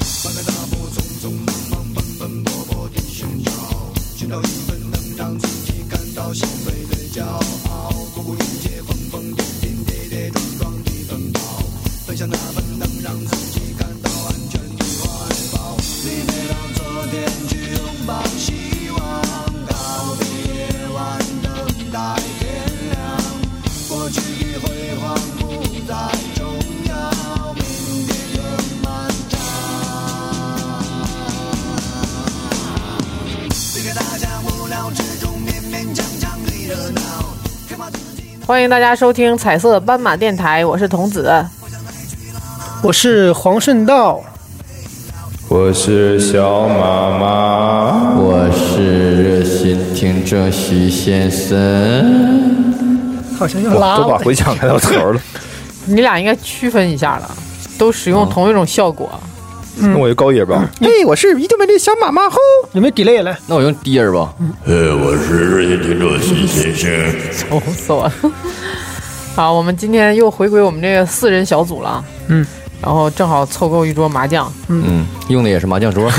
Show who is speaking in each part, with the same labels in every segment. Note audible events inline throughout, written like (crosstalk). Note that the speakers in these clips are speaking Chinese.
Speaker 1: 翻开大漠，匆匆忙忙，奔奔波波地寻找，寻找一份能让自己感到欣慰的骄傲，过过一切疯疯癫癫、跌跌撞撞地奔跑，奔向那份能让自己感到安全的怀抱。你没到昨天去拥抱希望，告别夜晚，等待天亮，过去的辉煌不再重要，明天更漫长。离开大家无聊之中，勉勉强强的热闹，害怕自己
Speaker 2: 欢迎大家收听彩色斑马电台，我是童子。
Speaker 3: 我是黄顺道，
Speaker 4: 我是小马马，
Speaker 5: 我是热心听众徐先生，
Speaker 3: 好像要拉
Speaker 4: 我都把
Speaker 3: 我。
Speaker 4: 回抢开到头了，
Speaker 2: 你俩应该区分一下了，都使用同一种效 (laughs) 果。
Speaker 4: 那我就高音吧。
Speaker 3: 嘿，我是一顿没的小马马吼，有没有 delay 来？
Speaker 5: 那我用第二吧。
Speaker 6: 呃，我是热心听众徐先生。
Speaker 2: 愁哦死我了。好，我们今天又回归我们这个四人小组了。
Speaker 3: 嗯，
Speaker 2: 然后正好凑够一桌麻 (laughs) 将。
Speaker 5: 嗯，用的也是麻将桌。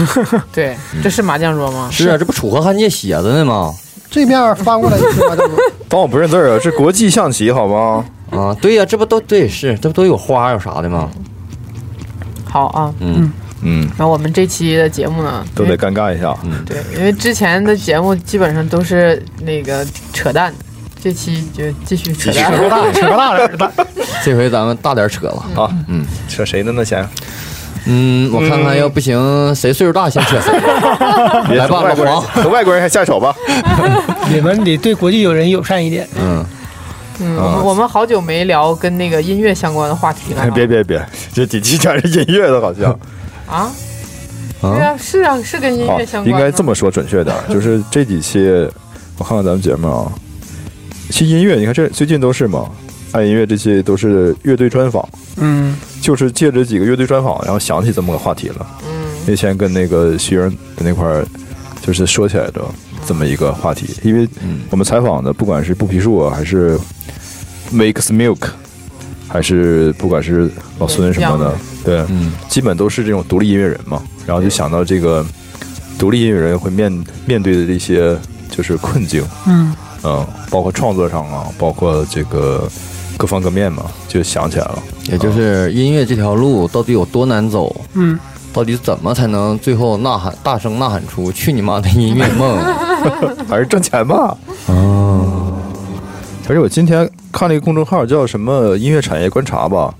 Speaker 2: 对，这是麻将桌吗？
Speaker 5: 是啊，这不楚河汉界写着呢吗？
Speaker 3: 这面翻过来一句话叫做
Speaker 4: 当我不认字儿啊，是国际象棋好吗？
Speaker 5: 啊，对呀、这不都对是，这不都有花有啥的吗？
Speaker 2: 好啊。
Speaker 4: 嗯，
Speaker 2: 然后我们这期的节目呢，
Speaker 4: 都
Speaker 2: 因为
Speaker 4: 得尴尬一下。
Speaker 2: 对，因为之前的节目基本上都是那个扯淡，这期就继续
Speaker 4: 嗯
Speaker 2: 扯淡。
Speaker 3: 扯个大人的，
Speaker 5: 这回咱们大点扯吧。
Speaker 4: 啊，嗯，扯谁呢？那先
Speaker 5: 嗯，我看看，要不行，谁岁数大先扯谁。
Speaker 4: 别
Speaker 5: 来吧
Speaker 4: 从外国人
Speaker 5: 老王，
Speaker 4: 从外国人还下手吧。
Speaker 3: 你们得对国际友人友善一点。
Speaker 5: 嗯，
Speaker 2: 嗯，我们我们好久没聊跟那个音乐相关的话题了啊。
Speaker 4: 别别别，这几期全是音乐的，好像
Speaker 2: 啊！对啊，是啊，是跟音
Speaker 4: 啊
Speaker 2: 乐相，关。
Speaker 4: 应该这。么说准确点儿，就是这几期我看看咱们节目啊，其实音乐，你看这最近都是嘛，爱音乐这些都是乐队专访，
Speaker 3: 嗯，
Speaker 4: 就是借着几个乐队专访，然后想起这么个话题了。
Speaker 2: 嗯
Speaker 4: 那天跟那个徐仁那块儿，就是说起来的这么一个话题，因为我们采访的不管是不皮树啊，还是 Makes Milk，还是不管是老孙什么的，对，基本都是这种独立音乐人嘛。然后就想到这个独立音乐人会面面对的这些就是困境，
Speaker 3: 嗯
Speaker 4: 嗯，包括创作上啊，包括这个各方各面嘛，就想起来了。
Speaker 5: 也就是音乐这条路到底有多难走，
Speaker 3: 嗯，
Speaker 5: 到底怎么才能最后呐喊大声呐喊出“去你妈的音乐梦
Speaker 4: (laughs) 还是挣钱吧。哦而且我今天看了一个公众号叫什么“音乐产业观察”吧，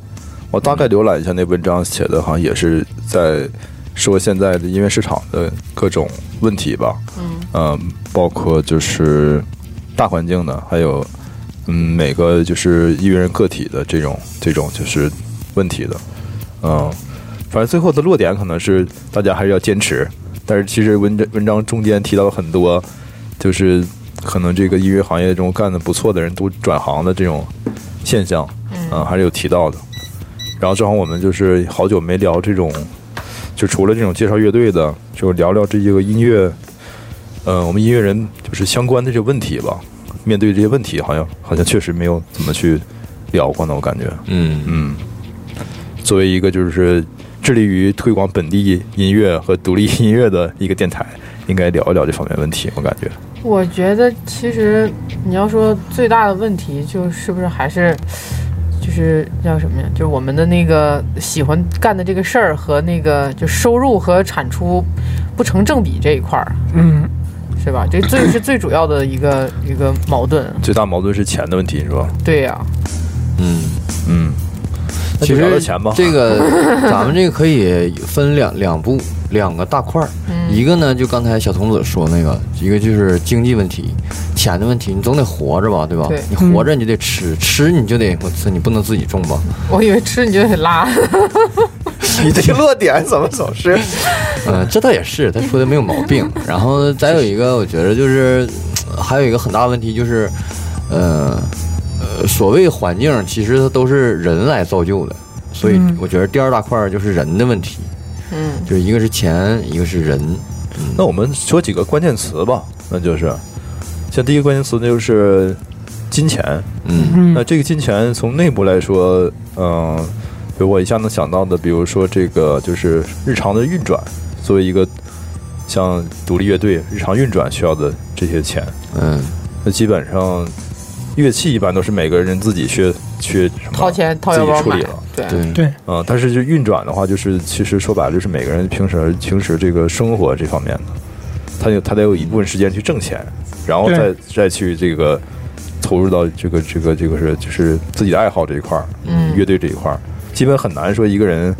Speaker 4: 我大概浏览一下那文章，写的好像也是在说现在的音乐市场的各种问题吧。嗯，包括就是大环境的，还有嗯每个就是音乐人个体的这种这种就是问题的。嗯，反正最后的落点可能是大家还是要坚持，但是其实文章文章中间提到了很多，就是可能这个音乐行业中干的不错的人都转行的这种现象，嗯、还是有提到的。然后正好我们就是好久没聊这种，就除了这种介绍乐队的，就聊聊这个音乐，呃，我们音乐人就是相关的这个问题吧。面对这些问题，好像好像确实没有怎么去聊过呢，我感觉。”？
Speaker 5: 嗯嗯，
Speaker 4: 作为一个就是致力于推广本地音乐和独立音乐的一个电台，应该聊一聊这方面问题。我感觉，
Speaker 2: 我觉得其实你要说最大的问题，就是不是还是就是叫什么呀？就是我们的那个喜欢干的这个事儿和那个就收入和产出不成正比这一块儿，
Speaker 3: 嗯，
Speaker 2: 是吧？这最是最主要的一个一个矛盾。
Speaker 4: 最大矛盾是钱的问题，是吧？
Speaker 2: 对呀、
Speaker 4: 嗯，那
Speaker 5: 其实
Speaker 4: 就聊聊钱吧。(laughs)
Speaker 5: 这个咱们这个可以分两两步两个大块儿，一个呢就刚才小童子说那个，一个就是经济问题，钱的问题，你总得活着吧，对吧？
Speaker 2: 对
Speaker 5: 你活着你就得吃，吃你就得我操，你不能自己种吧？
Speaker 4: (laughs)
Speaker 2: 我以为吃你就得拉，
Speaker 4: 你这个落点怎么总是？
Speaker 5: 嗯，这倒也是，他说的没有毛病。然后再有一个，我觉得就是呃还有一个很大问题就是，呃呃，所谓环境，其实它都是人来造就的，所以我觉得第二大块儿就是人的问题，
Speaker 2: 嗯，
Speaker 5: 就是一个是钱，一个是人。
Speaker 4: (laughs) 那我们说几个关键词吧，那就是，像第一个关键词就是金钱。
Speaker 5: 嗯
Speaker 3: 嗯
Speaker 4: 那这个金钱从内部来说，嗯、比如我一下能想到的，比如说这个就是日常的运转，作为一个像独立乐队日常运转需要的这些钱，
Speaker 5: 嗯，
Speaker 4: 那基本上乐器一般都是每个人自己去去什么
Speaker 2: 掏钱掏
Speaker 4: 自
Speaker 2: 腰
Speaker 4: 己
Speaker 2: 包
Speaker 4: 处
Speaker 2: 买
Speaker 4: 理了。，
Speaker 2: 对
Speaker 5: 对，
Speaker 3: 对，
Speaker 4: 啊、但是就运转的话，就是其实说白了，就是每个人平时平时这个生活这方面的，他有他得有一部分时间去挣钱，然后
Speaker 3: 对
Speaker 4: 再再去这个投入到这个这个这个是就是自己的爱好这一块儿，
Speaker 2: 嗯
Speaker 4: 乐队这一块儿，基本很难说一个人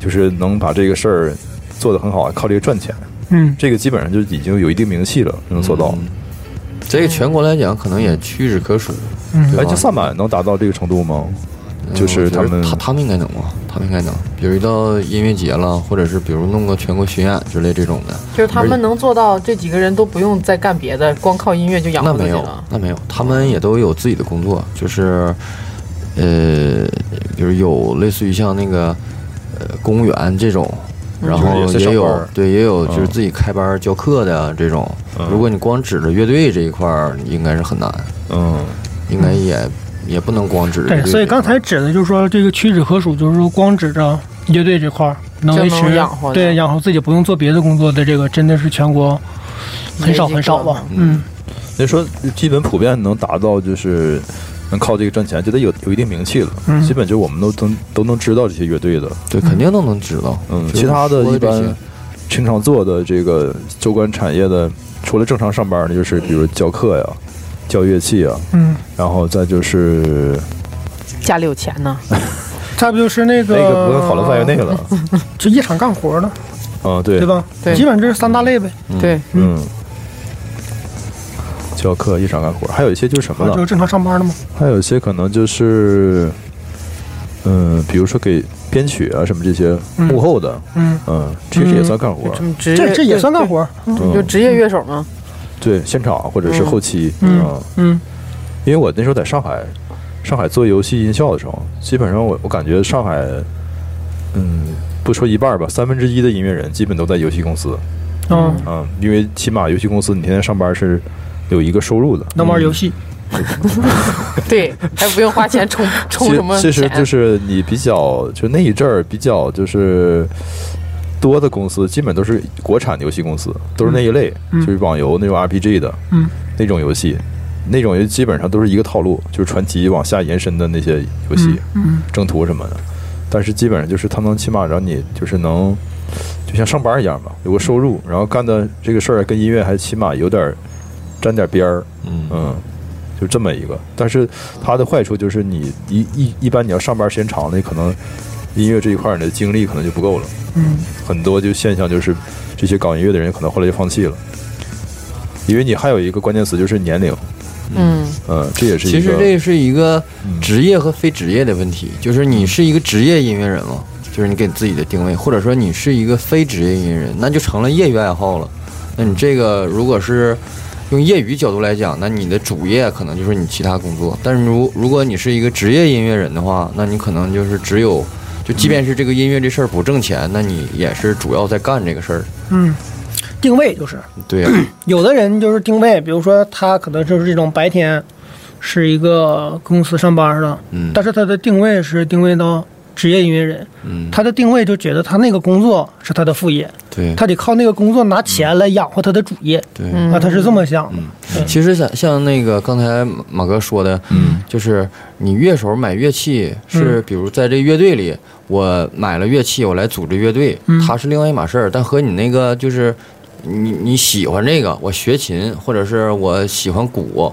Speaker 4: 就是能把这个事儿做得很好，靠这个赚钱，
Speaker 3: 嗯，
Speaker 4: 这个基本上就已经有一定名气了，能做到。
Speaker 5: 嗯这个全国来讲，可能也屈指可数。
Speaker 3: 嗯
Speaker 5: 对吧嗯
Speaker 4: 哎，这萨满能达到这个程度吗？就是他们
Speaker 5: 他他们应该能吧？他们应该能，比如到音乐节了，或者是比如弄个全国巡演之类这种的，
Speaker 2: 就是他们能做到这几个人都不用再干别的，光靠音乐就养
Speaker 5: 那
Speaker 2: 活自
Speaker 5: 没
Speaker 2: 己
Speaker 5: 有
Speaker 2: 了，。
Speaker 5: 那没有，他们也都有自己的工作，就是，呃，比如有类似于像那个，呃，公务员这种，然后
Speaker 4: 嗯就是也是上
Speaker 5: 也
Speaker 4: 班
Speaker 5: 有
Speaker 4: 儿
Speaker 5: 对也有就是
Speaker 4: 嗯
Speaker 5: 自己开班儿教课的这种。
Speaker 4: 嗯
Speaker 5: 如果你光指着乐队这一块儿，应该是很难，
Speaker 4: 嗯，
Speaker 5: 应该也也不能光指着乐
Speaker 3: 对，
Speaker 5: 队
Speaker 3: 所以
Speaker 5: 这一
Speaker 3: 刚
Speaker 5: 块儿。
Speaker 3: 才指的就是说这个屈指可数，就是说光指着乐队这块儿能
Speaker 2: 就
Speaker 3: 维
Speaker 2: 能
Speaker 3: 持
Speaker 2: 养活的
Speaker 3: 对养活自己不用做别的工作的这个，真的是全国很少很少吧？嗯，
Speaker 4: 那说基本普遍能达到就是能靠这个赚钱，就得有有一定名气了。
Speaker 3: 嗯
Speaker 4: 基本就我们都都都能知道这些乐队的，
Speaker 5: 对肯定都能知道。
Speaker 4: 嗯，
Speaker 5: 就是
Speaker 4: 其他的
Speaker 5: 说
Speaker 4: 一
Speaker 5: 这些
Speaker 4: 般经常做的这个周关产业的，除了正常上班的，就是比如教课呀、教乐器啊，
Speaker 3: 嗯，
Speaker 4: 然后再就是
Speaker 2: 家里有钱呢，
Speaker 3: 再不就是那个
Speaker 4: 那个不用讨论范围内了，
Speaker 3: 就夜场干活的，
Speaker 4: 嗯，对
Speaker 3: 对？吧？
Speaker 2: 对
Speaker 3: 基本上这是三大类呗。
Speaker 2: 对，
Speaker 4: 嗯。教课、夜场干活，还有一些就是什么
Speaker 3: 就
Speaker 4: 呢
Speaker 3: 是？正常上班的嘛。
Speaker 4: 还有一些可能就是，嗯，比如说给编曲啊什么这些
Speaker 3: 嗯
Speaker 4: 幕后的，
Speaker 3: 嗯，
Speaker 4: 嗯，其实也算干活儿，
Speaker 2: 这么职业
Speaker 3: 这这也算干，活儿。
Speaker 2: 对对就
Speaker 4: 嗯，
Speaker 2: 职业乐手嘛。
Speaker 4: 对，现场或者是后期，啊
Speaker 3: 嗯嗯
Speaker 4: 因为我那时候在上海，上海做游戏音效的时候，基本上我我感觉上海，嗯，不说一半儿吧，三分之一的音乐人基本都在游戏公司，
Speaker 3: 嗯，
Speaker 4: 嗯，因为起码游戏公司你天天上班是有一个收入的，
Speaker 3: 能玩游戏，
Speaker 2: 对，还不用花钱充充什么
Speaker 4: 其
Speaker 2: 钱。
Speaker 4: 其实就是你比较，就那一阵儿比较就是多的公司，基本都是国产的游戏公司，都是那一类，
Speaker 3: 嗯
Speaker 4: 就是网游那种 RPG 的，
Speaker 3: 嗯，
Speaker 4: 那种游戏，那种游戏基本上都是一个套路，就是传奇往下延伸的那些游戏，
Speaker 3: 嗯
Speaker 4: 征途什么的。但是基本上就是它能起码让你就是能，就像上班一样吧，有个收入，然后干的这个事儿跟音乐还起码有点儿沾点边儿，
Speaker 5: 嗯
Speaker 4: 嗯，就这么一个。但是它的坏处就是你一一一般你要上班时间长了，你可能音乐这一块儿你的精力可能就不够了。
Speaker 3: 嗯，
Speaker 4: 很多就现象就是这些搞音乐的人可能后来就放弃了，因为你还有一个关键词就是年龄，
Speaker 2: 嗯，
Speaker 4: 嗯，这也是
Speaker 5: 其
Speaker 4: 一
Speaker 5: 实
Speaker 4: 个
Speaker 5: 这是一个职业和非职业的问题，就是你是一个职业音乐人吗？就是你给自己的定位，或者说你是一个非职业音乐人，那就成了业余爱好了。那你这个如果是用业余角度来讲，那你的主业可能就是你其他工作。但是如如果你是一个职业音乐人的话，那你可能就是只有，就即便是这个音乐这事儿不挣钱，那你也是主要在干这个事儿。
Speaker 3: 定位就是
Speaker 5: 对啊呀、
Speaker 3: 有的人就是定位，比如说他可能就是这种白天是一个公司上班的，
Speaker 5: 嗯
Speaker 3: 但是他的定位是定位到职业音乐人，
Speaker 5: 嗯，
Speaker 3: 他的定位就觉得他那个工作是他的副业，
Speaker 5: 对，
Speaker 3: 他得靠那个工作拿钱来养活他的主业，
Speaker 5: 对，
Speaker 2: 嗯
Speaker 3: 啊，他是这么想的，
Speaker 5: 其实像像那个刚才马哥说的，嗯，就是你乐手买乐器
Speaker 3: 嗯
Speaker 5: 是，比如在这乐队里，我买了乐器，我来组织乐队，
Speaker 3: 嗯
Speaker 5: 它是另外一码事儿。但和你那个就是，你你喜欢这个，我学琴，或者是我喜欢鼓，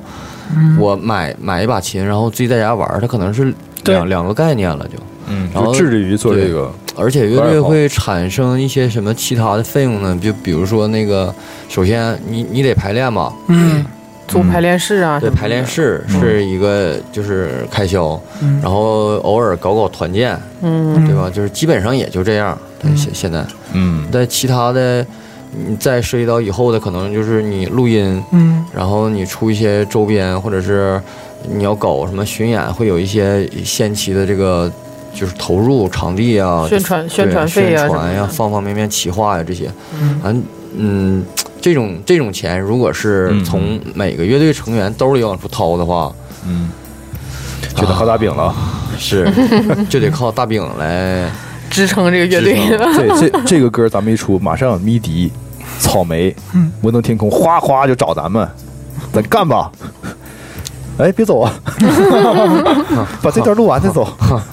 Speaker 3: 嗯
Speaker 5: 我买买一把琴，然后自己在家玩儿，它可能是
Speaker 3: 对
Speaker 5: 两两个概念了就。
Speaker 4: 嗯，
Speaker 5: 然后
Speaker 4: 就致力于做这个，
Speaker 5: 而且乐
Speaker 4: 玩
Speaker 5: 队
Speaker 4: 儿好
Speaker 5: 会产生一些什么其他的费用呢？就比如说那个，首先你你得排练吧，
Speaker 3: 嗯
Speaker 2: 租排练室啊，
Speaker 5: 对，
Speaker 2: (laughs) 什么的
Speaker 5: 排练，室是一个就是开销，
Speaker 3: 嗯
Speaker 5: 然后偶尔搞搞团建，
Speaker 2: 嗯，
Speaker 5: 对吧？就是基本上也就这样。但现现在，
Speaker 4: 嗯
Speaker 5: 但其他的，你再涉及到以后的，可能就是你录音，
Speaker 3: 嗯，
Speaker 5: 然后你出一些周边，或者是你要搞什么巡演，会有一些先期的这个就是投入场地啊、
Speaker 2: 宣传
Speaker 5: 对
Speaker 2: 宣传费啊
Speaker 5: 宣
Speaker 2: 什么
Speaker 5: 传
Speaker 2: 的
Speaker 5: 呀、方方面面、企划呀、这些，
Speaker 2: 嗯
Speaker 5: 反正嗯，这种这种钱如果是
Speaker 4: 嗯
Speaker 5: 从每个乐队成员兜里往出掏的话，
Speaker 4: 嗯，觉得好大饼了。
Speaker 5: 是 (laughs) 就得靠大饼来
Speaker 2: 支撑这个乐队。
Speaker 5: 支撑 (laughs)
Speaker 4: 这这这个歌咱们一出，马上迷笛、草莓、
Speaker 5: 嗯
Speaker 4: 摩登天空，哗哗就找咱们，咱干
Speaker 5: (laughs)
Speaker 4: 吧！哎，别走啊，把这段录完再走。
Speaker 5: 啊。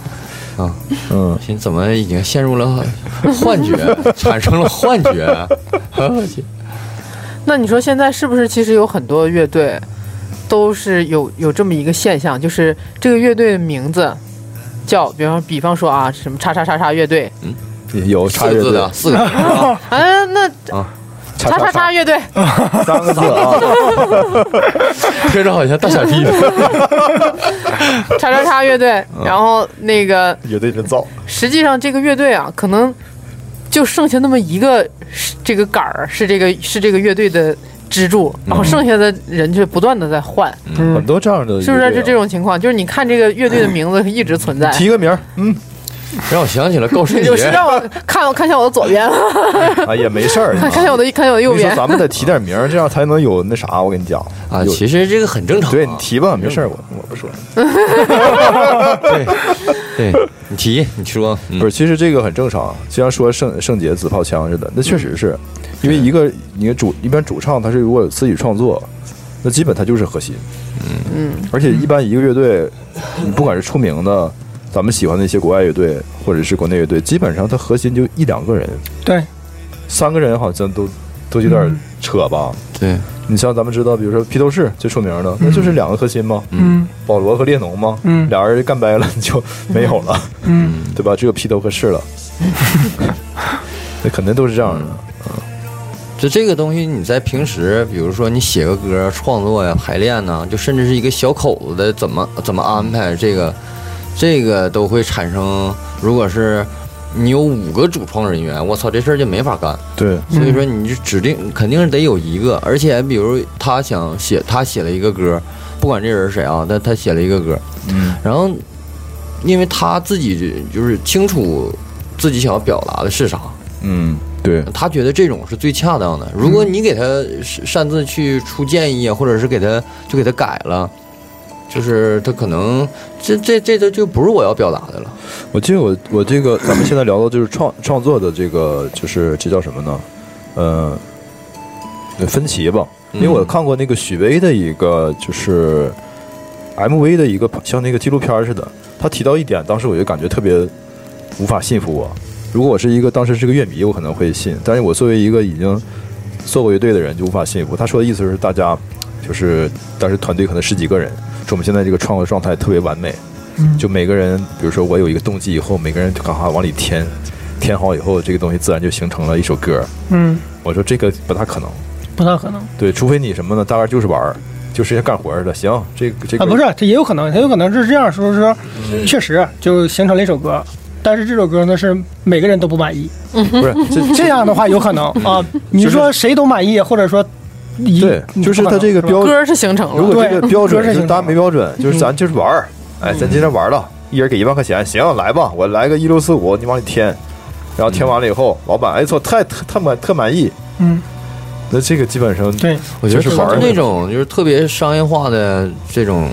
Speaker 4: 嗯，
Speaker 5: 寻思怎么已经陷入了幻
Speaker 4: (laughs)
Speaker 5: 觉，产生了幻觉？
Speaker 2: (laughs) 那你说现在是不是其实有很多乐队都是有有这么一个现象，就是这个乐队的名字叫，比方比方说啊，什么叉叉叉叉乐队，
Speaker 4: 有
Speaker 5: 四
Speaker 4: 插
Speaker 5: 个
Speaker 4: 乐
Speaker 5: 字
Speaker 4: 队
Speaker 5: 的，四个字
Speaker 4: (laughs)
Speaker 5: 的 (laughs)
Speaker 2: 啊，那
Speaker 4: 插
Speaker 2: 叉叉叉乐队，
Speaker 4: 三个字
Speaker 5: (laughs)
Speaker 4: 啊，
Speaker 5: 听着好像大傻逼似的。
Speaker 2: 叉叉叉乐队，然后那个
Speaker 4: 乐队真造。
Speaker 2: 实际上这个乐队啊，可能就剩下那么一个是这个杆儿是这个是这个乐队的支柱，
Speaker 4: 嗯
Speaker 2: 然后剩下的人就不断的在换，
Speaker 3: 嗯
Speaker 4: 很多这样的乐队啊，
Speaker 2: 是不是？就这种情况，就是你看这个乐队的名字一直存在。
Speaker 4: 提个名儿，嗯，
Speaker 5: 让我想起了高顺
Speaker 2: (laughs) 有时
Speaker 5: 杰，
Speaker 2: 让我看我看向我的左边，
Speaker 4: 哎也没事儿。
Speaker 2: (laughs) 看看向我的看向我的右
Speaker 4: 你说
Speaker 2: 边。
Speaker 4: 咱们得提点名儿，这样才能有那啥。我跟你讲
Speaker 5: 啊，
Speaker 4: 有
Speaker 5: 其实这个很正常啊。
Speaker 4: 对你提吧，没事儿，我我不说。
Speaker 5: (laughs) 对，你提，你说，嗯
Speaker 4: 不是，其实这个很正常，就像说圣圣洁自泡枪似的，那确实是，因为一个你的主一般主唱他是如果有自己创作，那基本他就是核心，嗯嗯，而且一般一个乐队，你不管是出名的，咱们喜欢的一些国外乐队或者是国内乐队，基本上它核心就一两个人，
Speaker 3: 对，
Speaker 4: 三个人好像都都有点扯吧。
Speaker 5: 对，
Speaker 4: 你像咱们知道，比如说披头士最出名的，那就是两个核心嘛，
Speaker 3: 嗯
Speaker 4: 保罗和列侬嘛，
Speaker 3: 嗯
Speaker 4: 俩人干掰了就没有了。
Speaker 3: 嗯，
Speaker 4: 对吧？只有披头和
Speaker 3: (laughs)
Speaker 4: 士了，那肯定都是这样的。
Speaker 5: 就这个东西，你在平时，比如说你写个歌、创作呀、排练呐、就甚至是一个小口子的怎么怎么安排，这个这个都会产生。如果是你有五个主创人员，我操，这事儿就没法干。
Speaker 4: 对，
Speaker 5: 所以说你就指定肯定是得有一个，而且比如他想写，他写了一个歌，不管这人是谁啊，但他写了一个歌，
Speaker 4: 嗯，
Speaker 5: 然后因为他自己就是清楚自己想要表达的是啥，
Speaker 4: 嗯，对，
Speaker 5: 他觉得这种是最恰当的。如果你给他擅擅自去出建议啊，或者是给他就给他改了。就是他可能这这这都就不是我要表达的了，
Speaker 4: 我记得我我这个咱们现在聊到就是创创作的这个就是这叫什么呢？呃，呃分歧吧，因为我看过那个许巍的一个就是 MV 的一个像那个纪录片似的，他提到一点，当时我就感觉特别无法信服我。如果我是一个当时是个乐迷，我可能会信，但是我作为一个已经做过乐队的人，就无法信服。他说的意思是，大家就是当时团队可能十几个人，说我们现在这个创作状态特别完美，就每个人，比如说我有一个动机以后，每个人就咔咔往里填，填好以后，这个东西自然就形成了一首歌。
Speaker 3: 嗯，
Speaker 4: 我说这个不大可能，
Speaker 3: 不太可能
Speaker 4: 对，除非你什么呢？大概就是玩儿，就是像干活似的。行，这个这个
Speaker 3: 啊，不是，这也有可能，它有可能是这样，说是说，确实就形成了一首歌，但是这首歌呢是每个人都不满意，
Speaker 4: 不是这
Speaker 3: 这样的话有可能啊，你说谁都满意，或者说嗯一
Speaker 4: 嗯对，就是他这个标，
Speaker 2: 歌是形成
Speaker 4: 如
Speaker 2: 了，
Speaker 4: 果这
Speaker 3: 对
Speaker 4: 个标准
Speaker 3: 歌是
Speaker 4: 是
Speaker 3: 形
Speaker 4: 大家
Speaker 3: 成
Speaker 4: 没标准，就是咱就是玩儿，哎，咱今天玩儿了，一人给一万块钱，行，来吧，我来个一六四五，你往里填，然后填完了以后，老板哎操，太特特满特满意，
Speaker 3: 嗯，
Speaker 4: 那这个基本上
Speaker 3: 对，
Speaker 5: 我觉得
Speaker 4: 就是玩儿
Speaker 5: 是
Speaker 4: 的
Speaker 5: 那种就是特别商业化的这种，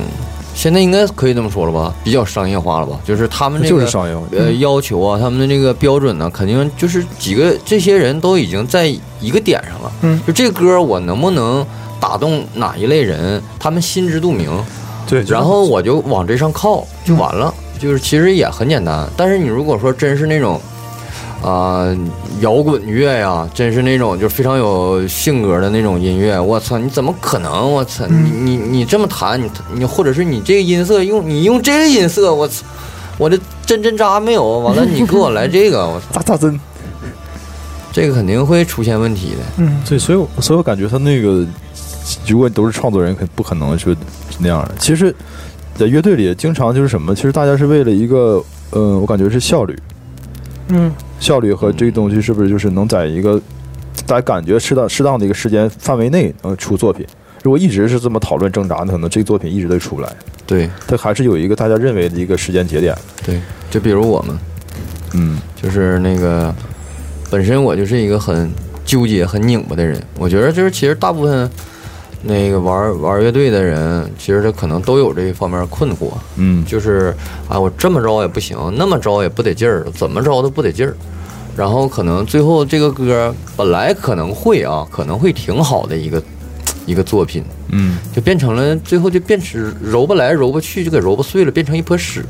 Speaker 5: 现在应该可以这么说了吧？比较商业化了吧？就是他们这个
Speaker 4: 就是商业化
Speaker 5: 呃要求啊，他们的那个标准呢，肯定就是几个这些人都已经在一个点上了。
Speaker 3: 嗯，
Speaker 5: 就这歌我能不能打动哪一类人，他们心知肚明，
Speaker 4: 对，就是
Speaker 5: 然后我就往这上靠就完了。就是其实也很简单，但是你如果说真是那种。啊、摇滚乐呀、真是那种就是非常有性格的那种音乐。我操，你怎么可能？我操，你你你这么弹，你你或者是你这个音色用你用这个音色，我操，我这针针扎没有，啊完了你给我来这个，我操，
Speaker 4: 扎扎针。
Speaker 5: 这个肯定会出现问题的。
Speaker 3: 嗯，
Speaker 4: 对，所以我所以我感觉他那个，如果你都是创作人，可不可能是那样的。其实，在乐呃队里经常就是什么，其实大家是为了一个，嗯、我感觉是效率，
Speaker 3: 嗯，
Speaker 4: 效率和这个东西是不是就是能在一个大家感觉适当适当的一个时间范围内能出作品。如果一直是这么讨论挣扎，那可能这个作品一直都出不来。
Speaker 5: 对
Speaker 4: 它还是有一个大家认为的一个时间节点。
Speaker 5: 对，就比如我们，
Speaker 4: 嗯
Speaker 5: 就是那个，本身我就是一个很纠结、很拧巴的人。我觉得就是其实大部分那个玩玩乐队的人，其实他可能都有这一方面困惑，
Speaker 4: 嗯，
Speaker 5: 就是啊，我这么着也不行，那么着也不得劲儿，怎么着都不得劲儿。然后可能最后这个歌本来可能会啊，可能会挺好的一个一个作品，
Speaker 4: 嗯
Speaker 5: 就变成了最后就变成揉不来揉不去，就给揉不碎了，变成一坨屎，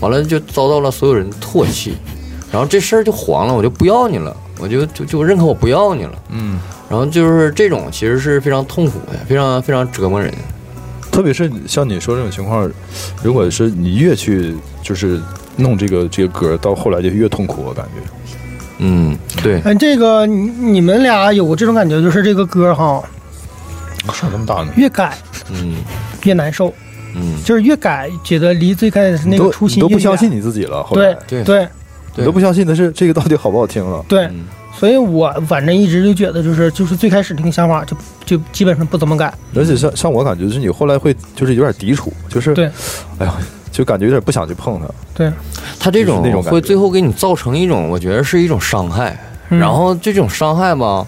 Speaker 5: 完了就遭到了所有人唾弃，然后这事儿就黄了，我就不要你了，我就就就认可我不要你了，
Speaker 4: 嗯，
Speaker 5: 然后就是这种其实是非常痛苦的，非常非常折磨人，
Speaker 4: 特别是像你说这种情况，如果是你越去就是弄这个这个歌，到后来就越痛苦，我感觉。
Speaker 5: 嗯，对，
Speaker 3: 哎，这个你你们俩有过这种感觉，就是这个歌哈，
Speaker 4: 上这么大呢？
Speaker 3: 越改
Speaker 5: 嗯
Speaker 3: 越难受，
Speaker 5: 嗯，
Speaker 3: 就是越改觉得离最开始
Speaker 4: 你
Speaker 3: 那
Speaker 4: 都
Speaker 3: 个初
Speaker 4: 你
Speaker 3: 心
Speaker 4: 都
Speaker 3: 越
Speaker 4: 不
Speaker 3: 远
Speaker 4: 相信你自己了，后来
Speaker 3: 对
Speaker 5: 对
Speaker 3: 对
Speaker 4: 你都不相信的是这个到底好不好听了。
Speaker 3: 对
Speaker 5: 嗯，
Speaker 3: 所以我反正一直就觉得就是就是最开始那个想法就就基本上不怎么改，
Speaker 4: 而且像像我感觉就是你后来会就是有点抵触，就是
Speaker 3: 对，
Speaker 4: 哎呀，就感觉有点不想去碰它。
Speaker 3: 对，
Speaker 5: 他这
Speaker 4: 就是那种
Speaker 5: 种
Speaker 4: 感觉
Speaker 5: 会最后给你造成一种，我觉得是一种伤害。
Speaker 3: 嗯
Speaker 5: 然后这种伤害吧，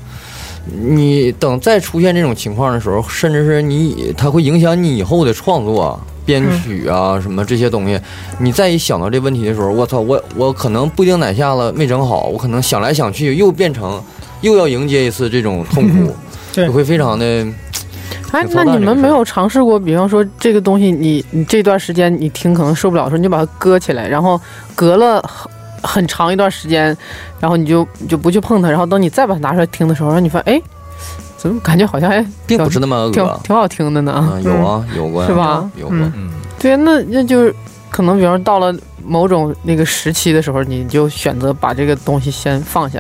Speaker 5: 你等再出现这种情况的时候，甚至是你，它会影响你以后的创作啊、编曲啊什么这些东西。你再一想到这问题的时候，我操，我我可能不丁哪下子没整好，我可能想来想去又变成又要迎接一次这种痛 (laughs) 苦，
Speaker 3: 嗯对
Speaker 5: 你会非常的
Speaker 2: 哎
Speaker 5: 挺，操
Speaker 2: 那
Speaker 5: 蛋
Speaker 2: 你
Speaker 5: 这个
Speaker 2: 们
Speaker 5: 事儿
Speaker 2: 没有尝试过，比方说这个东西你，你这段时间你听可能受不了的时候，你就把它搁起来，然后隔了很很长一段时间，然后你就你就不去碰它，然后等你再把它拿出来听的时候，让你发现，哎，怎么感觉好像还
Speaker 5: 并不是那么恶
Speaker 2: 挺挺好听的呢？
Speaker 5: 嗯，有啊，有过呀，
Speaker 2: 是吧
Speaker 5: 有啊过。
Speaker 3: 嗯
Speaker 4: 嗯，
Speaker 2: 对，那那就是可能，比方说到了某种那个时期的时候，你就选择把这个东西先放下，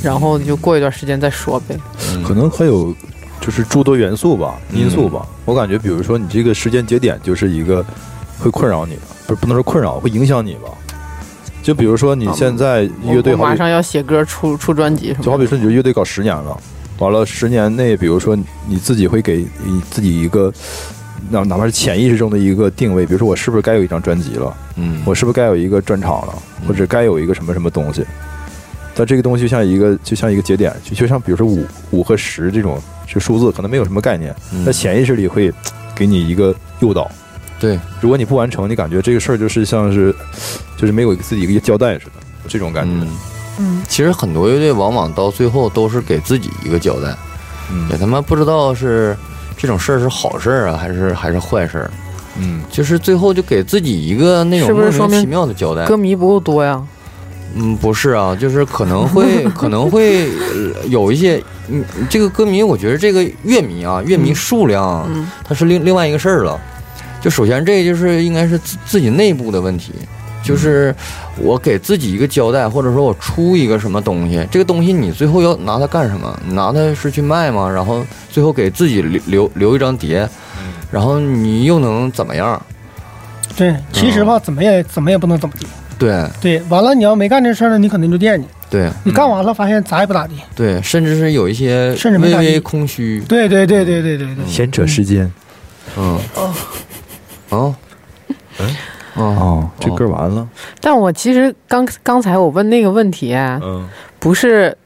Speaker 2: 然后就过一段时间再说呗。
Speaker 5: 嗯
Speaker 4: 可能还有就是诸多元素吧，
Speaker 5: 嗯
Speaker 4: 因素吧。我感觉，比如说你这个时间节点就是一个会困扰你的，不是不能说困扰，会影响你吧。就比如说你现在乐队
Speaker 2: 我
Speaker 4: 好
Speaker 2: 马
Speaker 4: 比，
Speaker 2: 上要写歌出出专辑什么的，
Speaker 4: 就好比说你这乐队搞十年了，完了十年内，比如说你自己会给你自己一个。哪哪怕是潜意识中的一个定位，比如说我是不是该有一张专辑了，
Speaker 5: 嗯，
Speaker 4: 我是不是该有一个专场了，
Speaker 5: 嗯
Speaker 4: 或者该有一个什么什么东西？但这个东西就像一个就像一个节点，就就像比如说五五和十这种这数字，可能没有什么概念，
Speaker 5: 嗯
Speaker 4: 在潜意识里会嘖给你一个诱导。
Speaker 5: 对，
Speaker 4: 如果你不完成，你感觉这个事儿就是像是就是没有自己一个交代似的，这种感觉。
Speaker 5: 嗯，其实很多乐队往往到最后都是给自己一个交代，
Speaker 4: 嗯
Speaker 5: 也他妈不知道是这种事儿是好事儿啊，还是还是坏事儿，
Speaker 4: 嗯，
Speaker 5: 就是最后就给自己一个那种
Speaker 2: 是不是
Speaker 5: 莫
Speaker 2: 说
Speaker 5: 名
Speaker 2: 明
Speaker 5: 其妙的交代。
Speaker 2: 歌迷不够多呀。
Speaker 5: 嗯，不是啊，就是可能
Speaker 3: (laughs)
Speaker 5: 会可能会呃有一些，嗯，这个歌迷，我觉得这个乐迷啊，乐迷数量啊，
Speaker 2: 嗯
Speaker 5: 它是另另外一个事儿了。就首先这就是应该是自自己内部的问题，就是我给自己一个交代，或者说我出一个什么东西，这个东西你最后要拿它干什么？你拿它是去卖吗？然后最后给自己留留留一张碟，
Speaker 3: 嗯
Speaker 5: 然后你又能怎么样？
Speaker 3: 对，其实吧，怎么
Speaker 4: 嗯
Speaker 3: 也怎么也不能怎么地。
Speaker 5: 对
Speaker 3: 对，完了你要没干这事儿呢，你肯定就惦记。
Speaker 5: 对
Speaker 3: 你干完了发现咋也不咋地。
Speaker 5: 对，甚至是有一些
Speaker 3: 甚至没
Speaker 5: 微
Speaker 3: 感觉
Speaker 5: 微空虚，
Speaker 3: 对对对对对对对，
Speaker 4: 贤者时间
Speaker 5: 嗯哦哦
Speaker 4: 哦，这歌完了。
Speaker 2: 但我其实刚刚才我问那个问题，
Speaker 4: 嗯，
Speaker 2: 不是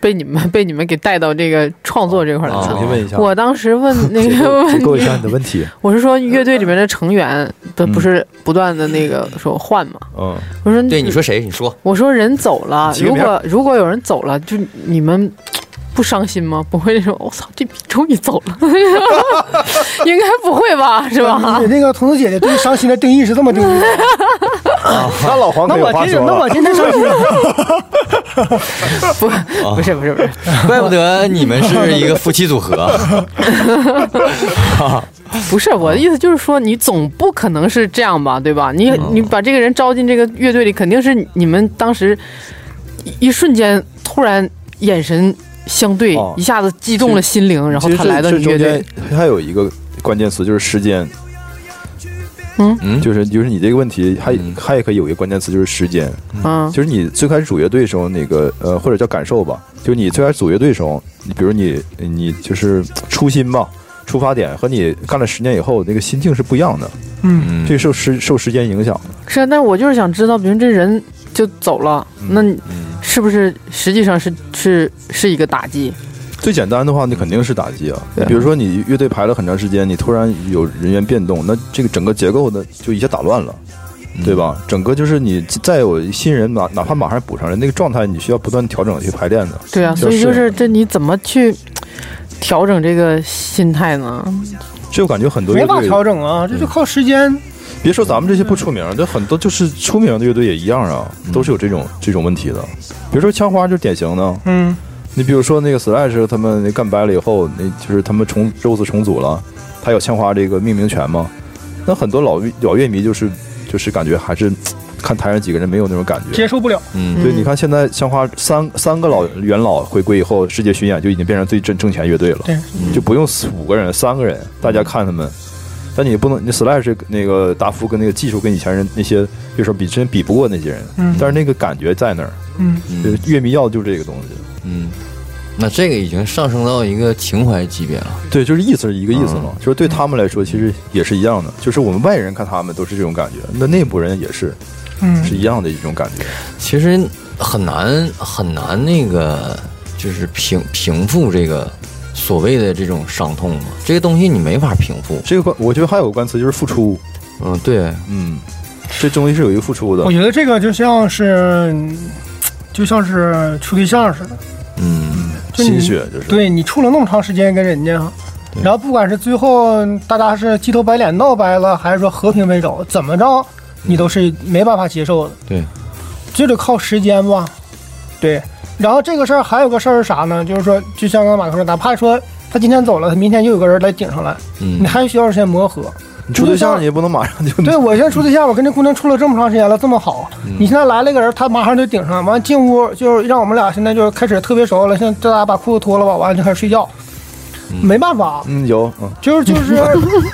Speaker 2: 被你们 (laughs) 被你们给带到这个创作这块儿来
Speaker 5: 哦
Speaker 2: 了。
Speaker 4: 重新嗯问一下，
Speaker 2: 我当时问那
Speaker 4: 结 (laughs)
Speaker 2: 个
Speaker 4: 构结构
Speaker 2: 问
Speaker 4: 一
Speaker 2: 题，
Speaker 4: 下你的问题。
Speaker 2: 我是说乐队里面的成员都不是不断的那个说换嘛？
Speaker 4: 嗯，
Speaker 2: 我说
Speaker 5: 对，你说谁？你 (laughs) 说
Speaker 2: 我说人走了，
Speaker 4: 起个
Speaker 2: 如
Speaker 4: 名
Speaker 2: 果如果有人走了，就你们不伤心吗？不会说我操，这逼终于走了， (laughs) 应该不会吧？是吧
Speaker 3: 你？那个彤彤姐姐 (laughs) 对伤心的定义是这么定义的。
Speaker 4: 啊那老黄
Speaker 3: 那
Speaker 4: 可有
Speaker 3: 我
Speaker 4: 话
Speaker 3: 今天
Speaker 4: 说
Speaker 3: 那我
Speaker 4: 了。
Speaker 3: 今天伤心，
Speaker 2: (laughs) 不，不是不是不是，
Speaker 5: 怪不得你们是一个夫妻 (laughs) 组合。
Speaker 2: 不是我的意思，就是说你总不可能是这样吧，对吧？你
Speaker 4: 嗯
Speaker 2: 你把这个人招进这个乐队里，肯定是你们当时一一瞬间突然眼神相对，
Speaker 4: 哦
Speaker 2: 一下子击中了心灵，然后
Speaker 4: 其实
Speaker 2: 他
Speaker 4: 这
Speaker 2: 来到
Speaker 4: 这
Speaker 2: 你乐
Speaker 4: 中
Speaker 2: 队
Speaker 4: 间，还有一个关键词就是时间，嗯，就是就是你这个问题还还也可以有一个关键词就是时间，
Speaker 2: 嗯
Speaker 4: 就是你最开始组乐队的时候那个呃或者叫感受吧，就是你最开始组乐队的时候，你比如你你就是初心吧。出发点和你干了十年以后那个心境是不一样的，
Speaker 3: 嗯，
Speaker 4: 这个受时受时间影响的。
Speaker 2: 是啊，但我就是想知道，比如这人就走了，那你
Speaker 4: 嗯
Speaker 2: 是不是实际上是是是一个打击？
Speaker 4: 最简单的话，那肯定是打击啊
Speaker 2: 对。
Speaker 4: 比如说你乐队排了很长时间，你突然有人员变动，那这个整个结构呢就一下打乱了，
Speaker 3: 嗯
Speaker 4: 对吧？整个就是你再有新人哪哪怕马上补上来，那个状态你需要不断调整去排练的。
Speaker 2: 对啊，所以就是这你怎么去调整这个心态呢？嗯
Speaker 4: 这我感觉很多
Speaker 3: 没
Speaker 4: 乐
Speaker 3: 法
Speaker 4: 队，
Speaker 3: 调整嗯啊，这就靠时间。
Speaker 4: 别说咱们这些不出名，这很多就是出名的乐队也一样啊，
Speaker 3: 嗯
Speaker 4: 都是有这种这种问题的。比如说枪花就是典型的，
Speaker 3: 嗯，
Speaker 4: 你比如说那个 Slash 他们那干掰了以后，那就是他们重 Rose 重组了，他有枪花这个命名权吗？那很多老老乐迷就是就是感觉还是看台上几个人没有那种感觉。
Speaker 3: 接受不了。
Speaker 5: 嗯，
Speaker 4: 对，你看现在枪花三三个老元老回归以后，世界巡演就已经变成最挣挣钱乐队了，
Speaker 3: 对，
Speaker 4: 就不用四五个人，三个人，大家看他们。但你不能，你 Slash 那个达夫跟那个技术跟以前人那些乐手比，真比不过那些人。
Speaker 3: 嗯
Speaker 4: 但是那个感觉在那儿，
Speaker 3: 嗯，
Speaker 4: 就是乐迷要的就是这个东西。
Speaker 5: 嗯，那这个已经上升到一个情怀级别了。
Speaker 4: 对，就是意思是一个意思
Speaker 3: 嗯
Speaker 4: 嘛，就是对他们来说其实也是一样的，就是我们外人看他们都是这种感觉，那内部人也是，
Speaker 3: 嗯
Speaker 4: 是一样的一种感觉。
Speaker 5: 其实很难很难那个，就是平平复这个所谓的这种伤痛嘛。这个东西你没法平复。
Speaker 4: 这个关，我觉得还有个关词就是付出，
Speaker 5: 嗯，对，
Speaker 4: 嗯，这东西是有一个付出的
Speaker 3: 我，觉得这个就像是，就像是处对象似的，
Speaker 5: 嗯，
Speaker 3: 就你
Speaker 4: 心血就是。
Speaker 3: 对你处了那么长时间跟人家，
Speaker 5: 对
Speaker 3: 然后不管是最后大家是鸡头白脸闹掰了，还是说和平分手，怎么着你都是没办法接受的，
Speaker 5: 对，
Speaker 3: 就得靠时间吧。对，然后这个事儿还有个事儿是啥呢？就是说，就像刚才马克说，哪怕说他今天走了，他明天又有个人来顶上来，
Speaker 5: 嗯
Speaker 3: 你还需要时间磨合。
Speaker 4: 你处对象你也不能马上就
Speaker 3: 对我现在处对象，我跟这姑娘处了这么长时间了，这么好，
Speaker 4: 嗯
Speaker 3: 你现在来了一个人，她马上就顶上，完进屋就是让我们俩现在就是开始特别熟了，现在大家把裤子脱了吧，完了就开始睡觉，没办法，
Speaker 4: 嗯有嗯
Speaker 3: 就是就是，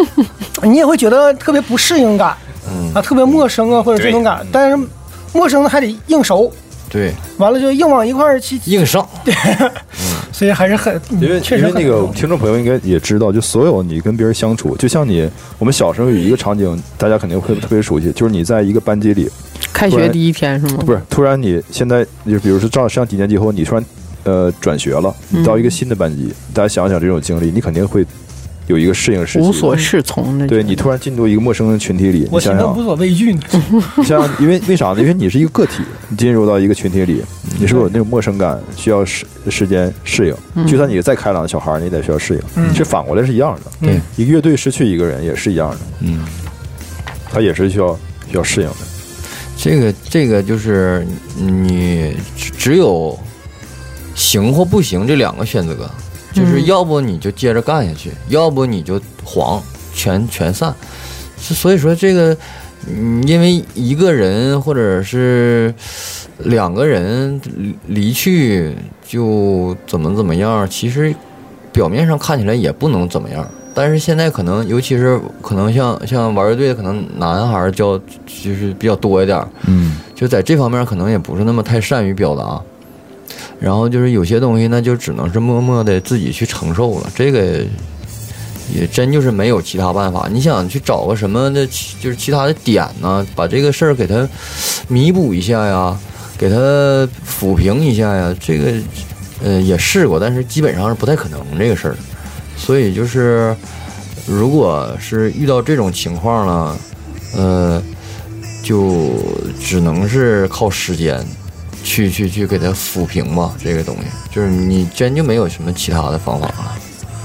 Speaker 4: (laughs)
Speaker 3: 你也会觉得特别不适应感，
Speaker 4: 嗯
Speaker 3: 啊，特别陌生啊，或者这种感，但是陌生的还得硬熟，
Speaker 5: 对，
Speaker 3: 完了就硬往一块儿去，
Speaker 5: 硬上。
Speaker 3: 所以还是很，
Speaker 4: 因为
Speaker 3: 确
Speaker 4: 因
Speaker 3: 实
Speaker 4: 为
Speaker 3: 很
Speaker 4: 那个听众朋友应该也知道，就所有你跟别人相处，就像你我们小时候有一个场景，大家肯定会特别熟悉，就是你在一个班级里，
Speaker 2: 开
Speaker 4: 不
Speaker 2: 学
Speaker 4: 然
Speaker 2: 第一天是吗？
Speaker 4: 不是突然你现在就比如说上上几年级以后，你突然呃转学了，你
Speaker 2: 嗯
Speaker 4: 到一个新的班级，大家想想这种经历，你肯定会有一个适应时期。
Speaker 2: 无所适从那
Speaker 4: 对
Speaker 2: 种
Speaker 4: 你突然进入一个陌生的群体里，
Speaker 3: 我
Speaker 4: 你
Speaker 3: 现
Speaker 4: 想啊
Speaker 3: 在无
Speaker 4: 想，
Speaker 3: 所畏
Speaker 4: (laughs)
Speaker 3: 惧呢，
Speaker 4: 你想想，因为为啥呢？因为你是一个个体，你进入到一个群体里，你是不是有那种陌生感，需要时时间适
Speaker 2: 嗯
Speaker 4: 应？就算你再开朗的小孩儿，你也得需要适应。这反过来是一样的，
Speaker 5: 对，
Speaker 4: 一个乐队失去一个人也是一样的，
Speaker 5: 嗯，
Speaker 4: 他也是需要需要适应的。
Speaker 5: 这个这个就是你只只有行或不行这两个选择，就是要不你就接着干下去，要不你就黄，全全散。是所以说这个，嗯，因为一个人或者是两个人离离去就怎么怎么样，其实表面上看起来也不能怎么样。但是现在可能，尤其是可能像像玩乐队的，可能男孩儿较就是比较多一点儿，
Speaker 4: 嗯，
Speaker 5: 就在这方面可能也不是那么太善于表达。然后就是有些东西呢，就只能是默默的自己去承受了。这个也真就是没有其他办法。你想去找个什么的其，就是其他的点呢，把这个事儿给它弥补一下呀，给它抚平一下呀。这个呃也试过，但是基本上是不太可能这个事儿。所以就是，如果是遇到这种情况了，呃，就只能是靠时间去去去给它抚平吧。这个东西就是你真就没有什么其他的方法了。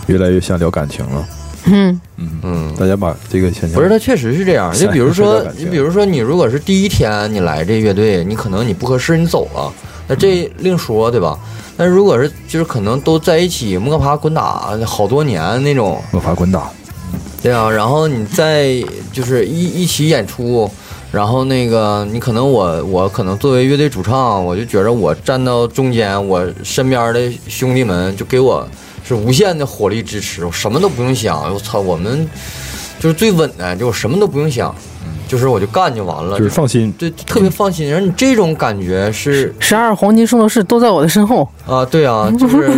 Speaker 4: 越来越像聊感情了。
Speaker 2: 嗯
Speaker 5: 嗯，
Speaker 4: 大家把这个现象
Speaker 5: 不是，它确实是这
Speaker 4: (laughs)
Speaker 5: 样。
Speaker 4: 是
Speaker 5: 就比如
Speaker 4: 是
Speaker 5: 说
Speaker 4: 这感，觉
Speaker 5: 你比如说，你如果是第一天你来这乐队，你可能你不合适，你走了，那这另说，对吧？但如果是就是可能都在一起摸爬滚打好多年那种，
Speaker 4: 我法滚打，
Speaker 5: 对啊，然后你再就是一一起演出，然后那个你可能我我可能作为乐队主唱，我就觉着我站到中间，我身边的兄弟们就给我是无限的火力支持，我什么都不用想，我操，我们就是最稳的，就我什么都不用想，就是我就干就完了，
Speaker 4: 就是放心。
Speaker 5: 啊对，就特别放心。然后你这种感觉是
Speaker 7: 十二黄金圣斗士都在我的身后，
Speaker 5: 啊，对啊，就是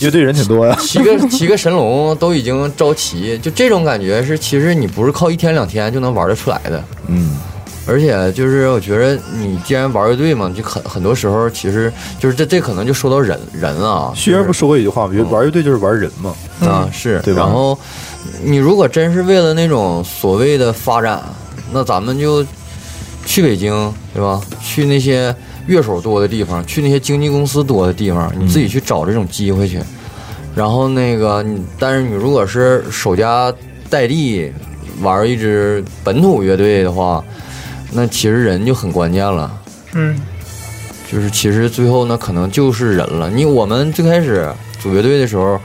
Speaker 4: 乐队人挺多呀，
Speaker 5: 骑个骑个神龙都已经招齐，就这种感觉是，其实你不是靠一天两天就能玩得出来的。
Speaker 4: 嗯，
Speaker 5: 而且就是我觉得你既然玩乐队嘛，就很很多时候其实就是这这可能就说到人人啊，
Speaker 4: 徐源不说过一句话吗？
Speaker 5: 嗯
Speaker 4: 玩乐队就是玩人嘛，
Speaker 5: 啊，是，
Speaker 4: 嗯对吧
Speaker 5: 然后你如果真是为了那种所谓的发展，那咱们就去北京，对吧？去那些乐手多的地方，去那些经纪公司多的地方，你自己去找这种机会去。
Speaker 4: 嗯
Speaker 5: 然后那个你，但是你如果是守家待地玩一支本土乐队的话，那其实人就很关键了。
Speaker 3: 嗯，
Speaker 5: 就是其实最后呢，可能就是人了。你我们最开始组乐队的时候，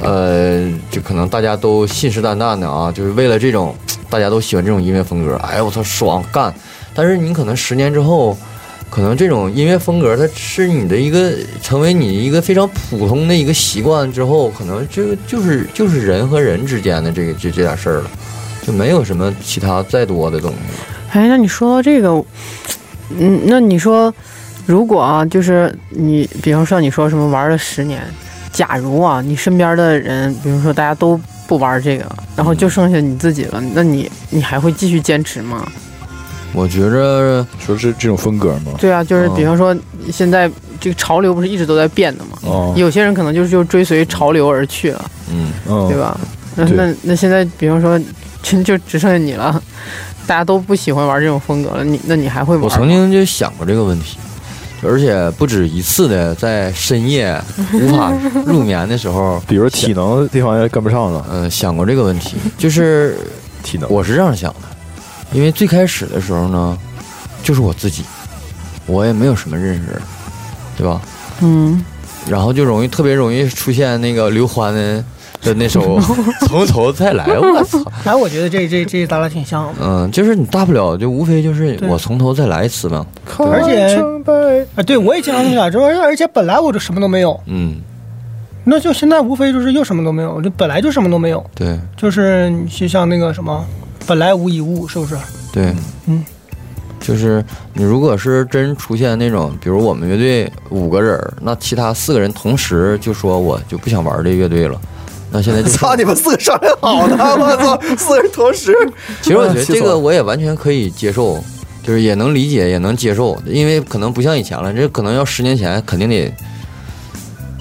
Speaker 5: 呃，就可能大家都信誓旦旦的啊，就是为了这种大家都喜欢这种音乐风格，哎呀我操爽干。但是你可能十年之后，可能这种音乐风格它是你的一个成为你一个非常普通的一个习惯之后，可能这个就是就是人和人之间的这个这这点事儿了，就没有什么其他再多的东西。
Speaker 7: 哎，那你说到这个，嗯，那你说，如果啊，就是你，比方说你说什么玩了十年，假如啊，你身边的人，比如说大家都不玩这个，然后就剩下你自己了，那你你还会继续坚持吗？
Speaker 5: 我觉着，
Speaker 4: 说是这种风格嘛。
Speaker 7: 对啊，就是
Speaker 5: 嗯
Speaker 7: 比方说现在这个潮流不是一直都在变的吗？
Speaker 4: 哦，
Speaker 7: 有些人可能就是就追随潮流而去了，
Speaker 5: 嗯，
Speaker 4: 嗯
Speaker 7: 对？吧？那
Speaker 4: 对
Speaker 7: 那那现在，比方说，真就只剩下你了，大家都不喜欢玩这种风格了，你那你还会玩吗？
Speaker 5: 我曾经就想过这个问题，而且不止一次的在深夜无法入眠的时候，
Speaker 4: 哦比如体能这方面跟不上了，
Speaker 5: 嗯、想过这个问题。就是
Speaker 4: 体能
Speaker 5: 我是这样想的，因为最开始的时候呢，就是我自己，我也没有什么认识人，对吧？
Speaker 7: 嗯，
Speaker 5: 然后就容易特别容易出现那个刘欢的的那首《从头再来》，我操！
Speaker 3: (laughs) 哎，我觉得这这这咱俩挺像的，
Speaker 5: 嗯，就是你大不了就无非就是
Speaker 3: 对
Speaker 5: 我从头再来一次嘛，
Speaker 3: 而且啊，对我也经常听俩，这玩意儿而且本来我就什么都没有，
Speaker 5: 嗯，
Speaker 3: 那就现在无非就是又什么都没有，就本来就什么都没有，
Speaker 5: 对
Speaker 3: 就是你就像那个什么，本来无一物，是不是？
Speaker 5: 对，
Speaker 3: 嗯，
Speaker 5: 就是你如果是真出现那种，比如我们乐队五个人儿，那其他四个人同时就说我就不想玩这乐队了，那现在就
Speaker 8: (laughs) 操你们四个商量好的，我操，四人同时，
Speaker 5: (laughs) 其实我觉得这个我也完全可以接受，就是也能理解，也能接受，因为可能不像以前了，这可能要十年前肯定得，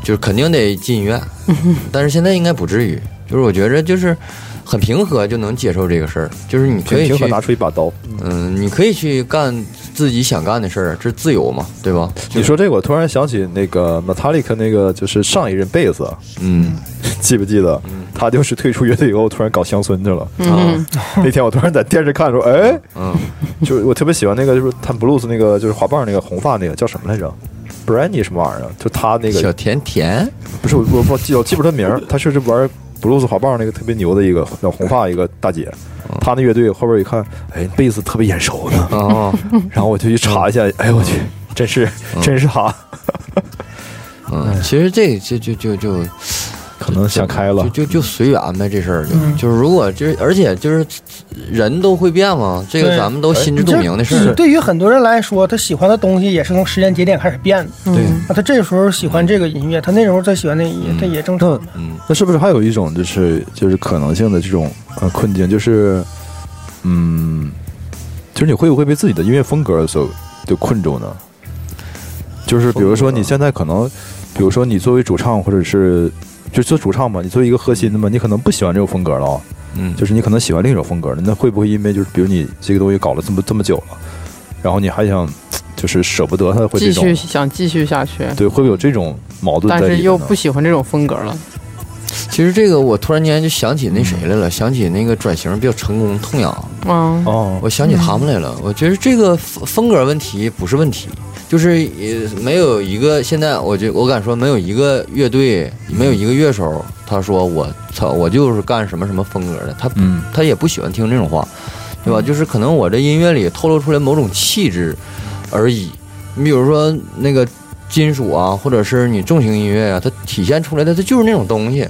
Speaker 5: 就是肯定得进医院，
Speaker 8: 嗯
Speaker 5: 但是现在应该不至于，就是我觉着就是很平和就能接受这个事儿，就是你可以
Speaker 4: 平
Speaker 5: 去
Speaker 4: 和拿出一把刀。
Speaker 5: 嗯，你可以去干自己想干的事儿，这是自由嘛，对吧？
Speaker 4: 你说这个，我突然想起那个 Metallica 那个，就是上一任贝斯，啊
Speaker 5: 嗯，
Speaker 4: 记不记得？他就是退出乐队以后，突然搞乡村去了。
Speaker 5: 啊，
Speaker 4: (laughs) 那天我突然在电视看 (laughs) 说，哎，
Speaker 5: 嗯，
Speaker 4: 就是我特别喜欢那个，就是他 blues 那个，就是滑棒那个红发那个叫什么来着？Brandy 什么玩意儿啊？就他那
Speaker 5: 小
Speaker 4: 个
Speaker 5: 甜甜，
Speaker 4: 不是我我我记我记不住他名 (laughs) 儿，他就是玩 blues 滑棒那个特别牛的一个叫红发一个大姐，他那乐队后边一看，哎，贝斯特别眼熟呢，
Speaker 5: 哦，
Speaker 4: 然后我就去查一下，哎呦我去，真是真是他，
Speaker 5: (laughs) 嗯，其实这这就就就
Speaker 4: 可能想开了
Speaker 5: 就，就就随缘呗，这事儿就
Speaker 3: 嗯
Speaker 5: 就是如果就是而且就是人都会变嘛，这个
Speaker 3: 对哎
Speaker 5: 咱们都心知肚明的事
Speaker 3: 就是
Speaker 5: 儿，
Speaker 3: 对于很多人来说，他喜欢的东西也是从时间节点开始变的。
Speaker 5: 对，
Speaker 3: 啊，他这时候喜欢这个音乐，他那时候他喜欢那音乐，他也正常。
Speaker 5: 嗯
Speaker 4: 那是不是还有一种就是就是可能性的这种呃困境，就是嗯，就是你会不会被自己的音乐风格所就困住呢？就是比如说你现在可能，比如说你作为主唱或者是就做主唱嘛，你作为一个核心的嘛，你可能不喜欢这种风格了啊，
Speaker 5: 嗯，
Speaker 4: 就是你可能喜欢另一种风格了，那会不会因为就是比如你这个东西搞了这么这么久了，然后你还想就是舍不得它，会
Speaker 7: 继
Speaker 4: 这种
Speaker 7: 续想继续下去，
Speaker 4: 对，会不会有这种矛盾
Speaker 7: 但
Speaker 4: 在
Speaker 7: 是
Speaker 4: 里面
Speaker 7: 又
Speaker 4: 呢
Speaker 7: 不喜欢这种风格了。
Speaker 5: 其实这个我突然间就想起那谁来了，想起那个转型比较成功痛仰，
Speaker 7: 嗯，
Speaker 4: 哦
Speaker 5: 我想起他们来了，我觉得这个风风格问题不是问题，就是呃没有一个现在，我觉我敢说没有一个乐队，没有一个乐手，他说我操，我就是干什么什么风格的，他
Speaker 4: 嗯
Speaker 5: 他也不喜欢听这种话，对吧？就是可能我这音乐里透露出来某种气质而已。你比如说那个金属啊，或者是你重型音乐啊，它体现出来的它就是那种东西，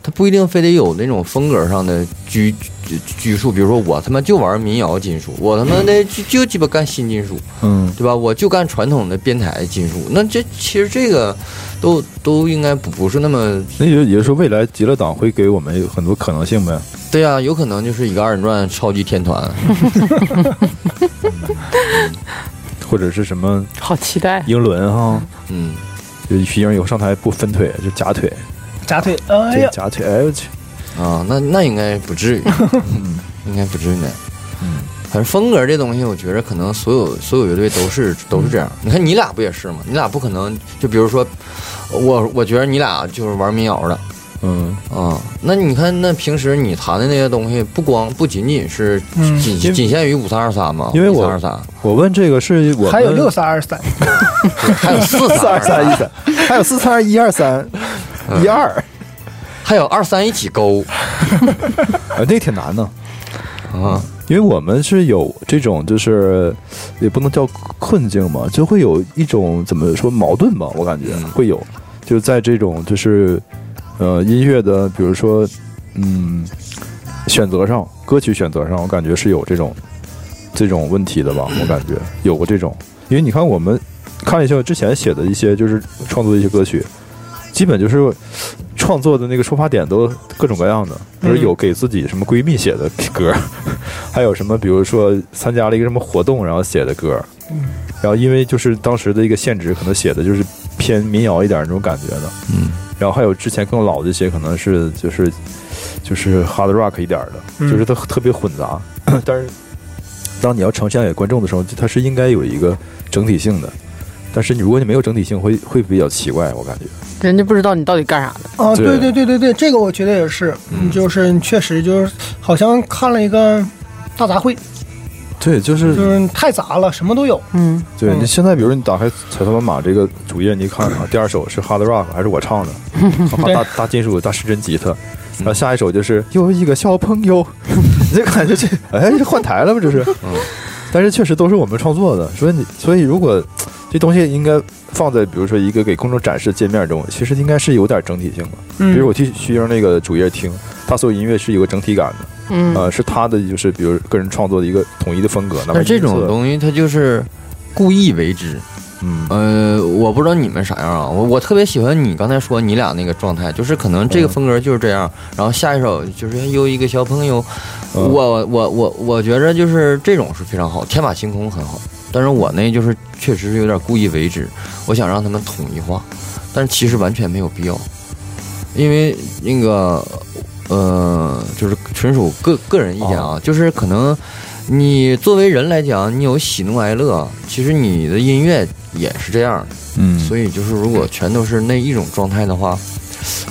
Speaker 5: 他不一定非得有那种风格上的拘拘拘束，比如说我他妈就玩民谣金属，我他妈的就就鸡巴干新金属，
Speaker 4: 嗯，
Speaker 5: 对吧？我就干传统的编台金属，那这其实这个都都应该不不是那么
Speaker 4: 那也也就是说，未来极乐党会给我们有很多可能性呗。
Speaker 5: 对啊，有可能就是一个二人转超级天团，
Speaker 4: 或者是什么
Speaker 7: 好期待。
Speaker 4: 英伦哈，
Speaker 5: 嗯，
Speaker 4: 就徐英以后上台不分腿，就夹腿，
Speaker 3: 夹腿，哎
Speaker 4: 这
Speaker 3: 呀，
Speaker 4: 夹腿，哎呦我去，
Speaker 5: 啊，那那应该
Speaker 4: (laughs)
Speaker 5: 不至于，应该不至于那样。
Speaker 4: 嗯
Speaker 5: 反正风格这东西，我觉着可能所有所有乐队都是都是这样。
Speaker 4: 嗯
Speaker 5: 你看你俩不也是吗？你俩不可能就比如说，我我觉得你俩就是玩民谣的
Speaker 4: 嗯，
Speaker 5: 啊。那你看那平时你弹的那些东西，不光不仅仅是
Speaker 3: 嗯
Speaker 5: 仅
Speaker 4: 因为
Speaker 5: 仅限于五三二三嘛，
Speaker 4: 因为我
Speaker 5: 五三二三
Speaker 4: 我问这个是我们
Speaker 3: 还有六三二三，
Speaker 4: (laughs)
Speaker 5: 还有四
Speaker 4: 四
Speaker 5: 三
Speaker 4: 二
Speaker 5: 二
Speaker 4: 三一， (laughs) 三，还有四三二一二三一二，
Speaker 5: 还有二三一起勾
Speaker 4: 啊，那个挺难的，
Speaker 5: 啊。
Speaker 4: 因为我们是有这种就是也不能叫困境嘛，就会有一种怎么说矛盾吧，我感觉会有，就在这种就是呃音乐的，比如说嗯选择上，歌曲选择上，我感觉是有这种这种问题的吧，我感觉有过这种，因为你看我们看了一下之前写的一些就是创作的一些歌曲，基本就是创作的那个出发点都各种各样的，比如有给自己什么闺蜜写的歌， (laughs) 还有什么比如说参加了一个什么活动然后写的歌，然后因为就是当时的一个限制，可能写的就是偏民谣一点那种感觉的，
Speaker 5: 嗯，
Speaker 4: 然后还有之前更老的一些，可能是就是就是 hard rock 一点的，
Speaker 3: 嗯
Speaker 4: 就是它特别混杂， (clears throat) 但是当你要呈现给观众的时候，就它是应该有一个整体性的。但是你如果你没有整体性，会会比较奇怪，我感觉。
Speaker 7: 人家不知道你到底干啥的。
Speaker 3: 啊，
Speaker 4: 对
Speaker 3: 对对对对对，这个我觉得也是，就是你确实就是好像看了一个大杂烩，
Speaker 4: 对，就是
Speaker 3: 就是太杂了，什么都有。
Speaker 7: 嗯，
Speaker 4: 对
Speaker 3: 嗯
Speaker 4: 你现在，比如你打开草头马这个主页，你看啊，第二首是 Hard Rock，还是我唱的，啊大大大金属大失真吉他，然后下一首就是又一个小朋友， (laughs) 你就感觉这哎这换台了吧这是，但是确实都是我们创作的，所以你所以如果这东西应该放在比如说一个给公众展示界面中，其实应该是有点整体性的。
Speaker 7: 嗯
Speaker 2: 嗯
Speaker 4: 比如我去徐英那个主页听，他所有音乐是有个整体感的，
Speaker 7: 嗯
Speaker 4: 呃，是他的就是比如个人创作的一个统一的风格，哪怕
Speaker 5: 但这
Speaker 4: 音
Speaker 5: 种
Speaker 4: 色
Speaker 5: 东西它就是故意为之，
Speaker 4: 嗯
Speaker 5: 呃，我不知道你们啥样啊，我我特别喜欢你刚才说你俩那个状态，就是可能这个风格就是这样，然后下一首就是又一个小朋友，
Speaker 4: 嗯
Speaker 5: 我我我我觉着就是这种是非常好，天马行空很好，但是我那就是确实是有点故意为之，我想让他们统一化，但是其实完全没有必要，因为那个呃，就是纯属个个人意见
Speaker 4: 哦
Speaker 5: 啊，就是可能你作为人来讲，你有喜怒哀乐，其实你的音乐也是这样的，
Speaker 4: 嗯
Speaker 5: 所以就是如果全都是那一种状态的话，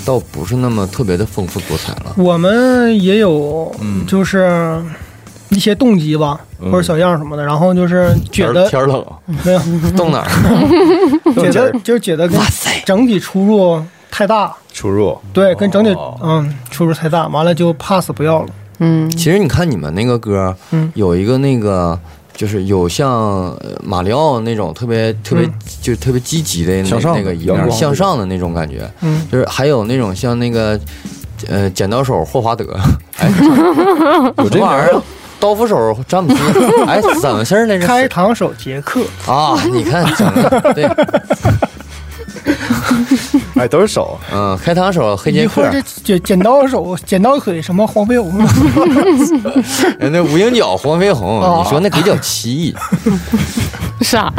Speaker 5: 倒不是那么特别的丰富多彩
Speaker 4: (laughs)
Speaker 5: 了。
Speaker 3: 我们也有
Speaker 4: 嗯，
Speaker 3: 就是一些动机吧，
Speaker 4: 嗯
Speaker 3: 或者小样什么的，然后就是觉得
Speaker 5: 天儿冷，
Speaker 3: 没
Speaker 4: (laughs)
Speaker 3: 有，
Speaker 5: 冻哪儿？
Speaker 3: 觉得就是觉得跟整体出入太大，
Speaker 4: 出入，
Speaker 3: 对，跟整体嗯出入太大，完了就 pass 不要了。
Speaker 7: 嗯，
Speaker 5: 其实你看你们那个歌，
Speaker 3: 嗯
Speaker 5: 有一个那个。就是有像呃马里奥那种特别特别、
Speaker 3: 嗯
Speaker 5: 就特别积极的那
Speaker 4: 向上的
Speaker 5: 那个一
Speaker 4: 阳
Speaker 5: 面，
Speaker 4: 光
Speaker 5: 向上的那种感觉，
Speaker 3: 嗯，
Speaker 5: 就是还有那种像那个，呃，剪刀手霍华德，哎，
Speaker 4: 有
Speaker 5: 这
Speaker 4: 这啊
Speaker 5: 玩
Speaker 4: 玩
Speaker 5: 意
Speaker 4: 意
Speaker 5: 儿，刀斧手詹姆斯，哎，怎么事儿来着？
Speaker 3: 开膛手杰克，
Speaker 5: 啊！你看，整的对，
Speaker 4: 哎，都是手，
Speaker 5: 嗯，开膛手黑
Speaker 3: 一
Speaker 5: 杰
Speaker 3: 会
Speaker 5: 克
Speaker 3: 儿，这剪剪刀手、 (laughs) 剪刀腿什么黄飞
Speaker 2: (laughs)
Speaker 3: 鸿，
Speaker 5: 人家无影脚黄飞鸿，
Speaker 3: 哦
Speaker 5: 你说那给叫奇异？
Speaker 7: 傻。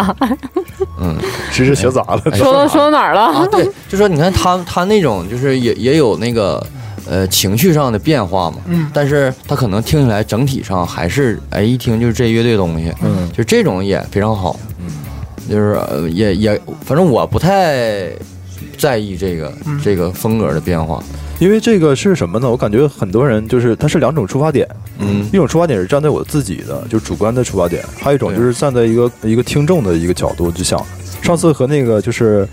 Speaker 4: 知识学杂了。
Speaker 5: 哎
Speaker 7: 说到
Speaker 5: 是吧
Speaker 7: 说到哪儿了？
Speaker 5: 啊，对，就说你看他他那种就是也也有那个呃情绪上的变化嘛，
Speaker 3: 嗯
Speaker 5: 但是他可能听起来整体上还是哎一听就是这乐队东西，
Speaker 4: 嗯
Speaker 5: 就这种也非常好，就是、呃、也也反正我不太在意这个、这个风格的变化，
Speaker 4: (laughs) 因为这个是什么呢？我感觉很多人就是，它是两种出发点，
Speaker 5: 嗯
Speaker 4: 一种出发点是站在我自己的，就是主观的出发点；，还有一种就是站在一个一个听众的一个角度去想。上次和那个就是，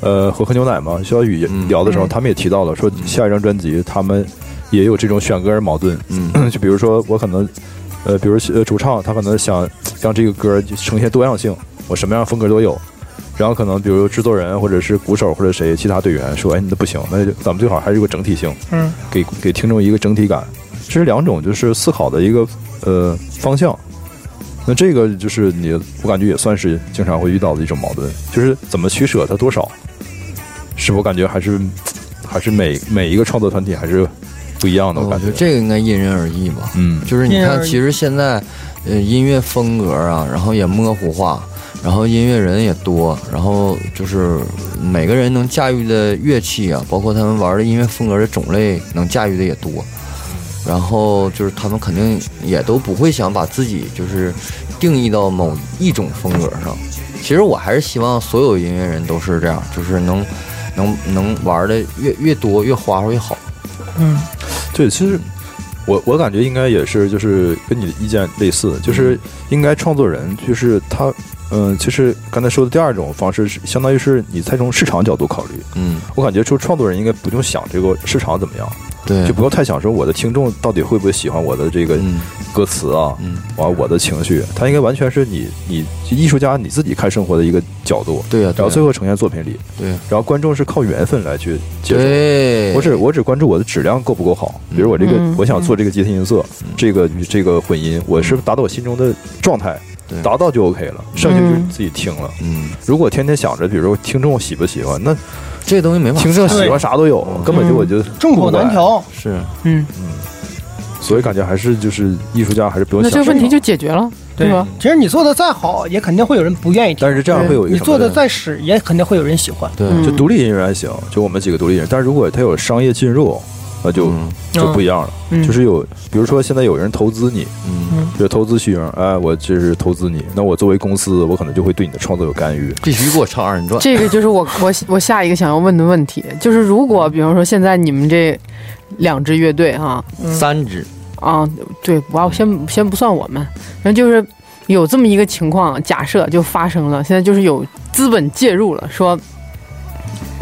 Speaker 4: 呃，和喝牛奶嘛，肖宇
Speaker 5: 嗯
Speaker 4: 聊的时候，他们也提到了，说下一张专辑他们也有这种选歌矛盾，
Speaker 5: 嗯
Speaker 4: 就比如说我可能，呃，比如呃主唱他可能想让这个歌就呈现多样性，我什么样的风格都有。然后可能比如制作人或者是鼓手或者谁其他队员说，哎，你这不行，那就咱们最好还是有个整体性，
Speaker 3: 嗯，
Speaker 4: 给给听众一个整体感。这是两种就是思考的一个呃方向。那这个就是你，我感觉也算是经常会遇到的一种矛盾，就是怎么取舍它多少，是我感觉还是还是每每一个创作团体还是不一样的，我
Speaker 5: 哦我
Speaker 4: 感
Speaker 5: 觉
Speaker 4: 觉
Speaker 5: 得这个应该因人而异吧。
Speaker 4: 嗯，
Speaker 5: 就是你
Speaker 3: 因人
Speaker 5: 看，
Speaker 3: 而异
Speaker 5: 其实现在，呃，音乐风格啊，然后也模糊化，然后音乐人也多，然后就是每个人能驾驭的乐器啊，包括他们玩的音乐风格的种类，能驾驭的也多。然后就是他们肯定也都不会想把自己就是定义到某一种风格上。其实我还是希望所有音乐人都是这样，就是能能能玩的越越多越花花越好。
Speaker 3: 嗯
Speaker 4: 对，其实我我感觉应该也是，就是跟你的意见类似，
Speaker 5: 嗯
Speaker 4: 就是应该创作人，就是他，嗯、其实刚才说的第二种方式是，相当于是你再从市场角度考虑。
Speaker 5: 嗯，
Speaker 4: 我感觉说创作人应该不用想这个市场怎么样，
Speaker 5: 对
Speaker 4: 就不要太想说我的听众到底会不会喜欢我的这个
Speaker 5: 嗯
Speaker 4: 歌词啊，
Speaker 5: 嗯，
Speaker 4: 完、我的情绪，他应该完全是你你艺术家你自己看生活的一个角度，
Speaker 5: 对呀、对
Speaker 4: 然
Speaker 5: 呀
Speaker 4: 后最后呈现作品里，
Speaker 5: 对啊呀、
Speaker 4: 然后观众是靠缘分来去接受。
Speaker 5: 对，
Speaker 4: 我只我只关注我的质量够不够好，比如我这个、
Speaker 2: 嗯
Speaker 4: 我想做这个吉他音色，
Speaker 5: 嗯
Speaker 4: 这个这个混音，我是达到我心中的状态
Speaker 5: 对，
Speaker 4: 达到就 OK 了，剩下就是
Speaker 2: 嗯
Speaker 4: 自己听了。
Speaker 5: 嗯，
Speaker 4: 如果天天想着，比如说听众喜不喜欢，那
Speaker 5: 这东西没法
Speaker 4: 听众喜欢啥都有，
Speaker 5: 嗯
Speaker 4: 根本就我觉得
Speaker 3: 众口难
Speaker 4: 顾
Speaker 3: 调。
Speaker 5: 是
Speaker 2: 嗯，
Speaker 4: 不来，所以感觉还是就是艺术家还是不用
Speaker 9: 那
Speaker 4: 想
Speaker 9: 这
Speaker 4: 啊什么
Speaker 9: 问题就解决了，对吧？
Speaker 3: 其实你做的再好，也肯定会有人不愿意听；
Speaker 4: 但是这样会有一个
Speaker 3: 你
Speaker 4: 什么
Speaker 3: 做的
Speaker 4: 呢
Speaker 3: 再屎，也肯定会有人喜欢。
Speaker 5: 对，
Speaker 2: 嗯
Speaker 4: 就独立音乐还行，就我们几个独立人，但是如果他有商业进入，那就、
Speaker 5: 嗯
Speaker 4: 就不一样了。
Speaker 2: 嗯
Speaker 4: 就是有，比如说现在有人投资你，
Speaker 5: 嗯，
Speaker 4: 就是投资虚荣，哎，我这是投资你，那我作为公司，我可能就会对你的创作有干预。
Speaker 5: 必须给我唱二人转，
Speaker 2: 这个就是我我我下一个想要问的问题，就是如果比方说现在你们这两支乐队哈
Speaker 5: 三支，
Speaker 2: 啊，对，不要先先不算我们，那就是有这么一个情况，假设就发生了，现在就是有资本介入了，说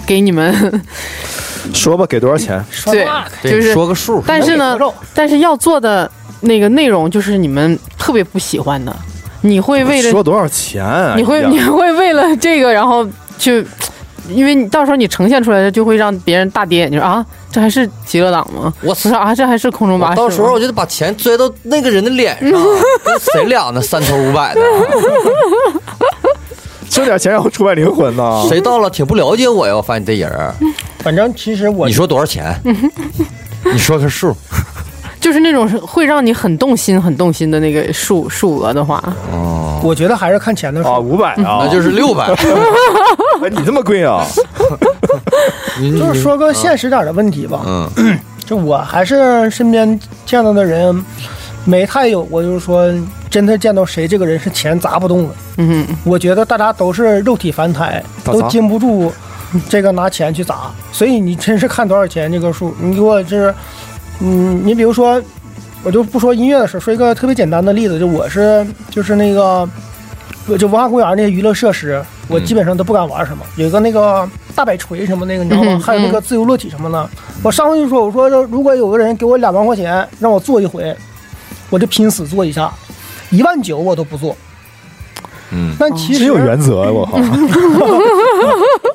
Speaker 2: 给你们
Speaker 5: (laughs)
Speaker 4: 说吧，给多少钱？
Speaker 2: 对，
Speaker 5: 对
Speaker 2: 就是
Speaker 5: 说个数，
Speaker 2: 但是呢，但是要做的那个内容就是你们特别不喜欢的，你会为了
Speaker 4: 说多少钱啊？
Speaker 2: 你会
Speaker 4: 哎呀
Speaker 2: (laughs) 你会为了这个然后去，因为你到时候你呈现出来的就会让别人大跌眼镜啊，这还是极乐党吗？不
Speaker 5: 我
Speaker 2: 是啊，这还是空中巴
Speaker 5: 我
Speaker 2: 士吗。
Speaker 5: 到时候我就得把钱追到那个人的脸 (laughs) 上，跟谁俩呢？三头五百 (laughs) 的，
Speaker 4: 这点钱让我出卖灵魂呢？
Speaker 5: 谁到了挺不了解我呀？我发现你这人 (laughs) 儿，
Speaker 3: 反正其实我
Speaker 5: 你说多少钱？ (laughs) 你说个数，
Speaker 2: 就是那种是会让你很动心、很动心的那个数数额的话，
Speaker 5: 哦
Speaker 3: 我觉得还是看钱的事
Speaker 4: 啊，
Speaker 3: 儿。
Speaker 4: 五百啊，
Speaker 5: 那就是六 (laughs) 百。
Speaker 4: 哎，你这么贵啊？
Speaker 5: 你
Speaker 3: 就是，说个现实点儿的问题吧，
Speaker 5: 嗯，
Speaker 3: 就我还是身边见到的人，没太有我就是说真的见到谁这个人是钱砸不动的。
Speaker 2: 嗯，
Speaker 3: 我觉得大家都是肉体凡胎，
Speaker 4: 咋砸
Speaker 3: 都经不住这个拿钱去砸，所以你真是看多少钱这个数。你给我就是，嗯，你比如说，我就不说音乐的事，说一个特别简单的例子，就我是就是那个，我就文化公园那些娱乐设施，我基本上都不敢玩什么。有一个那个大摆锤什么那个，你知道吗？
Speaker 2: 嗯
Speaker 3: 还有那个自由落体什么的。我上回就说，我说如果有个人给我两万块钱让我做一回，我就拼死做一下，一万九我都不做。
Speaker 4: 嗯，
Speaker 3: 但其实
Speaker 4: 真有原则啊！我靠，
Speaker 3: (laughs)
Speaker 2: 嗯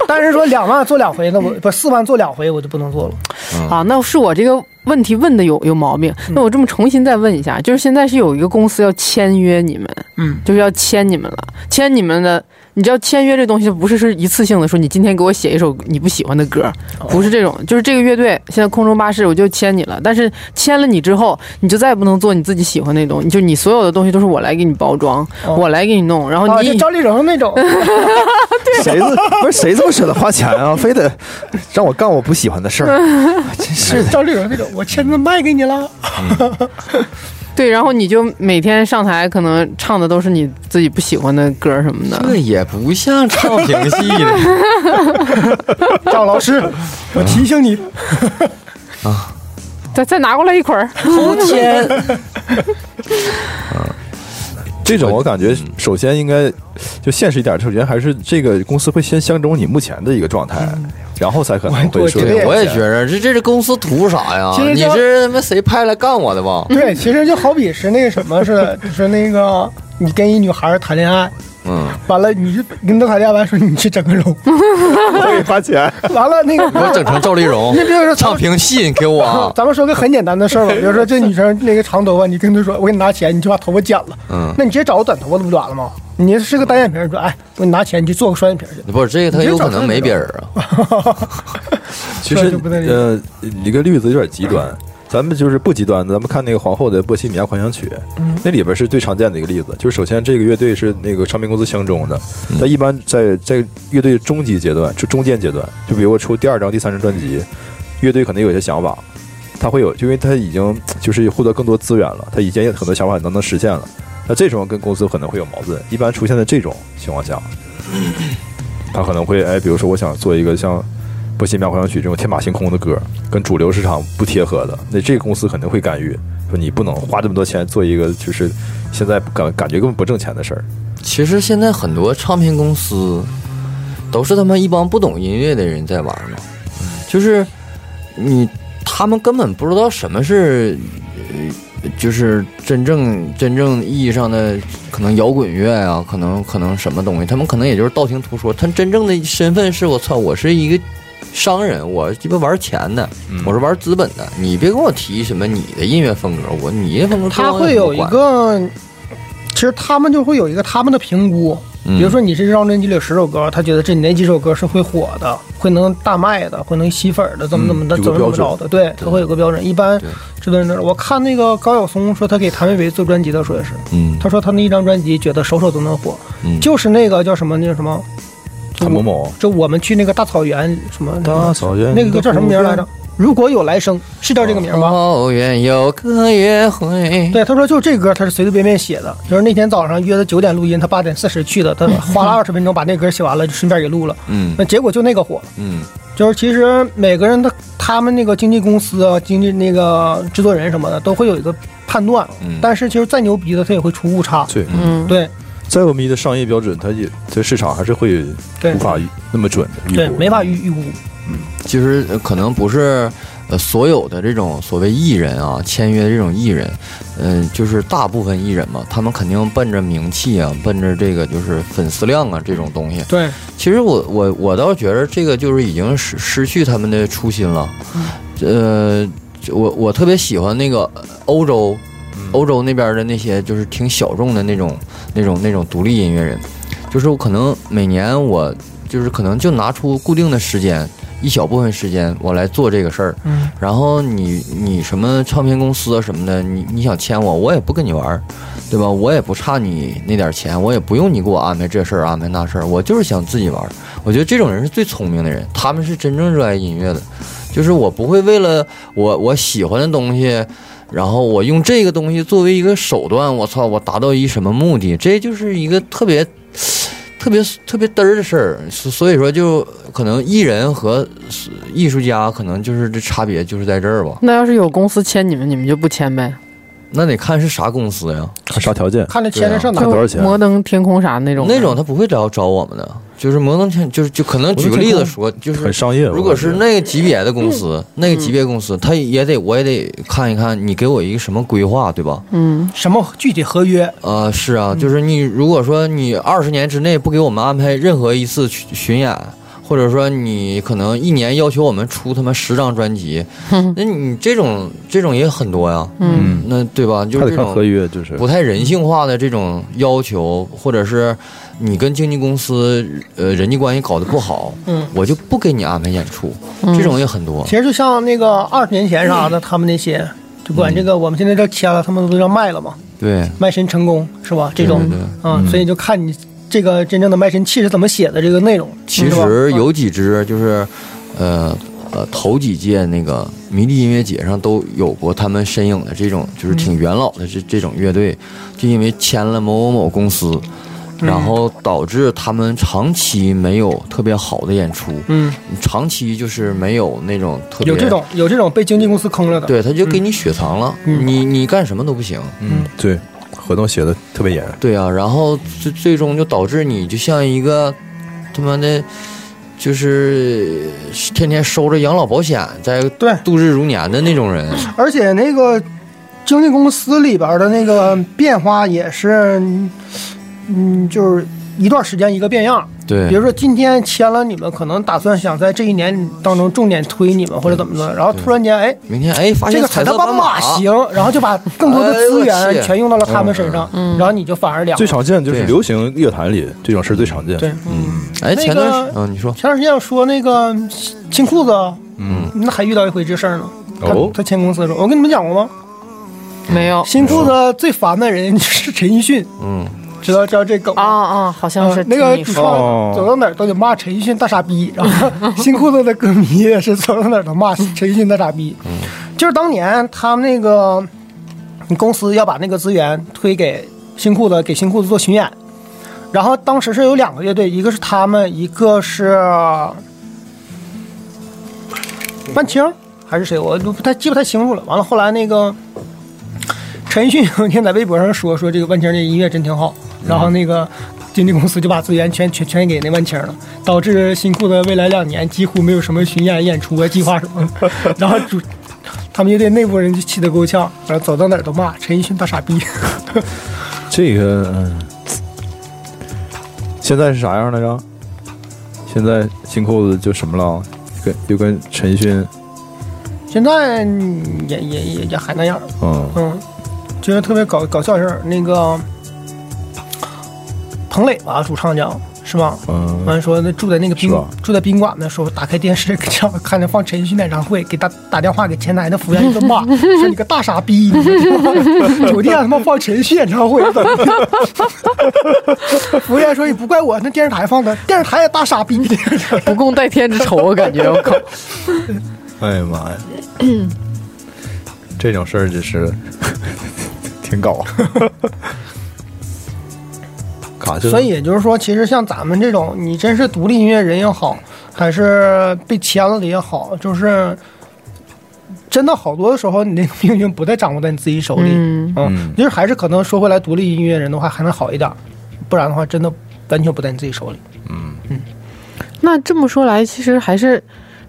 Speaker 3: 但是说两万做两回，那
Speaker 4: (laughs)
Speaker 3: 我不四万做两回我就不能做了。
Speaker 2: 啊，那是我这个问题问的有有毛病。
Speaker 3: 嗯
Speaker 2: 那我这么重新再问一下，就是现在是有一个公司要签约你们，
Speaker 3: 嗯，
Speaker 2: 就是要签你们了，签你们的，你知道签约这东西不是是一次性的，说你今天给我写一首你不喜欢的歌，
Speaker 3: 哦
Speaker 2: 不是这种，就是这个乐队现在空中巴士我就签你了，但是签了你之后，你就再也不能做你自己喜欢那东西，就你所有的东西都是我来给你包装，
Speaker 3: 哦
Speaker 2: 我来给你弄，然后
Speaker 3: 啊，
Speaker 2: 你、
Speaker 3: 就赵丽蓉那种，
Speaker 2: 啊
Speaker 4: 谁这不是谁这么舍得花钱啊？非得让我干我不喜欢的事
Speaker 2: 嗯
Speaker 4: 儿，真 (laughs) 是的。
Speaker 3: 赵丽蓉那种，我签字卖给你
Speaker 4: (laughs)
Speaker 3: 了。
Speaker 2: 对，然后你就每天上台可能唱的都是你自己不喜欢的歌什么的，
Speaker 5: 这也不像唱评戏 (laughs) 的，
Speaker 3: 张老
Speaker 4: 嗯
Speaker 3: 师，我提醒你，
Speaker 2: 再再拿过来一捆儿。
Speaker 5: 头天
Speaker 4: 这种我感觉，首先应该就现实一点，首先还是这个公司会先相中你目前的一个状态，
Speaker 2: 嗯
Speaker 4: 然后才可能会
Speaker 3: 我
Speaker 4: 说
Speaker 3: 觉得
Speaker 4: 这
Speaker 5: 对，
Speaker 4: 个
Speaker 5: 我也
Speaker 4: 钱
Speaker 5: 觉着这这是公司图啥呀
Speaker 3: 其？实
Speaker 5: 你
Speaker 3: 就是
Speaker 5: 他妈谁派来干我
Speaker 3: (laughs)
Speaker 5: 的吧？
Speaker 3: 对，其实就好比是那个什么似的，就是那个你跟一女孩谈恋爱，
Speaker 5: 嗯，
Speaker 3: 完了你去跟他打架完说你去整个
Speaker 4: (laughs)
Speaker 3: 容，
Speaker 8: 我给你花钱，
Speaker 3: 完了那
Speaker 5: 给我
Speaker 3: 个
Speaker 5: 整成赵丽蓉
Speaker 3: 那，比如说
Speaker 5: 唱评戏给
Speaker 3: (laughs)，
Speaker 5: 我啊
Speaker 3: 咱们说个很简单的事儿吧，比如说这女生那个长头发，你跟她说我给你拿钱，你就把头发剪了，
Speaker 5: 嗯
Speaker 3: 那你直接找个短头发的不就完了吗？你是个单眼皮儿，你说哎，我给你拿钱，你去做个双眼
Speaker 4: (laughs)
Speaker 3: 皮儿去。
Speaker 5: 不是这个他有可能没别人啊，
Speaker 3: (laughs)
Speaker 4: 其
Speaker 3: 这
Speaker 4: 实
Speaker 3: 就不太理解
Speaker 4: 呃，你个例子有点极端，咱们就是不极端的，咱们看那个皇后的《波西米亚狂想曲》，
Speaker 3: 嗯
Speaker 4: 那里边是最常见的一个例子。就是首先这个乐队是那个唱片公司相中的，但一般在在乐队中级阶段，就中间阶段，就比如我出第二张、第三张专辑，乐队可能有一些想法，他会有，就因为他已经就是获得更多资源了，他以前有很多想法能能实现了。那这种跟公司可能会有矛盾，一般出现在这种情况下，他可能会哎，比如说我想做一个像《波西米亚狂想曲》这种天马行空的歌，跟主流市场不贴合的，那这个公司肯定会干预，说你不能花这么多钱做一个就是现在感感觉根本不挣钱的事儿。
Speaker 5: 其实现在很多唱片公司都是他妈一帮不懂音乐的人在玩嘛，嗯就是你他们根本不知道什么是，呃，就是真正真正意义上的可能摇滚乐啊，可能可能什么东西，他们可能也就是道听途说。他真正的身份是我操，我是一个商人，我鸡巴玩钱的，我是玩资本的。你别跟我提什么你的音乐风格，我你音乐风格
Speaker 3: 他
Speaker 5: 跟我
Speaker 3: 会
Speaker 5: 什么
Speaker 3: 有一
Speaker 5: 关系，
Speaker 3: 个，其实他们就会有一个他们的评估，
Speaker 5: 嗯
Speaker 3: 比如说你这张专辑里有十首歌，他觉得这哪几首歌是会火的，会能大卖的，会能吸粉儿的，怎么怎么的，
Speaker 4: 嗯有
Speaker 3: 怎
Speaker 4: 个
Speaker 3: 么怎么着的，对，他会有个标准。一般
Speaker 5: 对
Speaker 3: 制作人那儿，我看那个高晓松说他给谭维维做专辑的时候也是，
Speaker 5: 嗯
Speaker 3: 他说他那一张专辑觉得首首都能火，
Speaker 5: 嗯
Speaker 3: 就是那个叫什么那叫什么，
Speaker 4: 谭某某，
Speaker 3: 就我们去那个大草原什么
Speaker 4: 大草原
Speaker 3: 那个歌叫什么名儿来着？如果有来生，是叫这个名儿吗？
Speaker 5: 后院哦有个约会。
Speaker 3: 对，他说就这歌他是随随便便写的，就是那天早上约的九点录音，他八点四十去的，他花了二十分钟把那歌写完了，就顺便给录了。
Speaker 5: 嗯
Speaker 3: 那结果就那个火，
Speaker 5: 嗯
Speaker 3: 就是其实每个人他他们那个经纪公司啊、经纪那个制作人什么的都会有一个判断，
Speaker 5: 嗯
Speaker 3: 但是其实再牛逼的他也会出误差。
Speaker 4: 对，
Speaker 7: 嗯，
Speaker 3: 对
Speaker 4: 再有迷的商业标准，它也在市场还是会
Speaker 3: 对
Speaker 4: 无法那么准的预
Speaker 3: 对，
Speaker 4: 估。
Speaker 3: 没法预预估。
Speaker 5: 其实呃可能不是呃所有的这种所谓艺人啊，签约的这种艺人，嗯、就是大部分艺人嘛，他们肯定奔着名气啊，奔着这个就是粉丝量啊这种东西。
Speaker 3: 对，
Speaker 5: 其实我我我倒觉得这个就是已经失失去他们的初心了。呃，我我特别喜欢那个呃欧洲，欧洲那边的那些就是挺小众的那种那种那种独立音乐人，就是我可能每年我就是可能就拿出固定的时间。一小部分时间我来做这个事儿，
Speaker 3: 嗯，
Speaker 5: 然后你你什么唱片公司啊什么的，你你想签我，我也不跟你玩儿，对吧？我也不差你那点儿钱，我也不用你给我安排这事儿安排那事儿，我就是想自己玩儿。我觉得这种人是最聪明的人，他们是真正热爱音乐的。就是我不会为了我我喜欢的东西，然后我用这个东西作为一个手段，我操，我达到一什么目的？这就是一个特别。特别特别嘚儿的事儿，所所以说就可能艺人和艺术家可能就是这差别就是在这儿吧。
Speaker 7: 那要是有公司签你们，你们就不签呗？
Speaker 5: 那得看是啥公司呀，
Speaker 4: 看啥条件？
Speaker 3: 看他签的上哪
Speaker 4: 看
Speaker 3: 儿。
Speaker 4: 多少钱啊
Speaker 7: 摩登天空啥那种的？
Speaker 5: 那种他不会找找我们的，就是摩登天，就是就可能举个例子说，就是
Speaker 4: 很商业吧。
Speaker 5: 如果是
Speaker 4: 我觉
Speaker 5: 那个级别的公司，那个级别公司，他也得我也得看一看你给我一个什么规划，对吧？
Speaker 7: 嗯，
Speaker 3: 什么具体合约？
Speaker 5: 啊，是啊，就是你如果说你二十年之内不给我们安排任何一次巡巡演。或者说你可能一年要求我们出他妈十张专辑，那你这种这种也很多呀，
Speaker 4: 嗯，
Speaker 5: 那对吧？就
Speaker 4: 还得
Speaker 5: 是这
Speaker 4: 看
Speaker 5: 种
Speaker 4: 合约，就是
Speaker 5: 不太人性化的这种要求，或者是你跟经纪公司呃人际关系搞得不好，
Speaker 3: 嗯，
Speaker 5: 我就不给你安排演出，这种也很多。
Speaker 3: 其实就像那个二十年前
Speaker 5: 嗯
Speaker 3: 啥的，他们那些就管这个，我们现在叫签了，他们都叫卖了嘛。
Speaker 5: 对，
Speaker 3: 卖身成功是吧？这种
Speaker 5: 对对嗯
Speaker 3: 啊，所以就看你这个真正的卖身契是怎么写的这个内容。
Speaker 5: 其
Speaker 3: 是吧
Speaker 5: 实有几支就是，呃呃，头几届那个迷笛音乐节上都有过他们身影的这种，就是挺元老
Speaker 3: 嗯
Speaker 5: 的这这种乐队，就因为签了某某某公司，
Speaker 3: 嗯
Speaker 5: 然后导致他们长期没有特别好的演出，
Speaker 3: 嗯，
Speaker 5: 长期就是没有那种特别
Speaker 3: 有这种有这种被经纪公司坑了的，嗯
Speaker 5: 对，他就给你雪藏了，你你干什么都不行。
Speaker 4: 嗯，对，合同写的特别严。
Speaker 5: 对啊，然后最最终就导致你就像一个他妈的，就是天天收着养老保险在
Speaker 3: 对
Speaker 5: 度日如年的那种人。
Speaker 3: 而且那个经纪公司里边的那个变化也是，嗯，就是一段时间一个变样。
Speaker 5: 对
Speaker 3: 比如说今天签了你们，可能打算想在这一年当中重点推你们或者怎么的，然后突然间哎，
Speaker 5: 明天哎，发
Speaker 3: 这
Speaker 5: 现
Speaker 3: 个
Speaker 5: 彩
Speaker 3: 色
Speaker 5: 色
Speaker 3: 斑
Speaker 5: 马
Speaker 3: 马行，然后就把更多的资
Speaker 5: 哎呦我
Speaker 3: 源
Speaker 5: 去
Speaker 3: 全用到了他们身上，然后你就反而凉了。
Speaker 4: 最常见就是
Speaker 5: 对
Speaker 4: 流行乐坛里这种事儿最常见。
Speaker 3: 对，那
Speaker 5: 哎，前段时
Speaker 3: 个
Speaker 5: 嗯，你说
Speaker 3: 前段时间说那个新裤子，嗯，那还遇到一回这事儿呢。他
Speaker 4: 哦
Speaker 3: 他签公司的时候，我跟你们讲过吗？
Speaker 2: 没
Speaker 7: 嗯
Speaker 2: 有
Speaker 3: 新裤子最烦的人就是陈奕迅，
Speaker 5: 嗯，
Speaker 3: 知道知道这梗
Speaker 2: 啊
Speaker 3: 吗？
Speaker 2: 啊，好像
Speaker 3: 呃
Speaker 2: 是
Speaker 3: 那个
Speaker 2: 听你
Speaker 3: 主
Speaker 2: 说
Speaker 7: (laughs)
Speaker 2: 的
Speaker 4: 哦
Speaker 3: 创走到哪儿都得骂陈奕迅大傻逼，
Speaker 2: (laughs)
Speaker 3: 然后新裤子的歌迷也是走到哪儿都骂
Speaker 2: 嗯
Speaker 3: 陈奕迅大傻逼。就是当年他们那个公司要把那个资源推给新裤子，给新裤子做巡演，然后当时是有两个乐队，一个是他们，一个是半清还是谁，我都不太记不太清楚了。完了后来那个。陈奕迅有一天在微博上说说这个万青这音乐真挺好，然后那个经纪公司就把资源全全全给那万青了，导致新裤子未来两年几乎没有什么巡演演出啊计划什么 (laughs) 的，然后主他们乐队内部人就气得够呛，然后走到哪儿都骂陈奕迅大傻逼。
Speaker 4: 这个嗯现在是啥样来着？现在新裤子就什么了？跟就跟陈奕迅，
Speaker 3: 现在嗯也也也也还那样，
Speaker 4: 嗯，
Speaker 3: 嗯，觉得特别搞搞笑的事儿。那个彭磊吧，主唱叫是吧？
Speaker 4: 嗯
Speaker 3: 完说那住在那个宾
Speaker 4: 是吧
Speaker 3: 住在宾馆的时候，打开电视，看看着放陈奕迅演唱会，给打打电话给前台的服务员一顿骂，
Speaker 4: (laughs)
Speaker 3: 说你个大傻逼，你这酒店他妈放陈奕迅演唱
Speaker 4: (laughs)
Speaker 3: 会，怎么的服务员说也不怪我，那电视台放的，电视台也大傻逼。
Speaker 2: 不共戴天之仇，我感觉 (laughs) 我靠，
Speaker 4: 哎呀妈呀，这种事儿就是 (laughs) 挺搞， (laughs) 卡住了。
Speaker 3: 所以也就是说，其实像咱们这种，你真是独立音乐人也好，还是被签了的也好，就是真的好多的时候，你那个命运不再掌握在你自己手里。
Speaker 7: 嗯
Speaker 4: 嗯
Speaker 3: 就是还是可能说回来，独立音乐人的话还能好一点，不然的话真的完全不在你自己手里。
Speaker 4: 嗯，
Speaker 7: 那这么说来，其实还是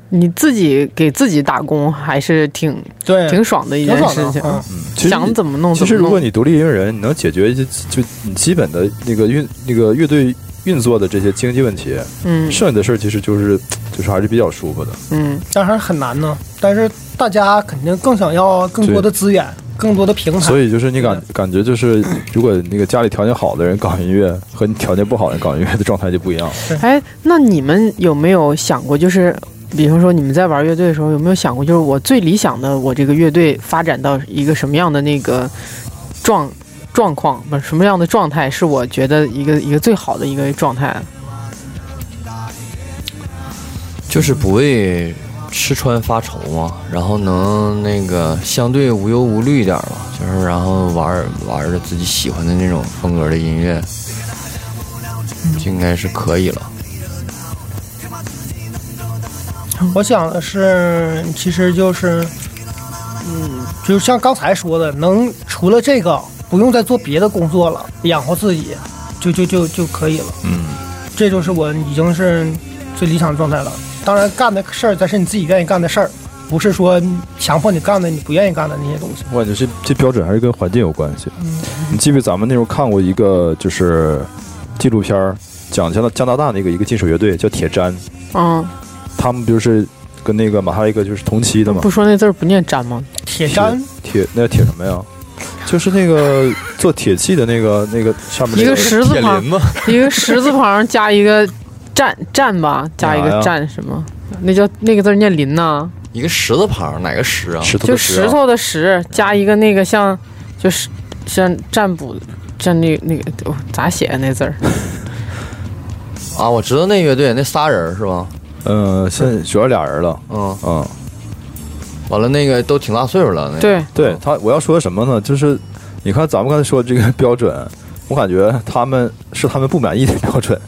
Speaker 7: 你自己给自己打工，还是挺
Speaker 2: 嗯
Speaker 3: 对
Speaker 7: 挺爽的一件
Speaker 3: 挺爽
Speaker 7: 事
Speaker 3: 的
Speaker 7: 情。
Speaker 3: 嗯
Speaker 4: 啊其实
Speaker 7: 想怎么弄
Speaker 4: 其
Speaker 7: 怎
Speaker 4: 实
Speaker 7: 么
Speaker 4: 如果
Speaker 7: 弄。
Speaker 4: 你独立音乐人，你能解决一些就你基本的那个运那个乐队运作的这些经济问题，
Speaker 7: 嗯
Speaker 4: 剩下的事儿其实就是就是还是比较舒服的。
Speaker 7: 嗯，
Speaker 3: 但还是很难呢。但是大家肯定更想要更多的资源，更多的 (laughs) 平台
Speaker 4: 所。以就是你感感觉就是，如果那个家里条件好的人搞音乐，和你条件不好的人搞音乐的状态就不一样。
Speaker 2: (laughs)
Speaker 7: 哎，那你们有没有想过，就是比方说你们在玩乐队的时候，有没有想过，就是我最理想的我这个乐队发展到一个什么样的那个状状况，不是什么样的状态，是我觉得一个一个最好的一个状态？
Speaker 5: 就是不为吃穿发愁嘛，然后能那个相对无忧无虑一点吧，就是然后玩儿玩儿着自己喜欢的那种风格的音乐，就应该是可以了。
Speaker 3: 我想的是，其实就是，嗯，就像刚才说的，能除了这个，不用再做别的工作了，养活自己，就就就就可以了。
Speaker 4: 嗯，
Speaker 3: 这就是我已经是最理想的状态了。当然，干的事儿才是你自己愿意干的事儿，不是说强迫你干的，你不愿意干的那些东西。
Speaker 4: 我感觉这这标准还是跟环境有关系。你记不记得咱们那时候看过一个就是纪录片儿，讲加拿加拿大那个一个金属乐队叫铁詹，
Speaker 7: 嗯，
Speaker 4: 他们不就是跟那个马哈雷克就是同期的嘛？
Speaker 7: 不说那字儿不念粘吗？
Speaker 3: 铁山
Speaker 4: 铁那铁什么呀？就是那个做铁器的那个那个上面
Speaker 2: 一
Speaker 4: 那
Speaker 2: 个十字旁，
Speaker 5: 子，
Speaker 2: 一个十字旁加一个站站
Speaker 7: (laughs)
Speaker 2: 吧，加一
Speaker 4: 干啥
Speaker 2: 个
Speaker 4: 呀
Speaker 2: 站什么？那叫那个字儿念林呐、
Speaker 5: 一个石字旁，哪个石啊？
Speaker 4: 石头
Speaker 2: 就
Speaker 4: 的石
Speaker 2: 石
Speaker 4: 啊
Speaker 2: 头的石加一个那个像，就是像占卜，像那那个、哦咋写呀那字儿？
Speaker 5: 啊，我知道那乐队那仨人是吧？
Speaker 4: 呃，现在主要俩人了。
Speaker 5: 嗯，
Speaker 4: 嗯，
Speaker 5: 完了那个都挺大岁数了，那个、
Speaker 2: 对，
Speaker 4: 对他，我要说什么呢？就是你看咱们刚才说这个标准，我感觉他们是他们不满意的标准，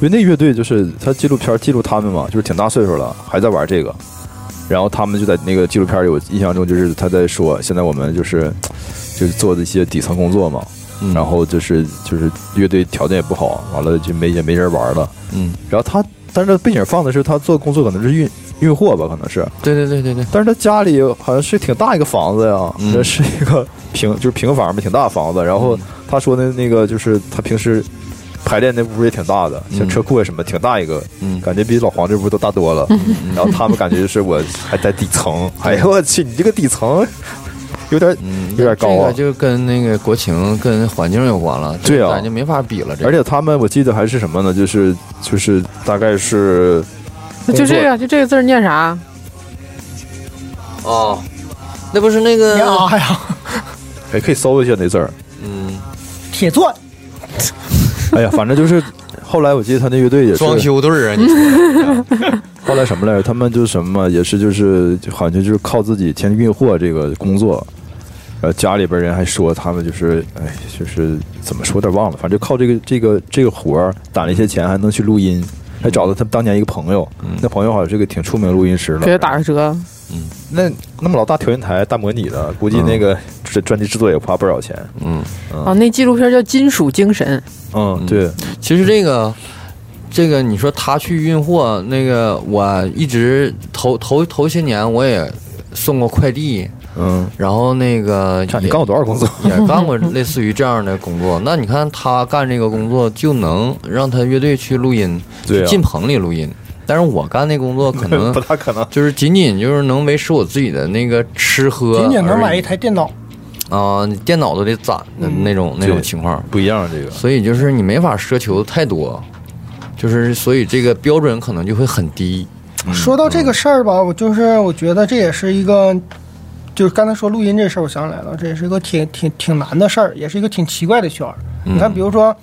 Speaker 4: 因为那乐队就是他纪录片记录他们嘛，就是挺大岁数了还在玩这个，然后他们就在那个纪录片里，我印象中就是他在说，现在我们就是就是做的一些底层工作嘛，
Speaker 5: 嗯，
Speaker 4: 然后就是就是乐队条件也不好，完了就没也没人玩了。
Speaker 5: 嗯，
Speaker 4: 然后他，但是他背景放的是他做工作可能是运运货吧，可能是，
Speaker 5: 对对对对对，
Speaker 4: 但是他家里好像是挺大一个房子呀，
Speaker 5: 嗯
Speaker 4: 这 (laughs) 是一个平就是平房吧，挺大房子。然后他说的那个就是他平时排练那屋也挺大的，像
Speaker 5: 嗯
Speaker 4: 车库啊什么，挺大一个，
Speaker 5: 嗯
Speaker 4: 感觉比老黄这屋都大多了。然后他们感觉就是我还在底
Speaker 5: (laughs)
Speaker 4: 层，哎呦我去，你这个底层有点
Speaker 5: 嗯，
Speaker 4: 有点高
Speaker 5: 这
Speaker 4: 啊
Speaker 5: 个。就跟那个国情、跟环境有关了。
Speaker 4: 对啊
Speaker 5: 咱就没法比了。这个
Speaker 4: 而且他们我记得还是什么呢？就是就是大概是工
Speaker 2: 就
Speaker 4: 作
Speaker 2: 这个，就这个字儿念啥？
Speaker 5: 哦，那不是那
Speaker 3: 你
Speaker 5: 个，
Speaker 3: 啊呀，
Speaker 4: 哎，可以搜一下那字儿。
Speaker 5: 嗯，
Speaker 3: 铁钻，
Speaker 4: 哎呀，反正就是后来我记得他那乐队也是
Speaker 5: 装修队儿啊，你
Speaker 4: 后来什么来着？他们就是什么，也是就是好像就是靠自己天天运货这个工作。呃，家里边人还说他们就是，哎，就是怎么说，有点忘了，反正就靠这个这个这个活儿攒了一些钱，还能去录音，还找到他们当年一个朋友，那朋友好像是个挺出名的录音师了。
Speaker 2: 给他打个折，
Speaker 4: 那那么老大调音台大模拟的，估计那个这专辑制作也花不少钱。
Speaker 5: 嗯，
Speaker 2: 啊，那纪录片叫《金属精神》，
Speaker 4: 嗯，对，
Speaker 5: 其实这个。这个你说他去运货，那个我一直头头头些年我也送过快递，
Speaker 4: 嗯，
Speaker 5: 然后那个
Speaker 4: 看你
Speaker 5: 也
Speaker 4: 干过多少工作？
Speaker 5: 也干过类似于这样的
Speaker 4: (laughs)
Speaker 5: 工作。那你看他干这个工作，就能让他乐队去录音，
Speaker 4: 对啊
Speaker 5: 去进棚里录音。但是我干那工作可能
Speaker 4: (laughs) 不大可能。
Speaker 5: 就是仅仅就是能维持我自己的那个吃喝而已，
Speaker 3: 仅仅能买一台电脑，
Speaker 5: 啊、你电脑都得攒的那种、那
Speaker 4: 对
Speaker 5: 种情况，
Speaker 4: 不一样，这个
Speaker 5: 所以就是你没法奢求太多，就是所以这个标准可能就会很低。
Speaker 3: 说到这个事儿吧，我就是我觉得这也是一个，就是刚才说录音这事儿，我想起来了，这也是一个挺挺挺难的事儿，也是一个挺奇怪的圈儿。你看，比如说，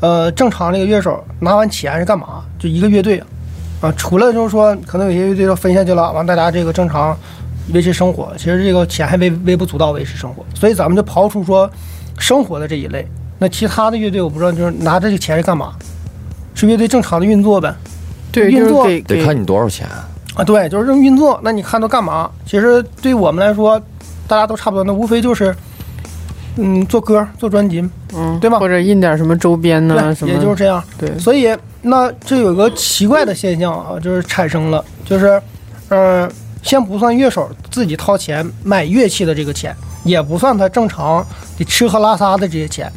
Speaker 3: 呃，正常这个乐手拿完钱是干嘛？就一个乐队啊，除了就是说，可能有些乐队要分下去了，完大家这个正常维持生活，其实这个钱还微微不足道维持生活，所以咱们就刨除说生活的这一类。那其他的乐队我不知道，就是拿这个钱是干嘛？是乐队正常的运作呗？
Speaker 2: 对，
Speaker 3: 运
Speaker 2: 就是
Speaker 3: 作
Speaker 2: 给
Speaker 5: 得
Speaker 2: 给
Speaker 5: 看你多少钱，
Speaker 3: 啊，对，就是这种运作。那你看都干嘛？其实对我们来说，大家都差不多，那无非就是，嗯，做歌、做专辑，
Speaker 2: 嗯，
Speaker 3: 对吧
Speaker 2: 或者印点什么周边呐，什
Speaker 3: 对，
Speaker 2: 么，
Speaker 3: 也就是这样。
Speaker 2: 对，
Speaker 3: 所以那这有个奇怪的现象啊，就是产生了，就是，嗯、先不算乐手自己掏钱买乐器的这个钱，也不算他正常得吃喝拉撒的这些钱，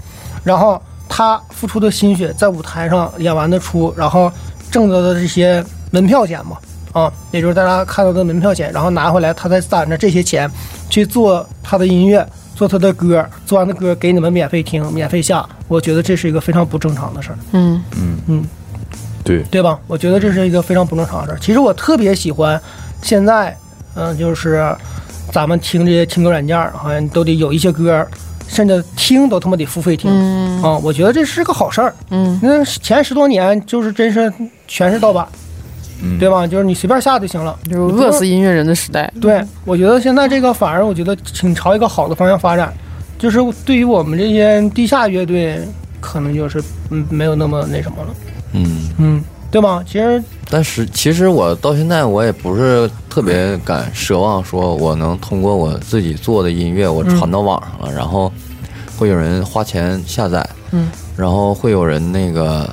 Speaker 3: 然后他付出的心血在舞台上演完的出，然后挣得的这些门票钱嘛。啊，也就是大家看到的门票钱，然后拿回来，他再攒着这些钱去做他的音乐，做他的歌，做完的歌给你们免费听、免费下，我觉得这是一个非常不正常的事儿。
Speaker 2: 嗯，
Speaker 4: 对，
Speaker 3: 对吧？我觉得这是一个非常不正常的事儿。其实我特别喜欢现在，嗯、就是咱们听这些听歌软件儿，好像都得有一些歌儿，甚至听都他妈得付费听。嗯、啊，我觉得这是个好事儿。
Speaker 2: 嗯，
Speaker 3: 那前十多年就是真是全是盗版，对吧？就是你随便下就行了，
Speaker 2: 就是饿死音乐人的时代，
Speaker 3: 对，我觉得现在这个反而我觉得挺朝一个好的方向发展，就是对于我们这些地下乐队，可能就是嗯没有那么那什么了，
Speaker 5: 嗯。
Speaker 3: 嗯，对吧？其实
Speaker 5: 但是其实我到现在我也不是特别敢奢望说我能通过我自己做的音乐我传到网上了，
Speaker 3: 嗯
Speaker 5: 然后会有人花钱下载，
Speaker 2: 嗯，
Speaker 5: 然后会有人那个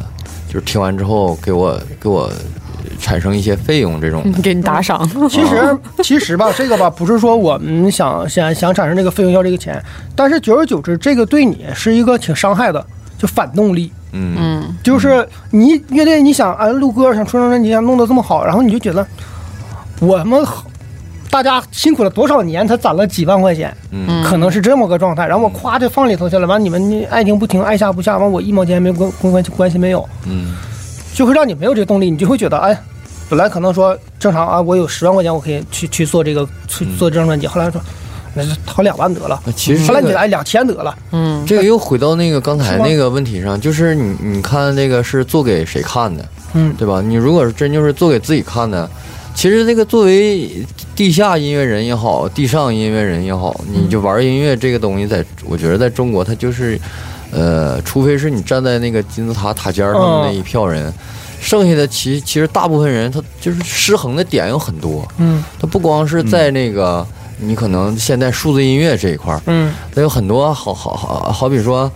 Speaker 5: 就是听完之后给我给我产生一些费用这种的，
Speaker 2: 给你打赏，
Speaker 3: 其实 (laughs) 其实吧，这个吧不是说我们想想想产生这个费用要这个钱，但是久而久之，这个对你是一个挺伤害的，就反动力。
Speaker 5: 嗯，
Speaker 2: 嗯，
Speaker 3: 就是你乐队，你想啊录歌，想出张专辑，想弄得这么好，然后你就觉得我们好大家辛苦了多少年才攒了几万块钱，
Speaker 5: 嗯
Speaker 3: 可能是这么个状态。然后我夸就放里头去了，完你们你爱听不听，爱下不下，完我一毛钱没关关关关系没有，
Speaker 5: 嗯，
Speaker 3: 就会让你没有这个动力，你就会觉得哎。本来可能说正常啊，我有十万块钱，我可以去去做这个去做这张专辑。后来说，那就掏两万得了。
Speaker 5: 那其实
Speaker 3: 后
Speaker 5: 这
Speaker 3: 来你觉得
Speaker 5: 个
Speaker 3: 哎两千得了，
Speaker 2: 嗯
Speaker 5: 这个又回到那个刚
Speaker 3: 嗯
Speaker 5: 才
Speaker 3: 是吗
Speaker 5: 那个问题上，就是你你看那个是做给谁看的，
Speaker 3: 嗯
Speaker 5: 对吧？你如果是真就是做给自己看的，其实这个作为地下音乐人也好，地上音乐人也好，你就玩音乐这个东西在，我觉得在中国它就是，呃，除非是你站在那个金字塔塔尖儿上的那一票人。
Speaker 3: 嗯
Speaker 5: 剩下的其其实大部分人他就是失衡的点有很多，
Speaker 3: 嗯
Speaker 5: 他不光是在那个、你可能现在数字音乐这一块儿，
Speaker 3: 嗯
Speaker 5: 它有很多好好好好比说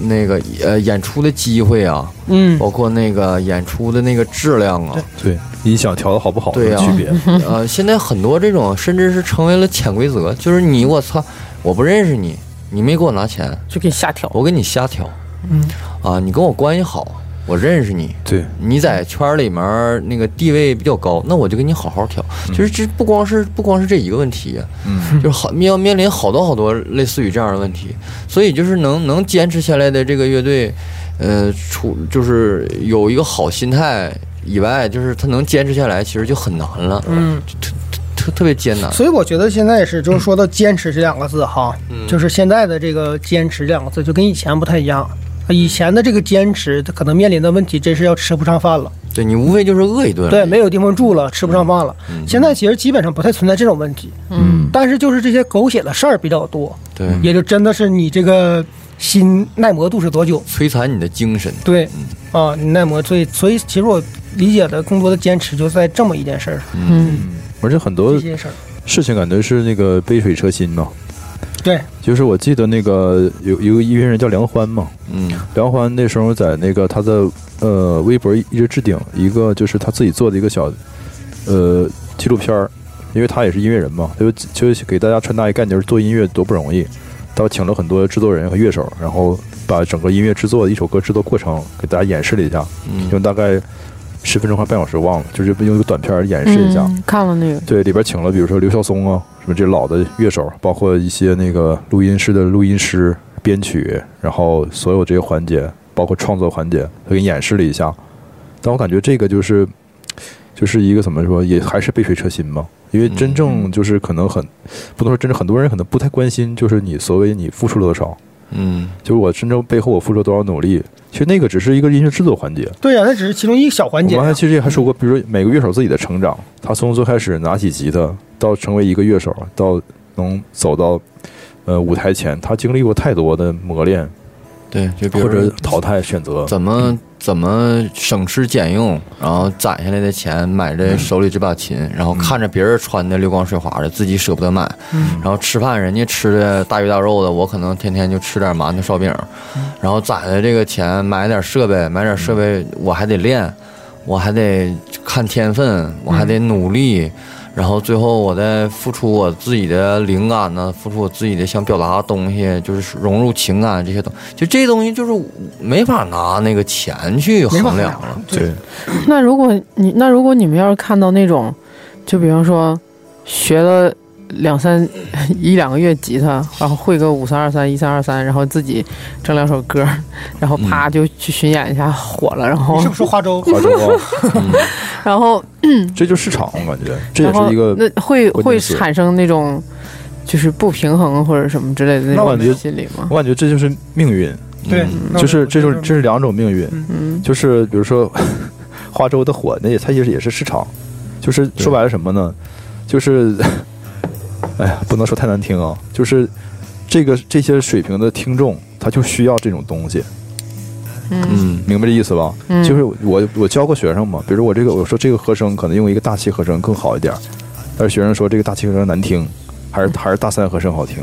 Speaker 5: 那个呃演出的机会啊，
Speaker 3: 嗯，
Speaker 5: 包括那个演出的那个质量啊，
Speaker 4: 对，音响调的好不好
Speaker 5: 对
Speaker 4: 的
Speaker 5: 呀
Speaker 4: 区别。
Speaker 5: 呃，现在很多这种甚至是成为了潜规则，就是你我操，我不认识你，你没给我拿钱，
Speaker 2: 就给你瞎挑，
Speaker 5: 我给你瞎挑，
Speaker 2: 嗯
Speaker 5: 啊，你跟我关系好，我认识你，
Speaker 4: 对，
Speaker 5: 你在圈儿里面儿那个地位比较高，那我就跟你好好挑。其实这不光是不光是这一个问题、
Speaker 4: 嗯，
Speaker 5: (laughs) 就是好面面临好多好多类似于这样的问题，所以就是能能坚持下来的这个乐队，呃，处就是有一个好心态以外，就是他能坚持下来，其实就很难了，
Speaker 2: 嗯，
Speaker 5: 特特别艰难。
Speaker 3: 所以我觉得现在也是，就是说到坚持这两个字哈，就是现在的这个坚持这两个字就跟以前不太一样。以前的这个坚持，他可能面临的问题真是要吃不上饭了，
Speaker 5: 对你无非就是饿一顿，
Speaker 3: 对，没有地方住了，吃不上饭了。现在其实基本上不太存在这种问题，
Speaker 5: 嗯，
Speaker 3: 但是就是这些狗血的事儿比较多，
Speaker 5: 对，
Speaker 4: 嗯
Speaker 3: 也就真的是你这个心耐磨度是多久？
Speaker 5: 摧残你的精神。嗯
Speaker 3: 对，啊，你耐磨，所以所以其实我理解的更多的坚持就在这么一件事儿，
Speaker 2: 嗯
Speaker 4: 而且很
Speaker 3: 这
Speaker 4: 多
Speaker 3: 些事儿，
Speaker 4: 事情感觉是那个杯水车薪嘛。
Speaker 3: 对，
Speaker 4: 就是我记得那个有有一个音乐人叫梁欢嘛，
Speaker 5: 嗯
Speaker 4: 梁欢那时候在那个他的呃微博一直置顶一个就是他自己做的一个小呃纪录片儿，因为他也是音乐人嘛，他就就给大家传达一概念，就是做音乐多不容易。他请了很多制作人和乐手，然后把整个音乐制作一首歌制作过程给大家演示了一下，
Speaker 5: 嗯
Speaker 4: 用大概十分钟还半小时忘了，就是用一个短片儿演示一下。
Speaker 7: 嗯，看了那个，
Speaker 4: 对，里边请了比如说刘晓松啊，什么这老的乐手，包括一些那个录音师的录音师、编曲，然后所有这些环节，包括创作环节，他给你演示了一下。但我感觉这个就是，就是一个怎么说，也还是杯水车薪嘛。因为真正就是可能很，不能说真正很多人可能不太关心，就是你所谓你付出了多少，
Speaker 5: 嗯，
Speaker 4: 就是我真正背后我付出了多少努力。其实那个只是一个音乐制作环节，
Speaker 3: 对呀、那只是其中一个小环节
Speaker 4: 我刚才其实也还说过，比如说每个乐手自己的成长，他从最开始拿起吉他到成为一个乐手，到能走到呃舞台前，他经历过太多的磨练
Speaker 5: 对，就比
Speaker 4: 或
Speaker 5: 如
Speaker 4: 者
Speaker 5: 说
Speaker 4: 淘汰选择。
Speaker 5: 怎么怎么省吃俭用，然后攒下来的钱买这手里这把琴，然后看着别人穿的溜光水滑的，自己舍不得买，然后吃饭人家吃的大鱼大肉的，我可能天天就吃点馒头烧饼，然后攒下这个钱买点设备，买点设备我还得练，我还得看天分，我还
Speaker 3: 嗯
Speaker 5: 得努力。然后最后，我再付出我自己的灵感呢，付出我自己的想表达的东西，就是融入情感这些东就这些东西就是没法拿那个钱去
Speaker 3: 没法
Speaker 5: 衡量了。
Speaker 7: (laughs)
Speaker 4: 对，
Speaker 7: 那如果你那如果你们要是看到那种，就比方说学了两三一两个月吉他，然后会个五三二三一三二三，然后自己整两首歌， (laughs) 然后啪就去巡演一下火了，然
Speaker 3: 你
Speaker 7: 后
Speaker 3: 是不是花粥？
Speaker 4: 华中啊，
Speaker 7: (laughs)
Speaker 3: (laughs)
Speaker 5: 嗯
Speaker 7: 然后
Speaker 4: 这就是市场，我感觉这也
Speaker 7: 然后
Speaker 4: 是一个。
Speaker 7: 那会
Speaker 4: 关键
Speaker 7: 会
Speaker 4: 词
Speaker 7: 产生那种就是不平衡或者什么之类的那
Speaker 4: 那我觉
Speaker 7: 种
Speaker 4: 得
Speaker 7: 心理吗？
Speaker 4: 我感觉这就是命运，
Speaker 5: 嗯
Speaker 3: 对，那
Speaker 4: 嗯就是这就是
Speaker 3: 我
Speaker 4: 这是两种命运，
Speaker 7: 嗯
Speaker 4: 就是比如说 (laughs) 花粥的火，那也它也是也是市场，就是说白了什么呢？就是 (laughs) 哎呀，不能说太难听啊，就是这个这些水平的听众，他就需要这种东西，
Speaker 5: 嗯
Speaker 4: 明白这意思吧？就是我我教过学生嘛，比如说我这个我说这个和声可能用一个大气和声更好一点儿，但是学生说这个大气和声难听，还是还是大三和声好听，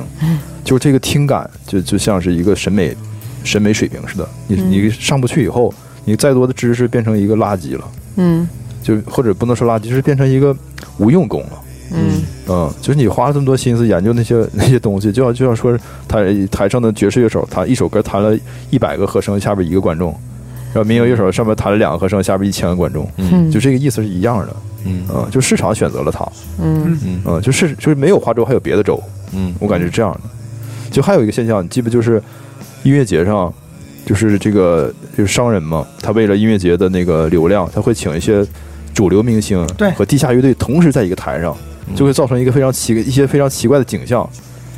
Speaker 4: 就是这个听感就就像是一个审美审美水平似的，你你上不去以后，你再多的知识变成一个垃圾了，
Speaker 7: 嗯
Speaker 4: 就或者不能说垃圾，就是变成一个无用功了。
Speaker 7: 嗯
Speaker 4: 嗯，就是你花了这么多心思研究那些 (laughs) 那些东西，就像就像说台台上的爵士乐手，他一首歌弹了一百个和声，下边一个观众；然后民谣乐手上面弹了两个和声，下边一千个观众，
Speaker 5: 嗯
Speaker 4: 就这个意思是一样的。
Speaker 5: 嗯
Speaker 4: 嗯，就市场选择了他。
Speaker 7: 嗯
Speaker 4: 嗯，就是就是没有花粥，还有别的粥。
Speaker 5: 嗯
Speaker 4: 我感觉是这样的。就还有一个现象，基本就是音乐节上，就是这个就是商人嘛，他为了音乐节的那个流量，他会请一些主流明星
Speaker 3: 对
Speaker 4: 和地下乐队同时在一个台上，就会造成一个非常奇一些非常奇怪的景象，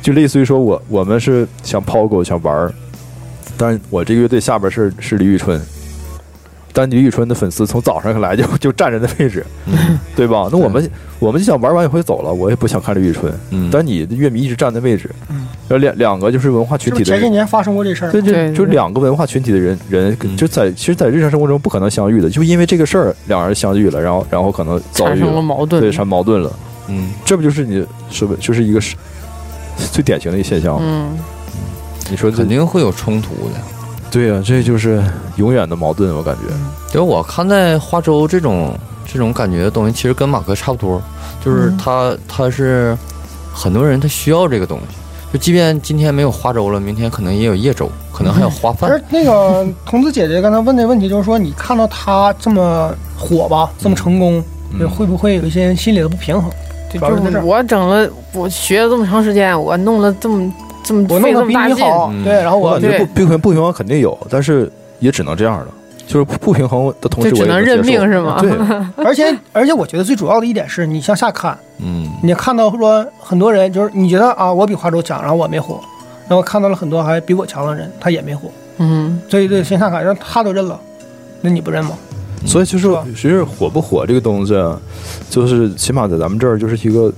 Speaker 4: 就类似于说我我们是想抛狗想玩儿，但是我这个乐队下边是是李宇春。但李宇春的粉丝从早上来就就站着那位置，
Speaker 5: 嗯
Speaker 4: 对吧？那我们我们就想玩完以后就走了，我也不想看李宇春。
Speaker 5: 嗯，
Speaker 4: 但你的乐迷一直站在位置，
Speaker 3: 嗯
Speaker 4: 然后两两个就是文化群
Speaker 3: 是不
Speaker 4: 体
Speaker 3: 是
Speaker 4: 的
Speaker 3: 前些
Speaker 4: 人，
Speaker 3: 年发生过这事儿？
Speaker 4: 对
Speaker 7: 对
Speaker 4: 对，
Speaker 7: 对
Speaker 4: 就两个文化群体的人人
Speaker 5: 嗯
Speaker 4: 就在其实，在日常生活中不可能相遇的，就因为这个事儿，两人相遇了，然后然后可能遭
Speaker 7: 产
Speaker 4: 遇
Speaker 7: 生了
Speaker 4: 了，
Speaker 7: 矛盾
Speaker 4: 对，产矛盾了，
Speaker 5: 嗯。
Speaker 4: 这不就是你是不就是一个是最典型的一个现象吗？
Speaker 7: 嗯
Speaker 4: 你说这
Speaker 5: 肯定会有冲突的。
Speaker 4: 对呀、这就是永远的矛盾，我感觉。
Speaker 5: 就是我看待花粥这种这种感觉的东西，其实嗯跟马克差不多，就是他他是很多人他需要这个东西，就即便今天没有花粥了，明天可能也有夜粥，可能还有花
Speaker 3: 可
Speaker 5: 饭。
Speaker 3: 是那个童子姐姐刚才问的问题，就是说你看到他这么火吧，这
Speaker 4: 嗯
Speaker 3: 么成功，就会不会有一些人心里的不平衡？
Speaker 2: 对
Speaker 3: 主要是在
Speaker 2: 就
Speaker 3: 这
Speaker 2: 是
Speaker 3: 儿
Speaker 2: 我整了，我学了这么长时间，我弄了这么这么
Speaker 3: 我
Speaker 2: 费这
Speaker 3: 弄得
Speaker 2: 么
Speaker 3: 比
Speaker 2: 大
Speaker 3: 你
Speaker 2: 劲，
Speaker 3: 好，
Speaker 5: 嗯
Speaker 3: 对，然后我
Speaker 4: 我感觉
Speaker 2: 对
Speaker 4: 不不平不平衡肯定有，但是也只能这样了，就是不不平衡的同时
Speaker 2: 就
Speaker 4: 我
Speaker 2: 只
Speaker 4: 也
Speaker 2: 能
Speaker 4: 接
Speaker 2: 认
Speaker 4: 受
Speaker 2: 命是吗？
Speaker 4: 对，
Speaker 3: (laughs) 而且而且我觉得最主要的一点是你向下看，
Speaker 5: 嗯，
Speaker 3: 你看到说很多人就是你觉得啊我比花粥强，然后我没火，然后看到了很多还比我强的人，他也没火，
Speaker 2: 嗯，
Speaker 3: 所以对向下看，让他都认了，那你不认吗？
Speaker 4: 嗯所以就是
Speaker 3: 是吧
Speaker 4: 其实火不火这个东西啊，就是起码在咱们这儿就是一个，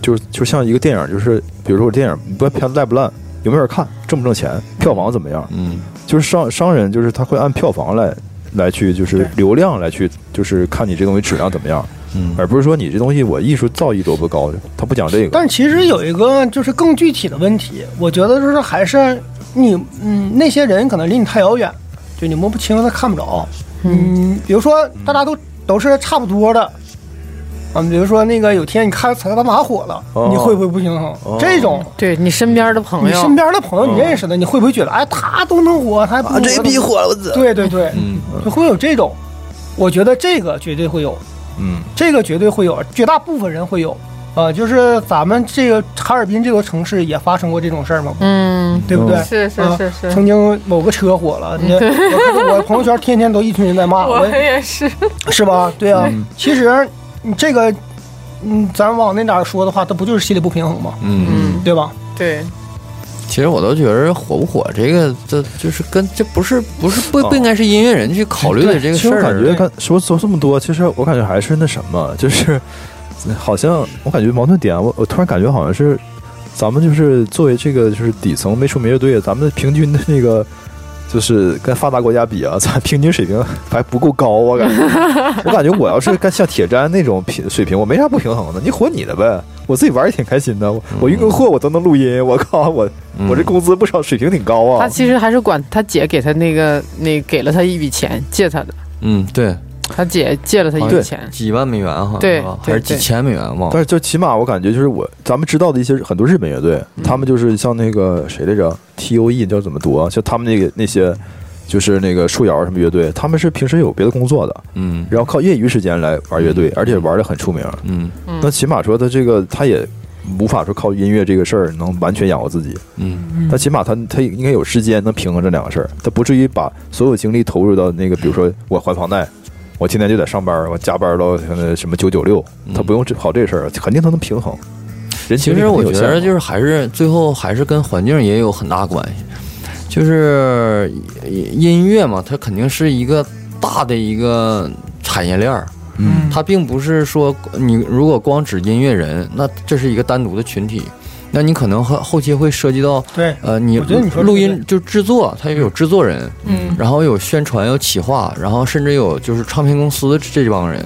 Speaker 4: 就是就像一个电影，就是比如说我电影你不片子烂不烂，有没有人看，挣不挣钱，票房怎么样，
Speaker 5: 嗯，
Speaker 4: 就是商商人就是他会按票房来来去就是
Speaker 3: 对
Speaker 4: 流量来去就是看你这东西质量怎么样，
Speaker 5: 嗯
Speaker 4: 而不是说你这东西我艺术造诣多不高，他不讲这个
Speaker 3: 但。是其实有一个就是更具体的问题，我觉得就是还是你嗯那些人可能离你太遥远，就你摸不清，他看不着。嗯，比如说大家都都是差不多的。啊，比如说那个有天你看财他马火了，
Speaker 4: 哦
Speaker 3: 你会不会不平衡？
Speaker 4: 哦
Speaker 3: 这种
Speaker 2: 对你身边的朋
Speaker 3: 你身
Speaker 2: 友，
Speaker 3: 边的朋友，你认识的，你会不会觉得，哎，他都能火，他还不
Speaker 8: 啊，
Speaker 3: 如
Speaker 8: 这
Speaker 3: 我
Speaker 8: 逼火了，我操！
Speaker 3: 对对对，
Speaker 5: 嗯，
Speaker 3: 就会有这种，我觉得这个绝对会有，
Speaker 4: 嗯，
Speaker 3: 这个绝对会有，绝大部分人会有，呃，就是咱们这个哈尔滨这个城市也发生过这种事儿嘛，
Speaker 2: 嗯，
Speaker 3: 对不对？
Speaker 2: 是是
Speaker 3: 啊
Speaker 2: 是是
Speaker 3: 曾经某个车火了，你我看我朋友圈天天都一群人
Speaker 2: (laughs)
Speaker 3: 在骂，我也
Speaker 2: 也是，
Speaker 3: 是吧？对啊
Speaker 4: 嗯，
Speaker 3: 其实你这个，嗯，咱往那点儿说的话，它不就是心理不平衡吗？
Speaker 5: 嗯，
Speaker 2: 嗯，
Speaker 3: 对吧？
Speaker 2: 对，
Speaker 5: 其实我都觉得火不火这个，这就是跟这不是不是不不应该是音乐人去考虑的这个
Speaker 4: 其
Speaker 5: 事
Speaker 4: 实
Speaker 5: 儿。
Speaker 4: 我感觉看说说这么多，其实我感觉还是那什么，就是好像我感觉矛盾点，我我突然感觉好像是咱们就是作为这个就是底层没出名乐队，咱们的平均的那个。就是跟发达国家比啊，咱平均水平还不够高，我感觉。我感觉我要是跟像铁詹那种平水平，我没啥不平衡的。你火你的呗，我自己玩也挺开心的。我我运个货我都能录音，我靠，我
Speaker 5: 嗯
Speaker 4: 我这工资不少，水平挺高啊。
Speaker 2: 他其实还是管他姐给他那个那给了他一笔钱，借他的，
Speaker 5: 嗯，对，
Speaker 2: 他姐借了他一笔
Speaker 5: 对
Speaker 2: 钱，
Speaker 5: 几万美元哈，
Speaker 2: 对
Speaker 5: 是吧
Speaker 2: 对
Speaker 5: 还是几
Speaker 2: 对
Speaker 5: 千美元忘
Speaker 4: 但
Speaker 5: 了。
Speaker 4: 是就起码我感觉就是我咱们知道的一些很多日本乐队，他们就是像那个谁来着，T O E 叫怎么读啊？就他们那个那些就是那个树摇什么乐队，他们是平时有别的工作的，
Speaker 5: 嗯
Speaker 4: 然后靠业余时间来玩乐队，而且玩的很出名。
Speaker 5: 嗯
Speaker 2: 嗯
Speaker 4: 那起码说他这个他也无法说靠音乐这个事儿能完全养活自己，
Speaker 5: 嗯
Speaker 4: 但起码他他应该有时间能平衡这两个事儿，他不至于把所有精力投入到那个，比如说我还房贷，我天天就得上班，我加班到呃什么九九六，他不用这跑这事儿，肯定他能平衡。人
Speaker 5: 嗯
Speaker 4: 精
Speaker 5: 其
Speaker 4: 力
Speaker 5: 实
Speaker 4: 肯定
Speaker 5: 我
Speaker 4: 有
Speaker 5: 觉
Speaker 4: 限
Speaker 5: 得
Speaker 4: 嘛
Speaker 5: 就是还是最后还是跟环境也有很大关系，就是音乐嘛，它肯定是一个大的一个产业链儿。
Speaker 4: 嗯
Speaker 5: 它并不是说你如果光指音乐人，那这是一个单独的群体，那你可能后后期会涉及到
Speaker 3: 对，
Speaker 5: 呃，你
Speaker 3: 我觉得你说
Speaker 5: 录
Speaker 3: 这个
Speaker 5: 音就制作，它也有制作人，
Speaker 2: 嗯
Speaker 5: 然后有宣传，有企划，然后甚至有就是唱片公司这帮人。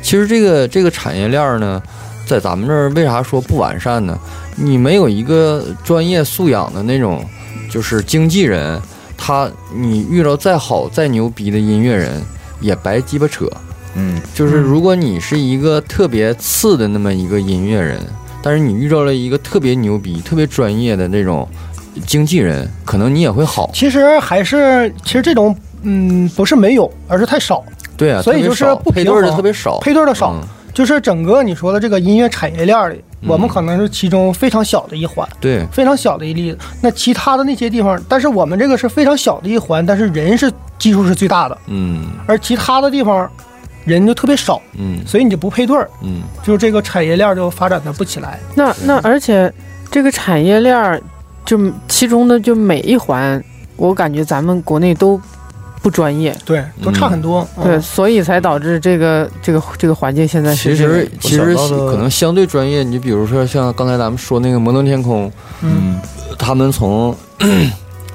Speaker 5: 其实这个这个产业链儿呢，在咱们这儿为啥说不完善呢？你没有一个专业素养的那种，就是经纪人，他你遇到再好再牛逼的音乐人，也白鸡巴扯。
Speaker 4: 嗯，
Speaker 5: 就是如果你是一个特别次的那么一个音乐人，但是你遇到了一个特别牛逼、特别专业的那种经纪人，可能你也会好。
Speaker 3: 其实还是其实这种。嗯，不是没有，而是太少，
Speaker 5: 对啊，
Speaker 3: 所以
Speaker 5: 特别
Speaker 3: 就是
Speaker 5: 少
Speaker 3: 不
Speaker 5: 配
Speaker 3: 平
Speaker 5: 对儿的
Speaker 3: 衡
Speaker 5: 特别少，
Speaker 3: 配对的少。
Speaker 5: 嗯
Speaker 3: 就是整个你说的这个音乐产业链儿里，
Speaker 5: 嗯
Speaker 3: 我们可能是其中非常小的一环，
Speaker 5: 对，
Speaker 3: 非常小的一例子。那其他的那些地方，但是我们这个是非常小的一环，但是人是基数是最大的，
Speaker 5: 嗯
Speaker 3: 而其他的地方人就特别少，
Speaker 5: 嗯
Speaker 3: 所以你就不配对儿，
Speaker 5: 嗯，
Speaker 3: 就是这个产业链儿就发展的不起来。
Speaker 2: 那那而且这个产业链儿，就其中的就每一环，我感觉咱们国内都不专业，
Speaker 3: 对，都差很多。
Speaker 2: 对，
Speaker 3: 嗯
Speaker 2: 所以才导致这个这个这个环境现在是这
Speaker 5: 其实
Speaker 2: 样
Speaker 5: 其实
Speaker 4: 我想到了
Speaker 5: 可能相对专业，你比如说像刚才咱们说那个摩登天空，
Speaker 3: 嗯，
Speaker 5: 他们从 (clears throat)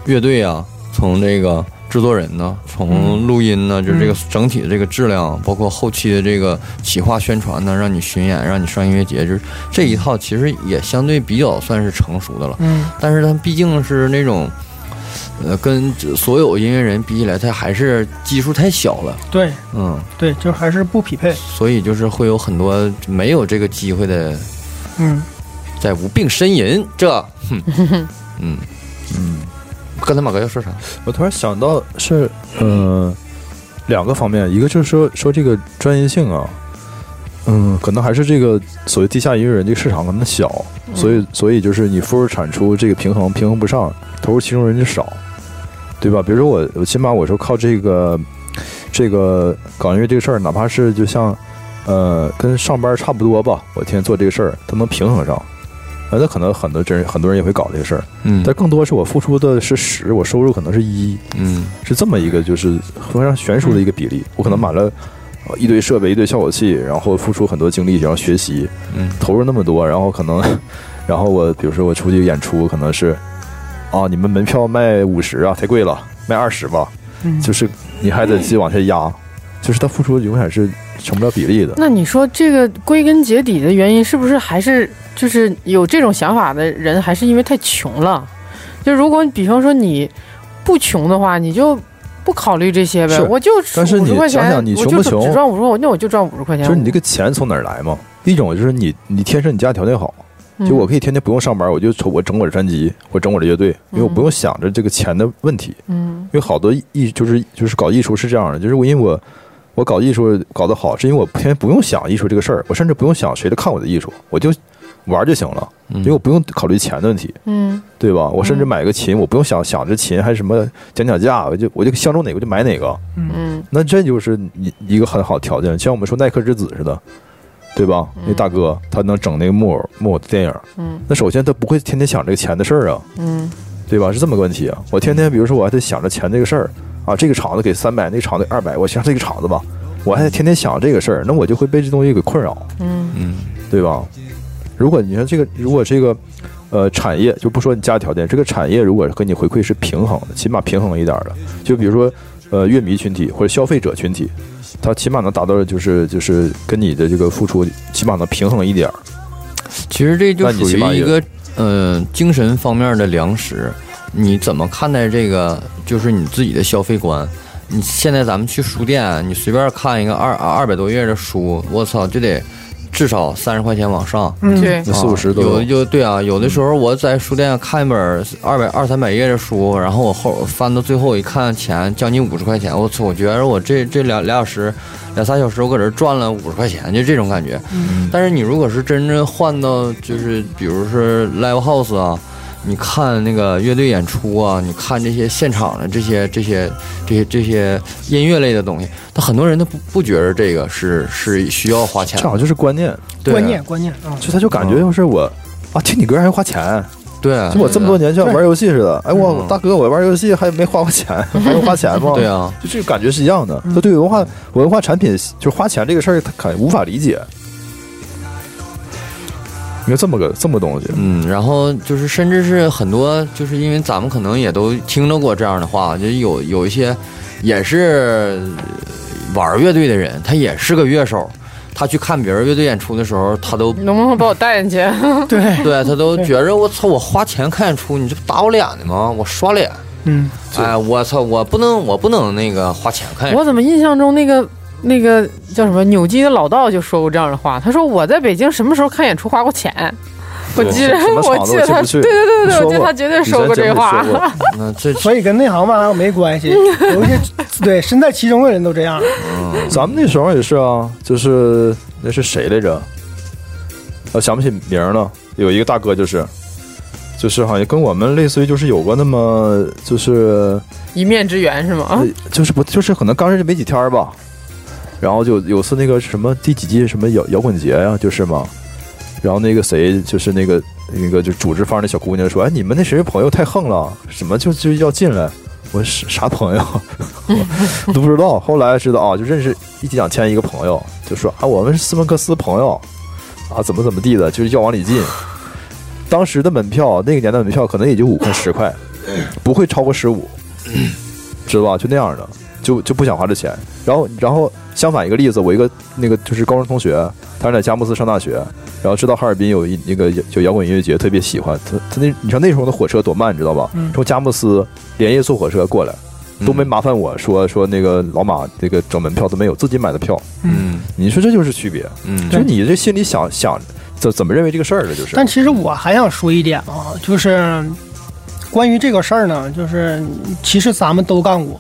Speaker 5: 乐队啊，从这个制作人呢、从录音呢、就是这个整体的这个质量，包括后期的这个企划宣传呢，让你巡演，让你上音乐节，就是这一套其实也相对比较算是成熟的了。
Speaker 3: 嗯，
Speaker 5: 但是它毕竟是那种。呃，跟所有音乐人比起来，它还是基数太小了，
Speaker 3: 对
Speaker 5: 嗯，
Speaker 3: 对，就还是不匹配。
Speaker 5: 所以就是会有很多没有这个机会的
Speaker 3: 嗯，
Speaker 5: (laughs) 在无病呻吟，这嗯，
Speaker 4: 嗯，
Speaker 5: 刚才马哥要说啥？
Speaker 4: 我突然想到是，嗯、两个方面，一个就是说说这个专业性啊，嗯，可能还是这个所谓地下音乐人这个市场可能小，所以所以就是你付出产出这个平衡平衡不上，投入其中人就少，对吧？比如说我我起码我说靠这个这个搞音乐这个事儿，哪怕是就像呃跟上班差不多吧，我天天做这个事儿，它能平衡上。呃，那可能很多真很多人也会搞这个事儿，
Speaker 5: 嗯
Speaker 4: 但更多是我付出的是十，我收入可能是一，
Speaker 5: 嗯
Speaker 4: 是这么一个就是非常悬殊的一个比例。我可能买了呃一堆设备、一堆效果器，然后付出很多精力，然后学习，
Speaker 5: 嗯
Speaker 4: 投入那么多，然后可能， (laughs) 然后我比如说我出去演出，可能是啊，你们门票卖五十啊，太贵了，卖二十吧，就是你还得继续往下压，就是他付出永远是成不了比例的。
Speaker 7: 那你说这个归根结底的原因是不是还是就是有这种想法的人，还是因为太穷了？就如果比方说你不穷的话，你就不考虑这些呗
Speaker 4: 是，
Speaker 7: 我就
Speaker 4: 但是
Speaker 7: 五
Speaker 4: 你
Speaker 7: 十块
Speaker 4: 想
Speaker 7: 钱，
Speaker 4: 想你
Speaker 7: 我
Speaker 4: 穷
Speaker 7: 就
Speaker 4: 不
Speaker 7: 只
Speaker 4: 穷
Speaker 7: 只赚五十块，那我就赚五十块钱。
Speaker 4: 就是你这个钱从哪儿来嘛？一种就是你你天生你家条件好，
Speaker 7: 嗯
Speaker 4: 就我可以天天不用上班，我就瞅我整我的专辑，我整我的乐队，因为我不用想着这个钱的问题。
Speaker 7: 嗯
Speaker 4: 因为好多艺就是就是搞艺术是这样的，就是我因为我我搞艺术搞得好，是因为我天天不用想艺术这个事儿，我甚至不用想谁来看我的艺术，我就玩儿就行了，
Speaker 5: 嗯
Speaker 4: 因为我不用考虑钱的问题，
Speaker 7: 嗯
Speaker 4: 对吧？我甚至买个琴，我不用想想这琴还是什么讲讲价，我就我就相中哪个我就买哪个，
Speaker 7: 嗯
Speaker 4: 那这就是你一个很好的条件，像我们说耐克之子似的，对吧？那大哥他能整那个木偶木偶的电影，
Speaker 7: 嗯
Speaker 4: 那首先他不会天天想这个钱的事儿啊，
Speaker 7: 嗯
Speaker 4: 对吧？是这么个问题啊。我天天，比如说，我还得想着钱这个事儿啊，这个厂子给三百，那个厂子给二百，我想这个厂子吧，我还得天天想这个事儿，那我就会被这东西给困扰，
Speaker 7: 嗯
Speaker 5: 嗯
Speaker 4: 对吧？如果你看这个，如果这个呃产业就不说你家条件，这个产业如果跟你回馈是平衡的，起码平衡一点儿的，就比如说呃乐迷群体或者消费者群体，他起码能达到就是就是跟你的这个付出起码能平衡一点儿。
Speaker 5: 其实这就
Speaker 4: 那你
Speaker 5: 属
Speaker 4: 起码
Speaker 5: 于一
Speaker 4: 也
Speaker 5: 个呃精神方面的粮食，你怎么看待这个？就是你自己的消费观。你现在咱们去书店，你随便看一个二二百多页的书，我操，就得至少三十块钱往上。
Speaker 3: 嗯，
Speaker 7: 对
Speaker 4: 那四五十都
Speaker 5: 有的就对啊，有的时候我在书店看一本二百二三百页的书，然后我后翻到最后一看钱将近五十块钱，我操！我觉得我这这两俩小时、两仨小时我搁这儿赚了五十块钱，就这种感觉。
Speaker 3: 嗯
Speaker 5: 但是你如果是真正换到就是比如是 live house 啊，你看那个乐队演出啊，你看这些现场的这些这些这些这些音乐类的东西，他很多人他不不觉得这个是是需要花钱
Speaker 4: 这
Speaker 5: 的，
Speaker 4: 好像就是观念，
Speaker 5: 对
Speaker 3: 观念观念啊，
Speaker 4: 就他就感觉要是我啊听你歌还要花钱。
Speaker 5: 对，啊
Speaker 4: 就嗯
Speaker 7: 啊
Speaker 4: 我这么多年像
Speaker 3: 对
Speaker 4: 玩游戏似的，哎，我
Speaker 5: 嗯
Speaker 4: 大哥，我玩游戏还没花过钱，还用花钱吗？
Speaker 5: 对，啊。
Speaker 4: 就这个感觉是一样的。他对文化文化产品就是花钱这个事儿，他可无法理解。你看这么个这么东西，
Speaker 5: 嗯，然后就是，甚至是很多，就是因为咱们可能也都听到过这样的话，就是有有一些也是玩乐队的人，他也是个乐手，他去看别人乐队演出的时候，他
Speaker 3: 嗯
Speaker 5: 都
Speaker 7: 能不能把我带进去？
Speaker 3: 对，
Speaker 5: (laughs) 对他都觉着我操，我花钱看演出，你这不打我脸呢吗？我刷脸，
Speaker 3: 嗯，
Speaker 5: 哎，我操，我不能，我不能那个花钱看演
Speaker 7: (laughs)
Speaker 5: 出。
Speaker 7: 我怎么印象中那个那个叫什么纽基的老道就说过这样的话？他说我在北京什么时候看演出花过钱？我记得
Speaker 4: 对什么，
Speaker 7: 我
Speaker 4: 场子
Speaker 7: 记得
Speaker 4: 我
Speaker 7: 他，对
Speaker 4: 进不去
Speaker 7: 对对
Speaker 4: 你
Speaker 7: 对，
Speaker 4: 说
Speaker 7: 我记得
Speaker 4: 过
Speaker 7: 他绝对
Speaker 4: 以前
Speaker 7: 说过
Speaker 4: 节
Speaker 7: 这
Speaker 4: 目
Speaker 7: 话。
Speaker 4: 说
Speaker 2: (laughs)
Speaker 4: 过
Speaker 5: 那这
Speaker 3: 所以跟内行吧没关
Speaker 5: (laughs)
Speaker 3: 系，有一些对身在其中的人都这样，
Speaker 4: 咱们那时候也是啊，就是那是谁来着？我想不起名儿了。有一个大哥就是，就是好像跟我们类似于，就是有过那么就是
Speaker 7: 一面之缘是吗？
Speaker 4: 呃就是不就是可能刚认识没几天儿吧，然后就有次那个什么第几届什么摇摇滚节呀、就是嘛，然后那个谁就是那个那个就组织方的小姑娘说，哎，你们那谁朋友太横了，什么就就要进来。我是啥朋友我都不知道，后来知道啊，就认识一两千一个朋友，就说啊，我们是斯文克斯朋友啊，怎么怎么地的，就是要往里进。当时的门票，那个年代门票可能也就五块十块，不会超过十五，知道吧？就那样的，就就不想花这钱。然后，然后相反一个例子，我一个那个就是高中同学，他是在佳木斯上大学，然后知道哈尔滨有一那个有摇滚音乐节，特别喜欢。他他那你知道那时候的火车多慢，你知道吧？从佳木斯连夜坐火车过来，都没麻烦我说说那个老马那个整门票都没有，自己买的票。
Speaker 5: 嗯
Speaker 4: 你说这就是区别，
Speaker 5: 嗯
Speaker 4: 就你这心里想想，怎怎么认为这个事儿的，就是
Speaker 3: 但其实我还想说一点啊，就是关于这个事儿呢，就是嗯其实咱们都干过，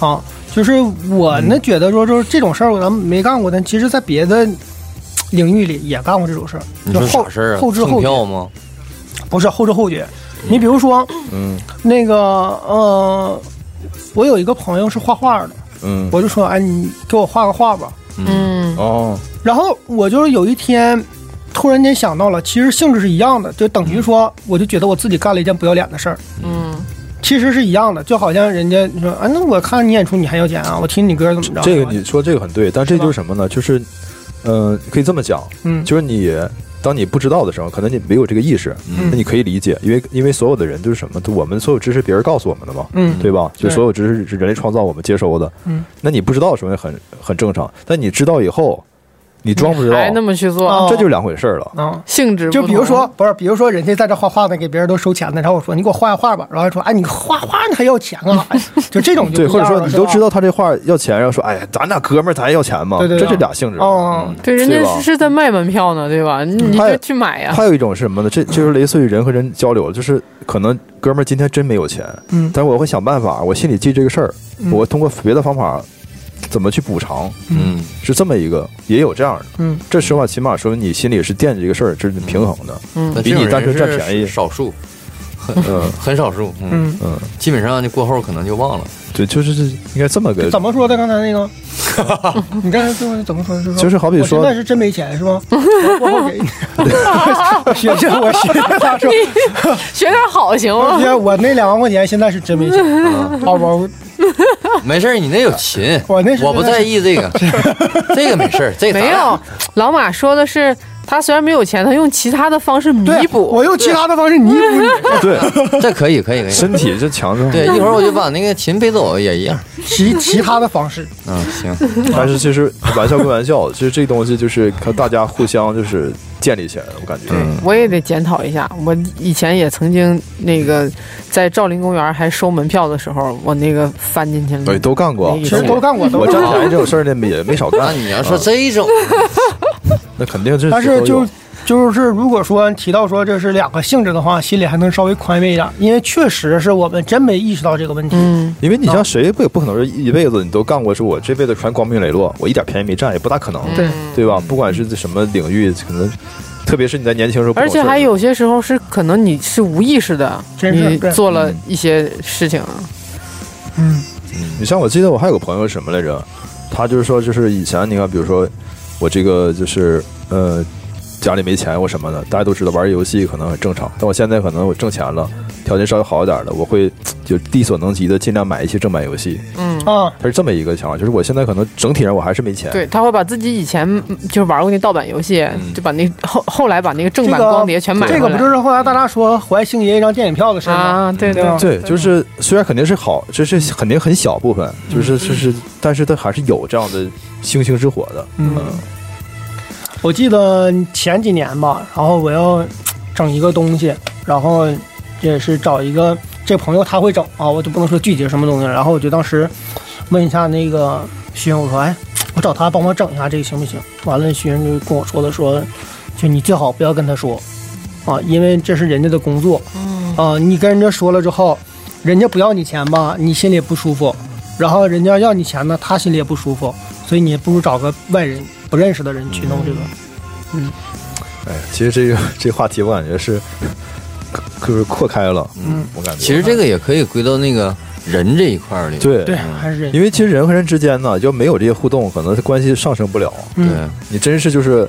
Speaker 3: 啊，就是我呢觉得说，就是这种事儿咱们没干过，但其实在别的领域里也干过这种事儿，
Speaker 5: 你
Speaker 3: 就
Speaker 5: 说
Speaker 3: 后
Speaker 5: 啥事儿啊？
Speaker 3: 后知后
Speaker 5: 蹭票
Speaker 3: 觉，
Speaker 5: 吗？
Speaker 3: 不是后知后觉。你比如说
Speaker 4: 嗯
Speaker 3: 那个呃，我有一个朋友是画画的，
Speaker 4: 嗯
Speaker 3: 我就说，哎，你给我画个画吧。
Speaker 2: 嗯
Speaker 4: 哦
Speaker 3: 然后我就是有一天突然间想到了，其实性质是一样的，就等于说，我就觉得我自己干了一件不要脸的事儿，
Speaker 2: 嗯，
Speaker 3: 其实是一样的，就好像人家你说，啊，那我看你演出你还要钱啊，我听你歌怎么着？
Speaker 4: 这个你说这个很对，但这就是什么呢？就是，嗯，可以这么讲，
Speaker 3: 嗯
Speaker 4: 就是你当你不知道的时候，可能你没有这个意识，
Speaker 3: 嗯
Speaker 4: 那你可以理解，因为因为所有的人就是什么，我们所有知识别人告诉我们的嘛，
Speaker 3: 嗯
Speaker 4: 对吧？就
Speaker 3: 对
Speaker 4: 所有知识是人类创造，我们接收的，
Speaker 3: 嗯，
Speaker 4: 那你不知道什么很很正常，但你知道以后，你装不知道，
Speaker 2: 还那么去做，
Speaker 3: 哦
Speaker 4: 这就是两回事儿了。
Speaker 3: 啊。
Speaker 2: 性质不
Speaker 3: 就
Speaker 2: 同
Speaker 3: 比如说，，不是，比如说人家在这画画呢，给别人都收钱呢，然后我说你给我画个画吧，然后说，哎，你画画你还要钱 (laughs) 啊？哎就这种就
Speaker 4: 对，
Speaker 3: 不一
Speaker 4: 或者
Speaker 3: 样了
Speaker 4: 说你都
Speaker 3: 是吧
Speaker 4: 知道他这话要钱，然后说，哎，咱俩哥们儿，咱要钱嘛，
Speaker 3: 对对对
Speaker 4: 这是俩性质。
Speaker 3: 哦
Speaker 4: 嗯
Speaker 2: 对，人
Speaker 4: 对
Speaker 2: 家
Speaker 4: 吧
Speaker 2: 是在卖门票呢，对吧？
Speaker 3: 嗯
Speaker 2: 你
Speaker 4: 还有
Speaker 2: 就去买
Speaker 3: 啊
Speaker 2: 呀，
Speaker 4: 还有一种是什么呢？这就是类似于人和人交流，就是可能哥们儿今天真没有钱，
Speaker 3: 嗯
Speaker 4: 但是我会想办法，我心里记这个事儿，
Speaker 3: 嗯
Speaker 4: 我通过别的方法怎么去补偿，
Speaker 5: 嗯，
Speaker 4: 是这么一个，也有这样的。
Speaker 3: 嗯，
Speaker 4: 这时候啊起码说明你心里是惦记这个事儿，这是平衡的。
Speaker 3: 嗯
Speaker 2: 嗯
Speaker 5: 但
Speaker 4: 比
Speaker 5: 这种
Speaker 4: 你单
Speaker 5: 人
Speaker 4: 纯占
Speaker 5: 是
Speaker 4: 便宜
Speaker 5: 少数，
Speaker 4: 嗯
Speaker 5: 很 (laughs) 少数。嗯，
Speaker 3: 嗯，
Speaker 4: 嗯，
Speaker 5: 基本上就过后可能就忘了。
Speaker 4: 对，就是是应该这么个
Speaker 3: 怎。么说的？刚才那 (laughs) 个，你刚才最后怎么说？是说
Speaker 4: 就是好比
Speaker 3: 我现
Speaker 4: 说
Speaker 3: 在，是真没钱是 (laughs) 吗？我过后给你。我学学我学学他说，
Speaker 2: (laughs) 学点好行
Speaker 3: 我
Speaker 2: 吗？ (laughs)
Speaker 3: 学我那两万块钱现在是真没钱，啊
Speaker 5: 嗯，
Speaker 3: 好吧？我
Speaker 5: 没事儿，你那有
Speaker 4: (laughs)
Speaker 5: 琴，
Speaker 3: 我那是
Speaker 5: 我不在意这个， (laughs) 这个没事儿，这个咱
Speaker 2: 没
Speaker 5: 俩
Speaker 2: 有，老马说的是，他虽然没有钱，他用其他的方式弥
Speaker 3: 对，
Speaker 2: 补
Speaker 3: 我。用其他的方式弥补你。
Speaker 4: (laughs) 对，
Speaker 5: 这可以，可以，可以。
Speaker 4: 身体就强壮。
Speaker 5: 对，一会儿我就把那个琴背走也一样。
Speaker 3: 其 (laughs) 其他的方
Speaker 4: (laughs)
Speaker 3: 式，
Speaker 5: 嗯，行，
Speaker 4: 但是其实玩笑归玩笑，其实这东西就是看大家互相就是建立起来的，我感觉。
Speaker 3: 嗯
Speaker 2: 我也得检讨一下，我以前也曾经那个在赵林公园还收门票的时候，我那个翻进去了。
Speaker 4: 对，都干过。
Speaker 2: 没
Speaker 3: 其实都干过，都
Speaker 4: 我
Speaker 3: 干
Speaker 4: 占
Speaker 3: 过。
Speaker 4: 便宜这种事儿呢，也没少
Speaker 5: 那
Speaker 4: 干。
Speaker 5: 你要说
Speaker 4: 啊
Speaker 5: 这种，
Speaker 4: 那肯定
Speaker 3: (laughs)
Speaker 4: 是，
Speaker 3: 但是
Speaker 4: 都
Speaker 3: 就
Speaker 4: 有
Speaker 3: 就是如果说提到说这是两个性质的话，心里还能稍微宽慰一点，因为确实是我们真没意识到这个问题。
Speaker 2: 嗯，
Speaker 4: 因为你像谁不也不可能是一辈子你都干过，是我这辈子全光明磊落，我一点便宜没占，也不大可能，
Speaker 3: 对，
Speaker 4: 对吧？不管是在什么领域，可能特别是你在年轻时候不
Speaker 2: 而
Speaker 4: 懂事
Speaker 2: 且
Speaker 4: 儿，
Speaker 2: 还有些时候是可能你是无意识的，
Speaker 3: 真是
Speaker 2: 你
Speaker 3: 对
Speaker 2: 做了
Speaker 4: 嗯
Speaker 2: 一些事情，
Speaker 3: 嗯，
Speaker 4: 你像我记得我还有个朋友是什么来着，他就是说就是以前你看，比如说我这个就是呃家里没钱或什么的，大家都知道玩游戏可能很正常，但我现在可能我挣钱了，条件稍微好一点了，我会就力所能及的尽量买一些正版游戏。
Speaker 2: 嗯，
Speaker 3: 啊，
Speaker 4: 他是这么一个想法，就是我现在可能整体上我还是没钱，
Speaker 2: 对，他会把自己以前嗯就是玩过那盗版游戏，
Speaker 4: 嗯
Speaker 2: 就把那后后来把那个正
Speaker 3: 这
Speaker 2: 版
Speaker 3: 个
Speaker 2: 光碟全买
Speaker 3: 这
Speaker 2: 回
Speaker 3: 个不
Speaker 2: 来
Speaker 3: 就是后来大家说怀星爷一张电影票的事儿吗？
Speaker 2: 啊，对对
Speaker 3: 对吧
Speaker 4: 对，就是虽然肯定是好，这是肯定很小部分，就是就是，但是它还是有这样的星星之火的。
Speaker 3: 嗯，我记得前几年吧，然后我要整一个东西，然后也是找一个这朋友他会整啊，我就不能说具体是什么东西了。然后我就当时问一下那个徐云，我说：“哎，我找他帮我整一下这个行不行？”完了，徐云就跟我说的说：“就你最好不要跟他说啊，因为这是人家的工作。啊，你跟人家说了之后，人家不要你钱吧，你心里也不舒服；然后人家要你钱呢，他心里也不舒服。所以你不如找个外人不认识的人去弄这个。
Speaker 4: 嗯哎，其实这个这话题我感觉是，就是扩开了，嗯，我感觉
Speaker 5: 其实这个也可以归到那个人这一块儿里。
Speaker 4: 对
Speaker 3: 对，还是人。
Speaker 4: 嗯因为其实人和人之间呢，就没有这些互动，可能关系上升不了。
Speaker 5: 对，
Speaker 3: 嗯
Speaker 4: 你真是就是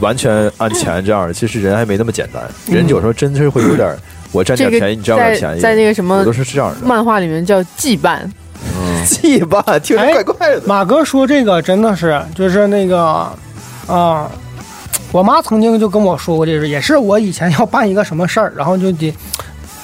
Speaker 4: 完全按钱这样，其实人还没那么简单，人有时候真是会有点，我占
Speaker 2: 这
Speaker 4: 点
Speaker 2: 个
Speaker 4: 便宜，你占我点
Speaker 2: 在
Speaker 4: 便宜，
Speaker 2: 在那个什么
Speaker 4: 我都是这样的。
Speaker 2: 漫画里面叫羁绊，
Speaker 4: (laughs)
Speaker 5: 嗯，
Speaker 4: 气吧，听着怪怪的。
Speaker 3: 马哥说这个真的是，就是那个，啊、我妈曾经就跟我说过这事，也是我以前要办一个什么事儿，然后就得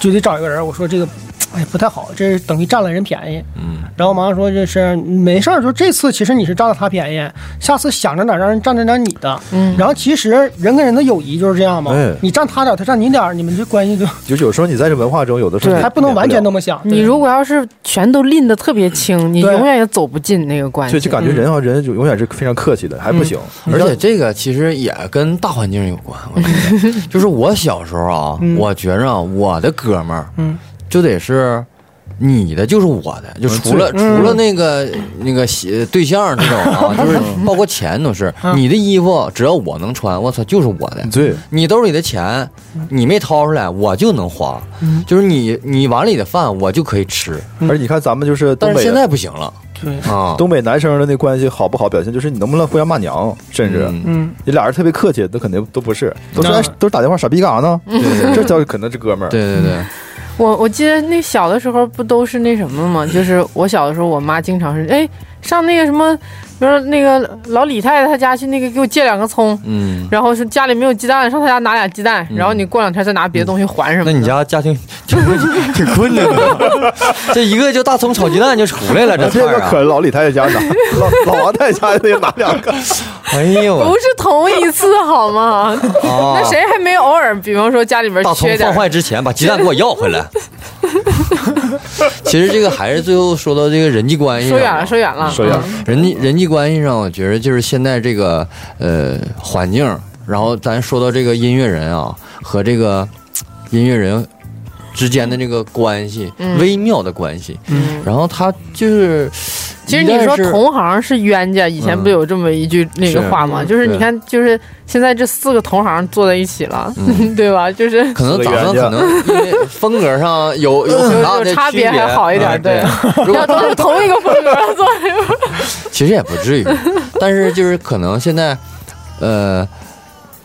Speaker 3: 就得找一个人，我说这个，哎，不太好，这是等于占了人便宜。
Speaker 5: 嗯，
Speaker 3: 然后马上说这是没事儿，说这次其实你是占了他便宜，下次想着哪儿让人占着点儿你的。
Speaker 2: 嗯
Speaker 3: 然后其实人跟人的友谊就是这样嘛
Speaker 4: 哎，
Speaker 3: 你占他点儿，他占你点儿，你们这关系就
Speaker 4: 就有时候你在这文化中，有的时候
Speaker 2: 对
Speaker 4: 你
Speaker 3: 还不能完全那么想。
Speaker 2: 你如果要是全都拎得特别轻，你
Speaker 3: 对
Speaker 2: 永远也走不进那个关系。
Speaker 4: 就就感
Speaker 5: 嗯
Speaker 4: 觉人啊，人就永远是非常客气的，还不行。
Speaker 5: 而且这个其实也跟大环境有关，我觉
Speaker 4: (laughs)
Speaker 5: 得就是我小时候啊，
Speaker 4: 嗯
Speaker 5: 我觉着啊我的哥们儿，
Speaker 3: 嗯，
Speaker 5: 就得是你的就是我的，就除了、
Speaker 4: 嗯
Speaker 5: 除了那个那个喜对象这种啊，
Speaker 4: 嗯
Speaker 5: 就是包括钱都是，你的衣服只要我能穿，我操就是我的，
Speaker 4: 对，
Speaker 5: 你兜里的钱
Speaker 4: 嗯
Speaker 5: 你没掏出来，我就能花，就是你你碗里的饭我就可以吃，
Speaker 4: 而你看咱们就是东
Speaker 5: 嗯但是
Speaker 4: 北
Speaker 5: 现
Speaker 4: 人，
Speaker 5: 在不行了，
Speaker 3: 对
Speaker 5: 啊，
Speaker 4: 东北男生的那关系好不好，表现就是你能不能互相骂娘，甚至
Speaker 5: 嗯
Speaker 3: 嗯，
Speaker 4: 你俩人特别客气，那肯定都不是，都是
Speaker 3: 那
Speaker 4: 哎都是打电话傻逼干啥呢？这叫可能是哥们儿。
Speaker 5: 对对对，
Speaker 2: 我我记得那小的时候不都是那什么吗？就是我小的时候，我妈经常是哎上那个什么，比如说那个老李太太她家去那个给我借两个葱，
Speaker 5: 嗯。
Speaker 2: 然后是家里没有鸡蛋，上她家拿俩鸡蛋，然后你过两天再拿别的东西还什么
Speaker 5: 那
Speaker 2: 的。
Speaker 5: 你家家庭 (laughs) 挺挺困难
Speaker 2: (laughs)
Speaker 5: 的，这一个就大葱炒鸡蛋就出来了，
Speaker 4: 这
Speaker 5: 这菜
Speaker 4: 个
Speaker 5: 儿啊！
Speaker 4: 可老李太太家
Speaker 5: (laughs)
Speaker 4: 拿，老老王太太家也拿两个，
Speaker 5: 哎呦
Speaker 2: 不
Speaker 5: 我，
Speaker 2: 是同一次好吗？
Speaker 5: (laughs) 啊
Speaker 2: 那谁还没偶尔，比方说家里边
Speaker 5: 大葱
Speaker 2: 缺点
Speaker 5: 放
Speaker 2: 儿，
Speaker 5: 坏之前把鸡蛋给我要回
Speaker 2: (laughs)
Speaker 5: 来。其实这个还是最后说到这个人际关系上
Speaker 2: 说
Speaker 5: 啊，
Speaker 2: 远了，说远了，
Speaker 4: 说远了
Speaker 2: 嗯
Speaker 5: 人际人际关系上，我觉得就是现在这个呃环境，然后咱说到这个音乐人啊和这个嘖音乐人之间的这个关系，
Speaker 2: 嗯
Speaker 5: 微妙的关系。
Speaker 2: 嗯
Speaker 5: 然后他就是，
Speaker 2: 其实
Speaker 5: 一旦
Speaker 2: 你说
Speaker 5: 是
Speaker 2: 同行是冤家，以前不有这么一句那个话吗？
Speaker 5: 嗯是嗯
Speaker 2: 就是你
Speaker 5: 对
Speaker 2: 看，就是现在这四个同行坐在一起了，
Speaker 5: 嗯
Speaker 2: (laughs) 对吧？就是
Speaker 5: 可能咱们可能因为风格上
Speaker 2: (laughs)
Speaker 5: 有有很大
Speaker 2: 有
Speaker 5: 的
Speaker 2: 有差
Speaker 5: 区别，
Speaker 2: 别还好一
Speaker 5: 啊
Speaker 2: 点，对。
Speaker 5: 如
Speaker 2: 要
Speaker 5: 果
Speaker 2: 都是同一个风格坐在一块儿，
Speaker 5: 其实也不至于，但是就是可能现在，呃，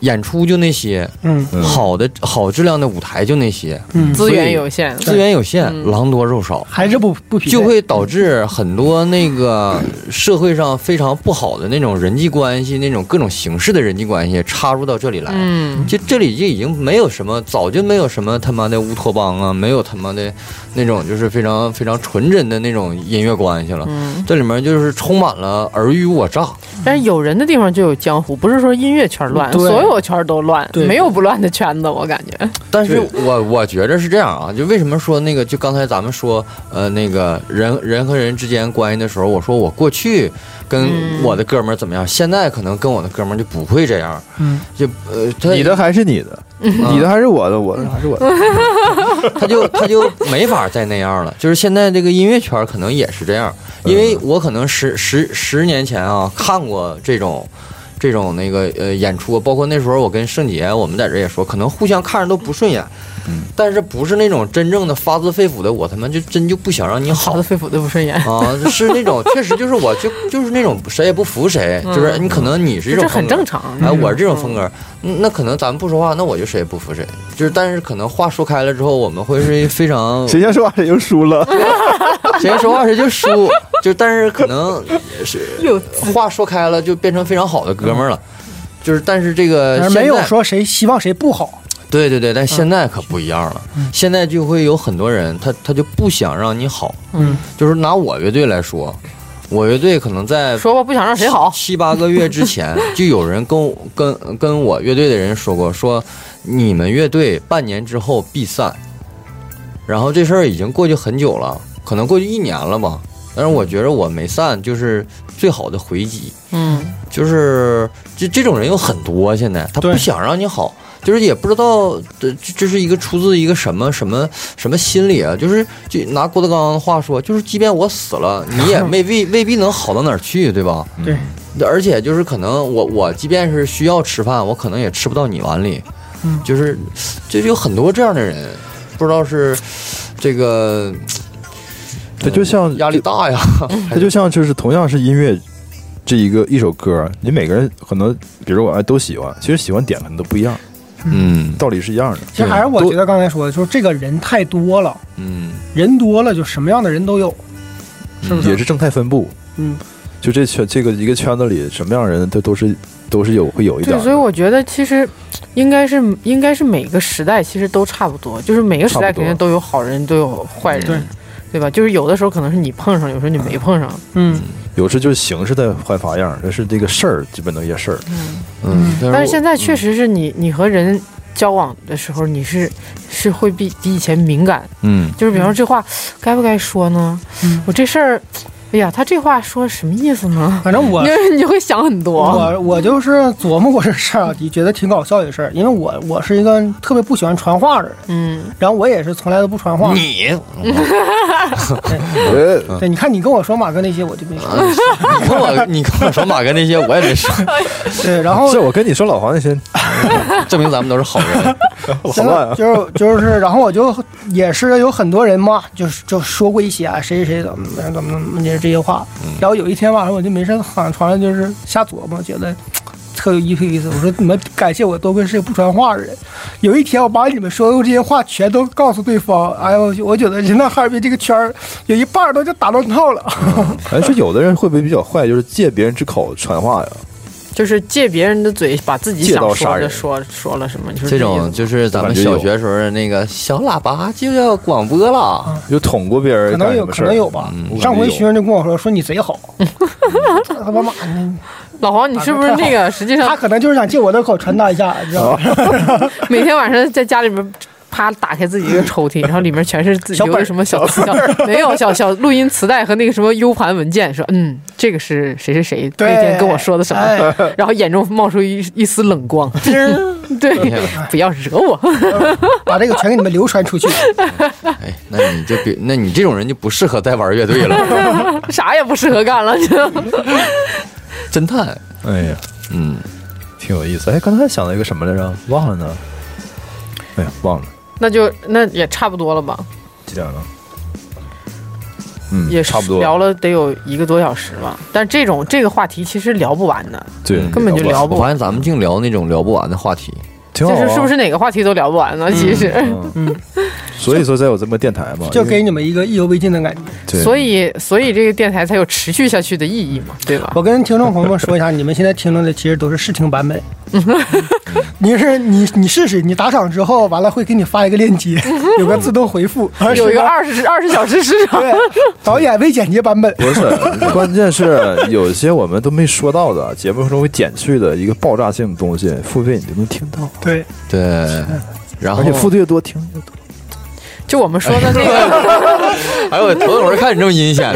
Speaker 5: 演出就那些，
Speaker 3: 嗯，
Speaker 5: 好的好质量的舞台就那些，
Speaker 3: 嗯
Speaker 2: 资源有限，
Speaker 5: 资源有限，
Speaker 2: 嗯
Speaker 5: 狼多肉少，
Speaker 3: 还是不不匹配
Speaker 5: 就会导致很多那个社会上非常不好的那种人际关系，那种各种形式的人际关系插入到这里来。
Speaker 2: 嗯，
Speaker 5: 就这里就已经没有什么，早就没有什么他妈的乌托邦啊，没有他妈的那种就是非常非常纯真的那种音乐关系了。这里面就是充满了尔虞我诈，
Speaker 2: 但是有人的地方就有江湖，不是说音乐圈乱，
Speaker 3: 对
Speaker 2: 所有圈都乱，
Speaker 3: 对
Speaker 2: 没有不乱的圈子，我感觉。
Speaker 5: 但是我我觉着是这样啊，就为什么说那个，就刚才咱们说，呃，那个人人和人之间关系的时候，我说我过去跟
Speaker 2: 嗯
Speaker 5: 我的哥们儿怎么样，现在可能跟我的哥们儿就不会这样，
Speaker 3: 嗯，
Speaker 5: 就呃，他
Speaker 4: 你的还是你的，
Speaker 5: 嗯
Speaker 4: 你的还是我的，我的还是我的。
Speaker 5: 他就他就没法再那样了。就是现在这个音乐圈可能也是这样，
Speaker 2: 嗯
Speaker 5: 因为我可能十十十年前啊看过这种。这种那个呃演出，包括那时候我跟圣杰，我们在这也说，可能互相看着都不顺眼，
Speaker 2: 嗯
Speaker 5: 但是不是那种真正的发自肺腑的我他妈就真就不想让你好
Speaker 2: 好的肺腑都不顺眼，
Speaker 5: 啊，是那种确实就是我就就是那种谁也不服谁，就是你可能你是这
Speaker 2: 嗯这
Speaker 5: 种
Speaker 2: 很
Speaker 5: 风格
Speaker 2: 正常。
Speaker 5: 哎，我是这种风格，嗯那可能咱们不说话，那我就谁也不服谁。就是，但是可能话说开了之后，我们会是非
Speaker 4: (laughs)
Speaker 5: 常
Speaker 4: 谁先说话谁就输了，
Speaker 5: 嗯谁先说话谁就输。就但是可能是
Speaker 2: 有
Speaker 5: 话说开了，就变成非常好的哥们儿了。就是，但是这个
Speaker 3: 但是
Speaker 5: 呃现
Speaker 3: 没有
Speaker 5: 在
Speaker 3: 说嗯谁希望谁不好。
Speaker 5: 对对对，但现在可不一样了。
Speaker 3: 嗯
Speaker 5: 现在就会有很多人，他他就不想让你好。
Speaker 3: 嗯，
Speaker 5: 就是拿我乐队来说，我乐队可能在
Speaker 2: 说吧，不想让谁好，
Speaker 5: 七八个月之前，就有人跟我跟跟我乐队的人说过，说你们乐队半年之后必散。然后这事儿已经过去很久了，可能过去一年了吧。但是我觉得我没散，就是最好的回击。
Speaker 2: 嗯，
Speaker 5: 就是这这种人有很多，现在他
Speaker 3: 对
Speaker 5: 不想让你好，就是也不知道这这这是一个出自一个什么什么什么心理啊？就是就拿郭德纲的话说，就是即便我死了，你也未必未必能好到哪儿去，对吧？
Speaker 3: 对，
Speaker 5: 而且就是可能我我即便是需要吃饭，我可能也吃不到你碗里，
Speaker 3: 嗯
Speaker 5: 就是这就有很多这样的人，不知道是这个
Speaker 4: 他就像
Speaker 5: 压力大呀，
Speaker 4: 它就像就是同样是音乐这一个一首歌，你每个人可能，比如我哎都喜欢，其实喜欢点可能都不一样，
Speaker 5: 嗯
Speaker 4: 道理是一样的。
Speaker 3: 其实还是我觉得刚才说的，就是这个人太多了，
Speaker 5: 嗯，
Speaker 3: 人多了就什么样的人都有，是不
Speaker 4: 也
Speaker 3: 嗯是？
Speaker 4: 是正态分布，
Speaker 3: 嗯，
Speaker 4: 就这圈这个一个圈子里，什么样的人，他都是都是有会有一点
Speaker 2: 对，
Speaker 4: 儿的。
Speaker 2: 所以我觉得其实应该是应该是每个时代其实都差不多，就是每个时代
Speaker 4: 差不多
Speaker 2: 肯
Speaker 5: 嗯
Speaker 2: 定都有好人，都有坏人。
Speaker 3: 对
Speaker 2: 哎对吧？就是有的时候可能是你碰上，有时候你没碰上。
Speaker 3: 嗯，
Speaker 4: 有时就是形式在换花样，但是这个事儿基本能一个事儿。
Speaker 5: 嗯，
Speaker 2: 但
Speaker 5: 我
Speaker 2: 是现在确实是你，你和人交往的时候，你是是会比比以前敏感。
Speaker 4: 嗯，
Speaker 2: 就是比方说这话该不该说呢？
Speaker 3: 嗯
Speaker 2: 我这事儿，哎呀，他这话说什么意思呢？
Speaker 3: 反正我
Speaker 2: 你 (laughs) 就你就会想很多。
Speaker 3: 我我就是琢磨过这事儿啊，觉得挺搞笑的事儿，因为我我是一个特别不喜欢传话的人，
Speaker 2: 嗯，
Speaker 3: 然后我也是从来都不传话。
Speaker 5: 你
Speaker 4: 呃
Speaker 3: 对，你看你跟我说马哥那些，我就没
Speaker 5: 啊
Speaker 3: 说。
Speaker 5: (laughs) 你跟我你跟我说马哥那些，我也没说，
Speaker 3: 对，然后
Speaker 4: 这我跟你说老黄那些
Speaker 3: 啊
Speaker 5: 证明咱们都是好人。
Speaker 4: (laughs) 好
Speaker 3: 真
Speaker 4: 乱
Speaker 3: 的
Speaker 4: 啊，
Speaker 3: 就是就是，然后我就也是有很多人嘛，就是就说过一些啊，谁谁谁怎么怎么怎么怎么这这些话。
Speaker 4: 嗯
Speaker 3: 然后有一天晚上我就没事躺床上就是瞎琢磨，觉得特有意思意思。我说你们感谢我，多亏是个不传话的人。有一天我把你们说的这些话全都告诉对方，哎呦，我觉得人在哈尔滨这个圈儿有一半儿都就打乱套了。
Speaker 4: 哎，说有的人会不会比较坏，就是借别人之口传话呀？
Speaker 2: 就是借别人的嘴，把自己
Speaker 4: 借刀
Speaker 2: 想
Speaker 4: 杀
Speaker 2: 说的
Speaker 4: 人
Speaker 2: 说说了什么，你说
Speaker 5: 这
Speaker 2: 意
Speaker 5: 种
Speaker 2: 思
Speaker 5: 就是咱们小学时候的那个小喇叭就要广播了，
Speaker 4: 就捅过别人
Speaker 3: 可能
Speaker 4: 干什
Speaker 3: 有，
Speaker 4: 么
Speaker 3: 可
Speaker 4: 事儿
Speaker 3: 能有吧。
Speaker 4: 嗯
Speaker 3: 上回
Speaker 4: 有
Speaker 3: 学生就跟我说，说你贼
Speaker 4: (laughs)
Speaker 3: 好，他妈妈，你
Speaker 2: 老黄，你是不是那个实际
Speaker 3: 他
Speaker 2: 上
Speaker 3: 可能就是想借我的口传达一下，你知道
Speaker 4: (laughs)
Speaker 3: 吗？
Speaker 2: 每天晚上在家里面啪打开自己一个抽屉，然后里面全是自己
Speaker 3: 小本
Speaker 2: 留
Speaker 3: 儿
Speaker 2: 的什么小小没有小小录音磁带和那个什么 U 盘文件，说嗯，这个是谁谁谁
Speaker 3: 对
Speaker 2: 那天跟我说的什
Speaker 3: 哎
Speaker 2: 么， (laughs) 然后眼中冒出一一丝冷光， (laughs) 对，不要惹我，
Speaker 3: 把这个全给你们流传出去。
Speaker 5: 哎，那你就别，那你这种人就不适合再玩乐队了，
Speaker 2: (laughs) 啥也不适合干了，就
Speaker 5: 侦探。
Speaker 4: 哎呀，
Speaker 5: 嗯，
Speaker 4: 挺有意思。哎，刚才想到一个什么来着？忘了呢。哎呀，忘了
Speaker 2: (laughs) 那就那也差不多了吧，
Speaker 4: 几点了？嗯，
Speaker 2: 也是
Speaker 4: 差不多
Speaker 2: 聊了得有一个多小时吧，但这种这个话题其实聊不完的，
Speaker 4: 对，
Speaker 5: 嗯
Speaker 2: 根本就
Speaker 4: 不完
Speaker 2: 聊不
Speaker 5: 我发
Speaker 2: 完，
Speaker 5: 现咱们净聊那种聊不完的话题，
Speaker 4: 挺好
Speaker 2: 就
Speaker 4: 啊
Speaker 2: 是是不是？哪个话题都聊不完呢？其实。 (laughs)
Speaker 4: 嗯，所以说才有这么电台嘛，
Speaker 3: 就
Speaker 4: 因为
Speaker 3: 给你们一个意犹未尽的感觉。
Speaker 4: 对
Speaker 2: 所以，所以这个电台才有持续下去的意义嘛，对
Speaker 4: (laughs)
Speaker 2: 吧？
Speaker 3: 我跟听众朋友们说一下，你们现在听到的其实都是试听版本。你是你你试试，你打赏之后，完了会给你发一个链接，有个自动回复，而
Speaker 2: 有一
Speaker 3: 且
Speaker 2: 个二十二十小时市
Speaker 4: (laughs)
Speaker 2: 场，
Speaker 3: 对导演未剪辑版本。
Speaker 4: 不是，关键是有些我们都没说到的，节目中会剪去的一个爆炸性的东西，付费你就能听
Speaker 2: 哦
Speaker 4: 到，
Speaker 3: 对，
Speaker 4: (laughs)
Speaker 5: 对，然后
Speaker 4: 而且付的越多，听得越多。
Speaker 2: 就我们说的那个，
Speaker 5: 哎
Speaker 4: (laughs)
Speaker 5: 呦，我头等人看你这么阴险啊！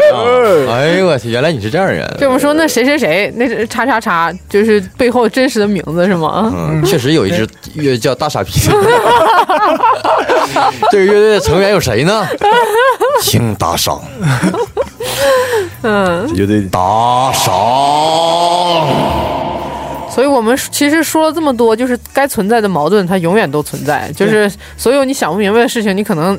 Speaker 5: 哎呦我去，原来你是这样人。
Speaker 2: 就我们说那谁谁谁，那是叉叉叉，就是背后真实的名字是吗？
Speaker 5: 嗯，确实有一支乐队叫
Speaker 4: (laughs)
Speaker 5: 大傻逼。 (laughs) 这个乐队的成员有谁呢？请打赏，
Speaker 2: 嗯
Speaker 4: 绝对
Speaker 5: 打赏。
Speaker 2: 所以我们其实说了这么多，就是该存在的矛盾它永远都存在，就是所有你想不明白的事情，你可能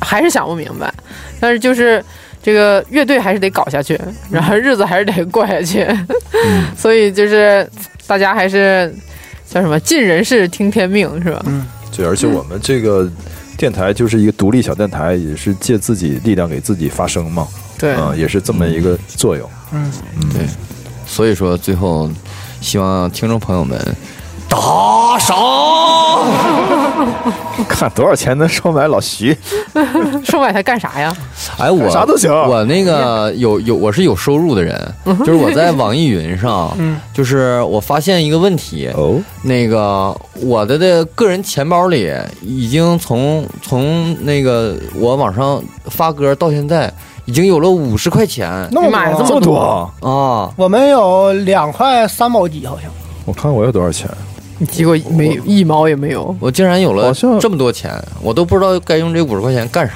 Speaker 2: 还是想不明白，但是就是。这个乐队还是得搞下去，然后日子还是得过下去，
Speaker 5: 嗯
Speaker 2: (laughs) 所以就是大家还是叫什么尽人事听天命是吧？
Speaker 5: 嗯
Speaker 4: 对，而且我们这个电台就是一个独立小电台，也是借自己力量给自己发声嘛，
Speaker 2: 对，
Speaker 4: 啊、也是这么一个作用。
Speaker 5: 所以说，最后希望听众朋友们打赏。
Speaker 4: 看多少钱能收买老徐？
Speaker 2: 说买它干啥呀？
Speaker 5: 哎，我
Speaker 4: 啥都行嗯
Speaker 5: 我那个有有，我是有收入的人，就是我在网易
Speaker 4: (laughs)
Speaker 5: 云上，就是我发现一个问题，
Speaker 4: 哦，
Speaker 5: 那个我的的个人钱包里已经从从那个我往上发歌到现在，已经有了五十块钱
Speaker 3: 那
Speaker 2: 你买了
Speaker 3: 多
Speaker 4: 这么多啊！
Speaker 5: 啊！
Speaker 3: 我们有两块三毛几，好像
Speaker 4: 我看我有多少钱？
Speaker 5: 嗯
Speaker 2: 结果没一毛也没有。
Speaker 5: 我竟然有
Speaker 4: 好
Speaker 5: 了
Speaker 4: 像
Speaker 5: 这么多钱，我都不知道该用这五十块钱干啥。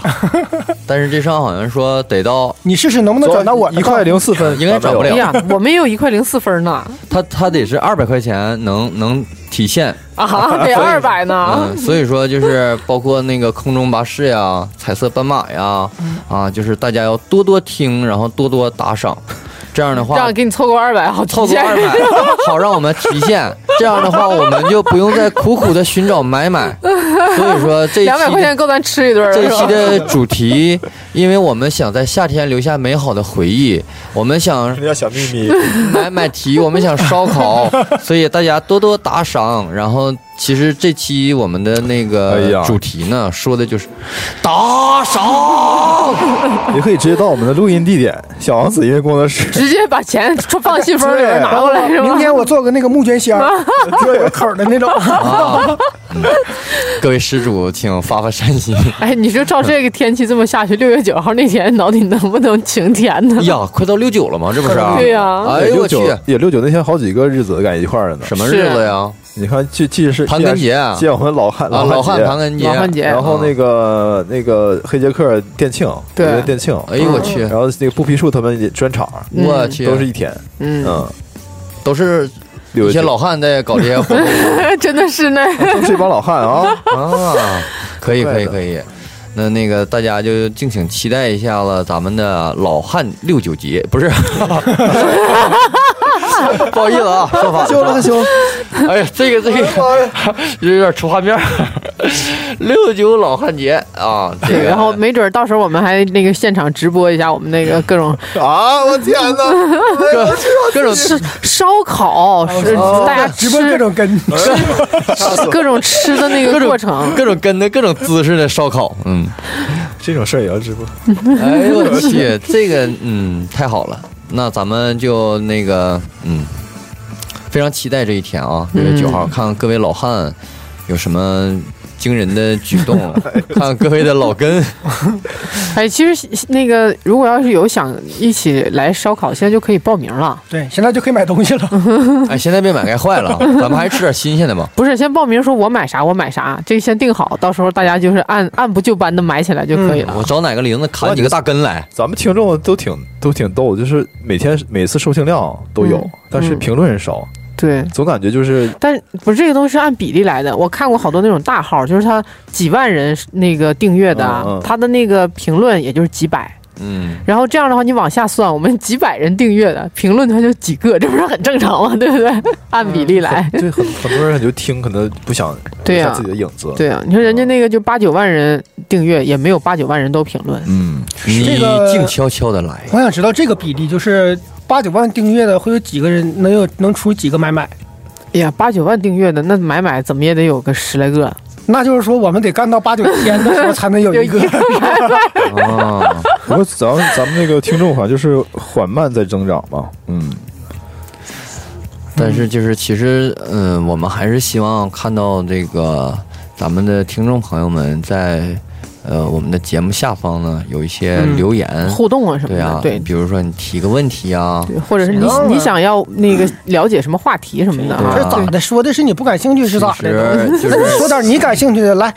Speaker 5: 但是这上好像说得到，
Speaker 3: 你试试能不能转到我
Speaker 4: 一块零四分，
Speaker 5: 应该转不
Speaker 2: 哎
Speaker 5: 了
Speaker 2: 呀，我们也有一块零四分呢，
Speaker 5: (laughs) 他他得是二百块钱能能体现，
Speaker 2: 啊，得二百呢。
Speaker 5: 嗯，所以说就是包括那个空中巴士呀、彩色斑马呀，啊，就是大家要多多听，然后多多打赏，这样的话
Speaker 2: 这样给你凑够二百，好
Speaker 5: 凑
Speaker 2: 提
Speaker 5: 够
Speaker 2: 现
Speaker 5: 二百，好让我们提现。这样的话，我们就不用再苦苦的寻找买买。所以说这一
Speaker 2: (laughs) 两百块
Speaker 5: 期
Speaker 2: 钱够咱吃一顿了，
Speaker 5: 这一
Speaker 2: 是
Speaker 5: 期
Speaker 2: 吧？
Speaker 5: 的主题因为我们想在夏天留下美好的回忆，我们想
Speaker 4: 那叫小秘密。
Speaker 5: 买买题，我们想烧烤，所以大家多多打赏。然后，其实这期我们的
Speaker 4: 哎
Speaker 5: 那个
Speaker 4: 呀
Speaker 5: 主题呢，说的就是打赏。
Speaker 4: 也可以直接到我们的录音地点——小王子音乐工作室。
Speaker 2: 直接把钱就放信封里边拿过来是
Speaker 3: 明
Speaker 2: 吗？
Speaker 3: 天我做个那个募捐箱，就有口儿的那种。
Speaker 5: 啊，各位施主，请发发善心。
Speaker 2: 哎，你说照这个天气这么下去，六月九号那天脑底能不能晴天呢？
Speaker 5: 哎呀，快到六九了吗？这不是、
Speaker 2: 对呀
Speaker 5: 哎呦
Speaker 4: 六
Speaker 5: 我去
Speaker 4: 九，也六九那天好几个日子赶一块儿了呢。
Speaker 5: 什么日子呀？
Speaker 4: 你看，既既是
Speaker 5: 盘根节啊
Speaker 4: 见我们老汉
Speaker 5: 啊，老汉
Speaker 4: 节
Speaker 5: 盘根节，
Speaker 2: 老汉节嗯
Speaker 4: 然后那个那个黑杰克店庆，
Speaker 2: 对
Speaker 4: 我觉得店庆，
Speaker 5: 哎呦我去
Speaker 4: 然，后那个布皮树他们也专场，
Speaker 2: 嗯
Speaker 5: 我去，
Speaker 4: 都是一天，
Speaker 2: 嗯，
Speaker 4: 嗯，
Speaker 5: 都是
Speaker 4: 六
Speaker 5: 一
Speaker 4: 月
Speaker 5: 些
Speaker 4: 九
Speaker 5: 老汉在搞这
Speaker 2: (laughs)
Speaker 5: 些活动
Speaker 2: (laughs) 真的是呢。
Speaker 4: 都 (laughs) 是一帮老汉啊，
Speaker 5: (laughs) 啊，可以可以
Speaker 4: 怪不得
Speaker 5: 可以。那那个大家就敬请期待一下了，咱们的老汉六九节
Speaker 2: (laughs)
Speaker 5: 不是， (laughs) 不好意思啊，说反
Speaker 4: 修
Speaker 5: 了。
Speaker 4: 了个修，
Speaker 5: 哎呀，这个这个 (laughs) 有点出画面儿，六九老汉节啊，这
Speaker 3: 嗯
Speaker 5: 个
Speaker 2: (laughs) 然后没准儿到时候我们还那个现场直播一下我们那个各种
Speaker 4: 啊，我天哪，
Speaker 5: 各
Speaker 3: 嗯
Speaker 5: 种
Speaker 2: 吃烧烤，是大家
Speaker 3: 哦直播各
Speaker 2: 吃
Speaker 3: 种跟，
Speaker 2: 各种吃的那个过程。
Speaker 5: 各种跟的各种姿势的烧烤，嗯，
Speaker 4: 这种事儿也要直播？
Speaker 5: 哎呦我去，这个嗯太好了，那咱们就那个嗯，非常期待这一天啊，六月九号，看看各位老汉有什么。惊人的举动，看看各位的老根，
Speaker 2: 哎，其实那个如果要是有想一起来烧烤，现在就可以报名了。
Speaker 3: 对，现在就可以买东西了。
Speaker 5: 哎，现在别买该坏了，咱们还吃点新鲜的吧。
Speaker 2: 不是，先报名说我买啥我买啥，这个先定好，到时候大家就是按按部就班的买起来就可以
Speaker 3: 嗯
Speaker 2: 了。
Speaker 5: 我找哪个林子砍几个大根来，
Speaker 4: 咱们听众都挺都挺逗，就是每天每次收听量都有
Speaker 2: 嗯，
Speaker 4: 但是
Speaker 2: 嗯
Speaker 4: 评论人少，
Speaker 2: 对，
Speaker 4: 总感觉就是
Speaker 2: 但不是这个东西是按比例来的。我看过好多那种大号，就是他几万人那个订阅的啊，
Speaker 4: 嗯嗯
Speaker 2: 他的那个评论也就是几百。
Speaker 5: 嗯，
Speaker 2: 然后这样的话，你往下算，我们 (laughs) 几百人订阅的评论，它就几个，这不是很正常吗？ (laughs) 对不对？按比例来。
Speaker 4: 对很很多人就听，可能不想
Speaker 2: 哎 (laughs) 对
Speaker 4: 留
Speaker 2: 呀
Speaker 4: 下自己的影子，
Speaker 2: 对啊，你说人家那个就八九万人订阅，也没有八九万人都评论。
Speaker 4: 嗯，
Speaker 5: 你
Speaker 3: 这个
Speaker 5: 静悄悄的来，
Speaker 3: 我想知道这个比例，就是八九万订阅的，会有几个人能有能出几个买买？
Speaker 2: 哎呀，八九万订阅的，那买买怎么也得有个十来个。
Speaker 3: 那就是说，我们得干到八九天的时候才能有一个。
Speaker 5: 啊，
Speaker 4: 不过咱们咱们那个听众好像就是缓慢在增长嘛，嗯，
Speaker 5: 但是就是其实，嗯，我们还是希望看到这个咱们的听众朋友们在呃我们的节目下方呢有一些
Speaker 2: 嗯
Speaker 5: 留言，
Speaker 2: 互动啊什么
Speaker 5: 对
Speaker 2: 的，
Speaker 5: 啊，
Speaker 2: 对
Speaker 5: 比如说你提个问题啊，
Speaker 2: 对或者是你
Speaker 3: 行
Speaker 2: 你想要那个了解什么话题什么的
Speaker 3: 这
Speaker 2: 啊？
Speaker 3: 咋的？说的是你不感兴趣是咋
Speaker 5: 其
Speaker 3: 的？
Speaker 5: 实就
Speaker 3: 说
Speaker 5: 是。
Speaker 3: 点你感兴趣的来，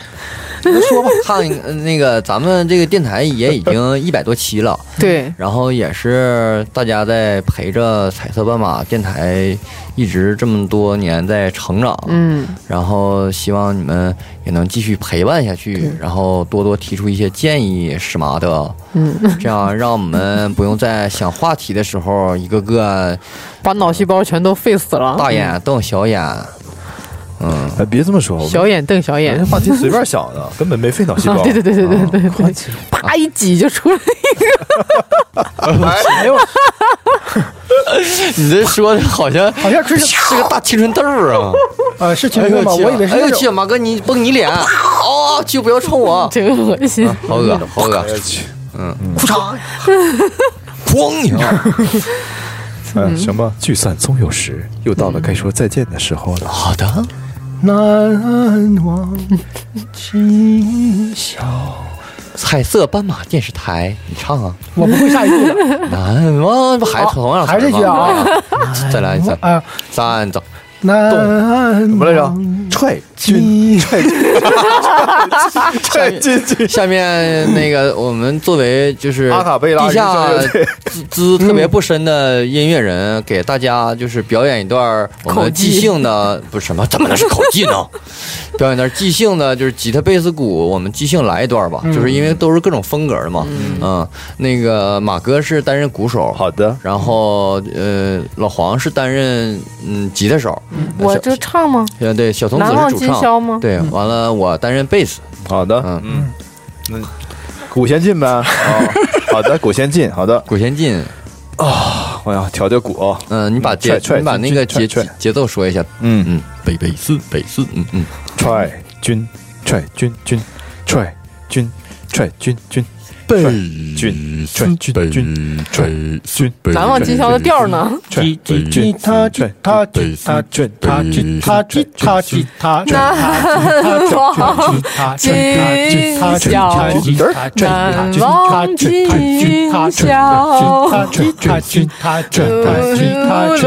Speaker 5: 说吧，看那个咱们这个电台也已经一百多期了， (laughs)
Speaker 2: 对
Speaker 5: 然后也是大家在陪着彩色斑马电台一直这么多年在成长，
Speaker 2: 嗯，
Speaker 5: 然后希望你们也能继续陪伴下去，然后多多提出一些建议什么的，
Speaker 2: 嗯，
Speaker 5: 这样让我们不用在想话题的时候一个个
Speaker 2: 把脑细胞全都废死了。
Speaker 5: 大
Speaker 3: 哦
Speaker 5: 眼瞪小眼，嗯，
Speaker 4: 哎，别这么说，我们
Speaker 2: 小眼瞪小眼
Speaker 4: 人家，话题随便想的，根本没费脑
Speaker 2: (laughs)
Speaker 4: 细
Speaker 2: 啊
Speaker 4: 胞。
Speaker 2: 对对对对对对对，啪一挤就出来了。
Speaker 5: (laughs)
Speaker 4: 哎呦，
Speaker 5: 你这说的好像
Speaker 3: 好像是
Speaker 5: 是个大青春痘儿啊！
Speaker 3: 呃是青
Speaker 5: 哎呦
Speaker 3: 春吗？
Speaker 5: 去，
Speaker 3: 我以为是
Speaker 5: 哎
Speaker 3: 那
Speaker 5: 呦
Speaker 3: 种
Speaker 5: 去，马哥你崩你脸，哦去不要冲我，
Speaker 2: 真恶心。
Speaker 5: 好恶 (laughs) 好恶，
Speaker 4: 哎
Speaker 3: 裤衩。
Speaker 5: 哐一下。
Speaker 4: 嗯，什么聚散终有时，又到了该说再见的时候了。
Speaker 5: (laughs) 好的，
Speaker 3: 难忘今宵。
Speaker 5: 彩色斑马电视台，你唱啊！
Speaker 3: 我不会下一句的，
Speaker 5: (laughs) 难忘不还同样
Speaker 3: 还是这句啊？
Speaker 5: (laughs) 再来
Speaker 3: (laughs)
Speaker 5: 一次，
Speaker 3: 啊，
Speaker 5: 三走。
Speaker 3: 难
Speaker 4: 怎么来着？
Speaker 2: 嗯
Speaker 4: 踹军踹
Speaker 5: 下
Speaker 4: 踹
Speaker 5: 面
Speaker 4: 进 (laughs) 去。
Speaker 5: 下面那个，我们作为就是
Speaker 4: 阿卡贝拉
Speaker 5: 地下
Speaker 4: 人生乐队
Speaker 5: 资资特别不深的音乐人，给大家就是表演一段我
Speaker 2: 口
Speaker 5: 们
Speaker 2: 技
Speaker 5: 即兴的，不是什么，怎么能是口技呢？表演段即兴的，就是吉他、贝斯、鼓，我们即兴来一段吧，就是因为都是各种风格的嘛。嗯，那个马哥是担任鼓手，
Speaker 4: 好的，
Speaker 5: 然后呃，老黄是担任嗯吉他手，
Speaker 2: 我
Speaker 5: 小
Speaker 2: 这唱吗？
Speaker 5: 呃对小童子
Speaker 2: 难忘
Speaker 5: 是主
Speaker 2: 今
Speaker 5: 唱，
Speaker 2: 宵吗？
Speaker 5: 嗯对，完了我担任贝斯，
Speaker 4: 好的，
Speaker 5: 嗯
Speaker 4: 嗯，鼓先进呗。啊、好的，鼓先进，好的。
Speaker 5: 鼓先进，
Speaker 4: 我要调调鼓啊。
Speaker 5: 嗯，你把节
Speaker 4: 踹踹
Speaker 5: 你把那个
Speaker 4: 踹
Speaker 5: 节
Speaker 4: 踹
Speaker 5: 节奏说一下，
Speaker 4: 嗯
Speaker 5: 嗯，北北四北四，嗯嗯，
Speaker 4: 踹军，踹军军，踹军，踹军军，
Speaker 5: 北
Speaker 4: 军踹军军踹军，
Speaker 2: 咱往今宵的调儿呢？
Speaker 4: 踹军
Speaker 3: 吉
Speaker 4: 军
Speaker 3: 他吉他吉他吉他吉他吉他吉他吉他吉他吉他吉他吉他吉他吉他吉他吉他吉
Speaker 2: 哦啊
Speaker 3: 他吉他吉他吉他吉他吉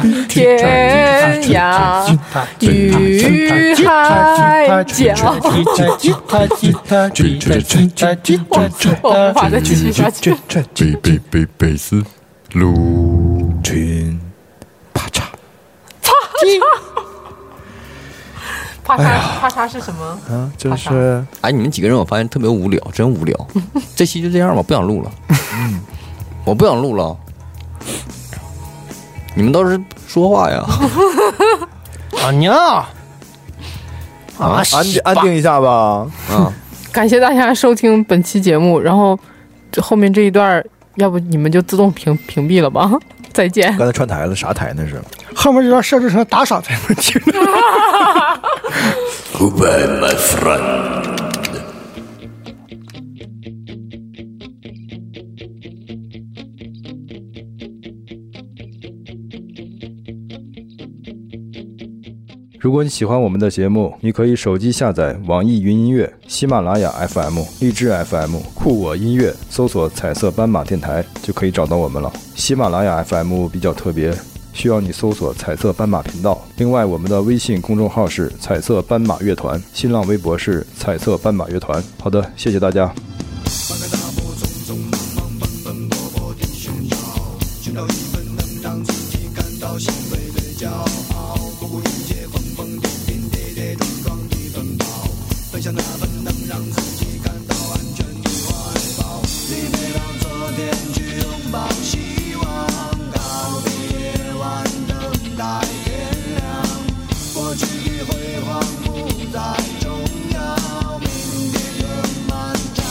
Speaker 3: 他吉他
Speaker 2: 天涯与海角。我无法再继续下去。
Speaker 6: 北北北北四路
Speaker 4: 军，啪嚓，
Speaker 2: 啪嚓啪嚓是什么？
Speaker 4: 啊，就是
Speaker 5: 哎，你们几个人我发现特别无聊，真无 (laughs) 聊，这期就这样吧，不想录了，嗯我不想录了，你们倒是说话呀，
Speaker 3: 啊娘啊
Speaker 4: 安定安定一下吧。
Speaker 5: 啊，
Speaker 2: 感谢大家收听本期节目，然后这后面这一段儿，要不你们就自动屏屏蔽了吧？ (laughs) 再见。
Speaker 4: 刚才串台了，啥台那是？
Speaker 3: 后面这段设置成打赏才能听。
Speaker 6: ，Goodbye my friend。
Speaker 4: 如果你喜欢我们的节目，你可以手机下载网易云音乐、喜马拉雅 FM、荔枝 FM、酷我音乐，搜索“彩色斑马电台”就可以找到我们了。喜马拉雅 FM 比较特别，需要你搜索“彩色斑马频道”。另外，我们的微信公众号是“彩色斑马乐团”，新浪微博是“彩色斑马乐团”。好的，谢谢大家。
Speaker 1: 翻开大漠，匆匆忙忙，奔奔波波英雄遥，寻找一份能让自己感到欣慰的骄傲，不顾一切，疯疯癫癫，跌跌撞撞地奔跑，奔向那份能让自己感到安全的怀抱。你别让昨天去拥抱希望，告别夜晚，等待天亮，过去的辉煌不再重要，明天更漫长。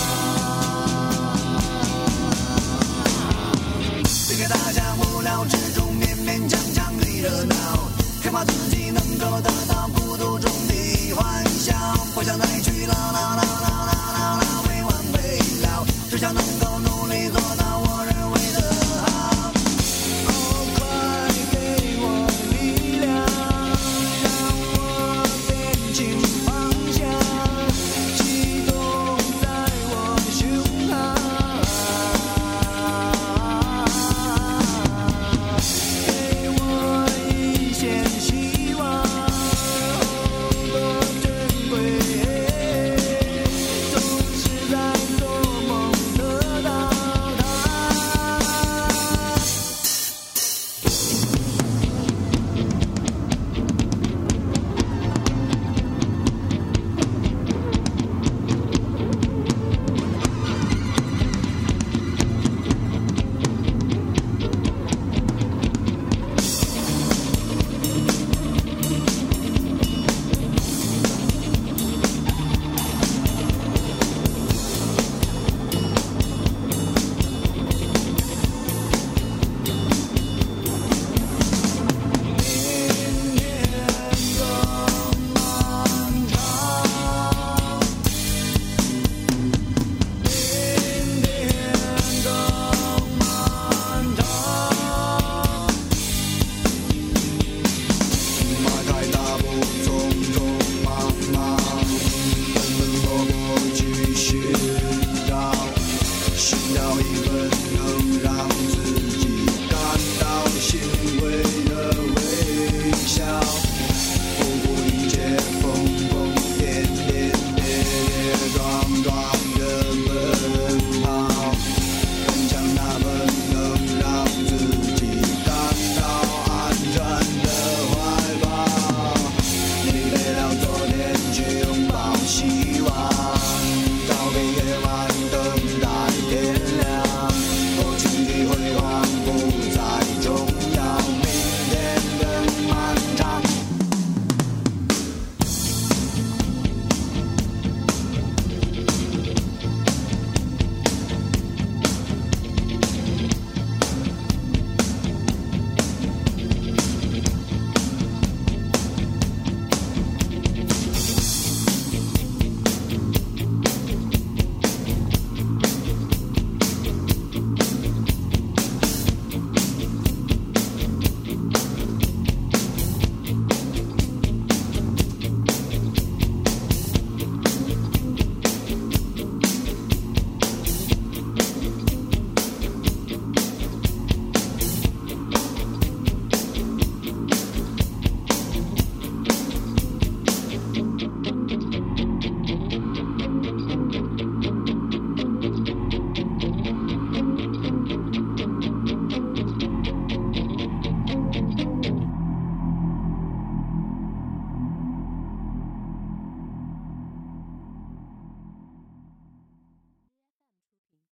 Speaker 1: 别给大家无聊之中勉勉强强的热闹，害怕自己能够达到孤独中的欢笑，不想再去啦啦啦啦啦啦啦没完没了，只想能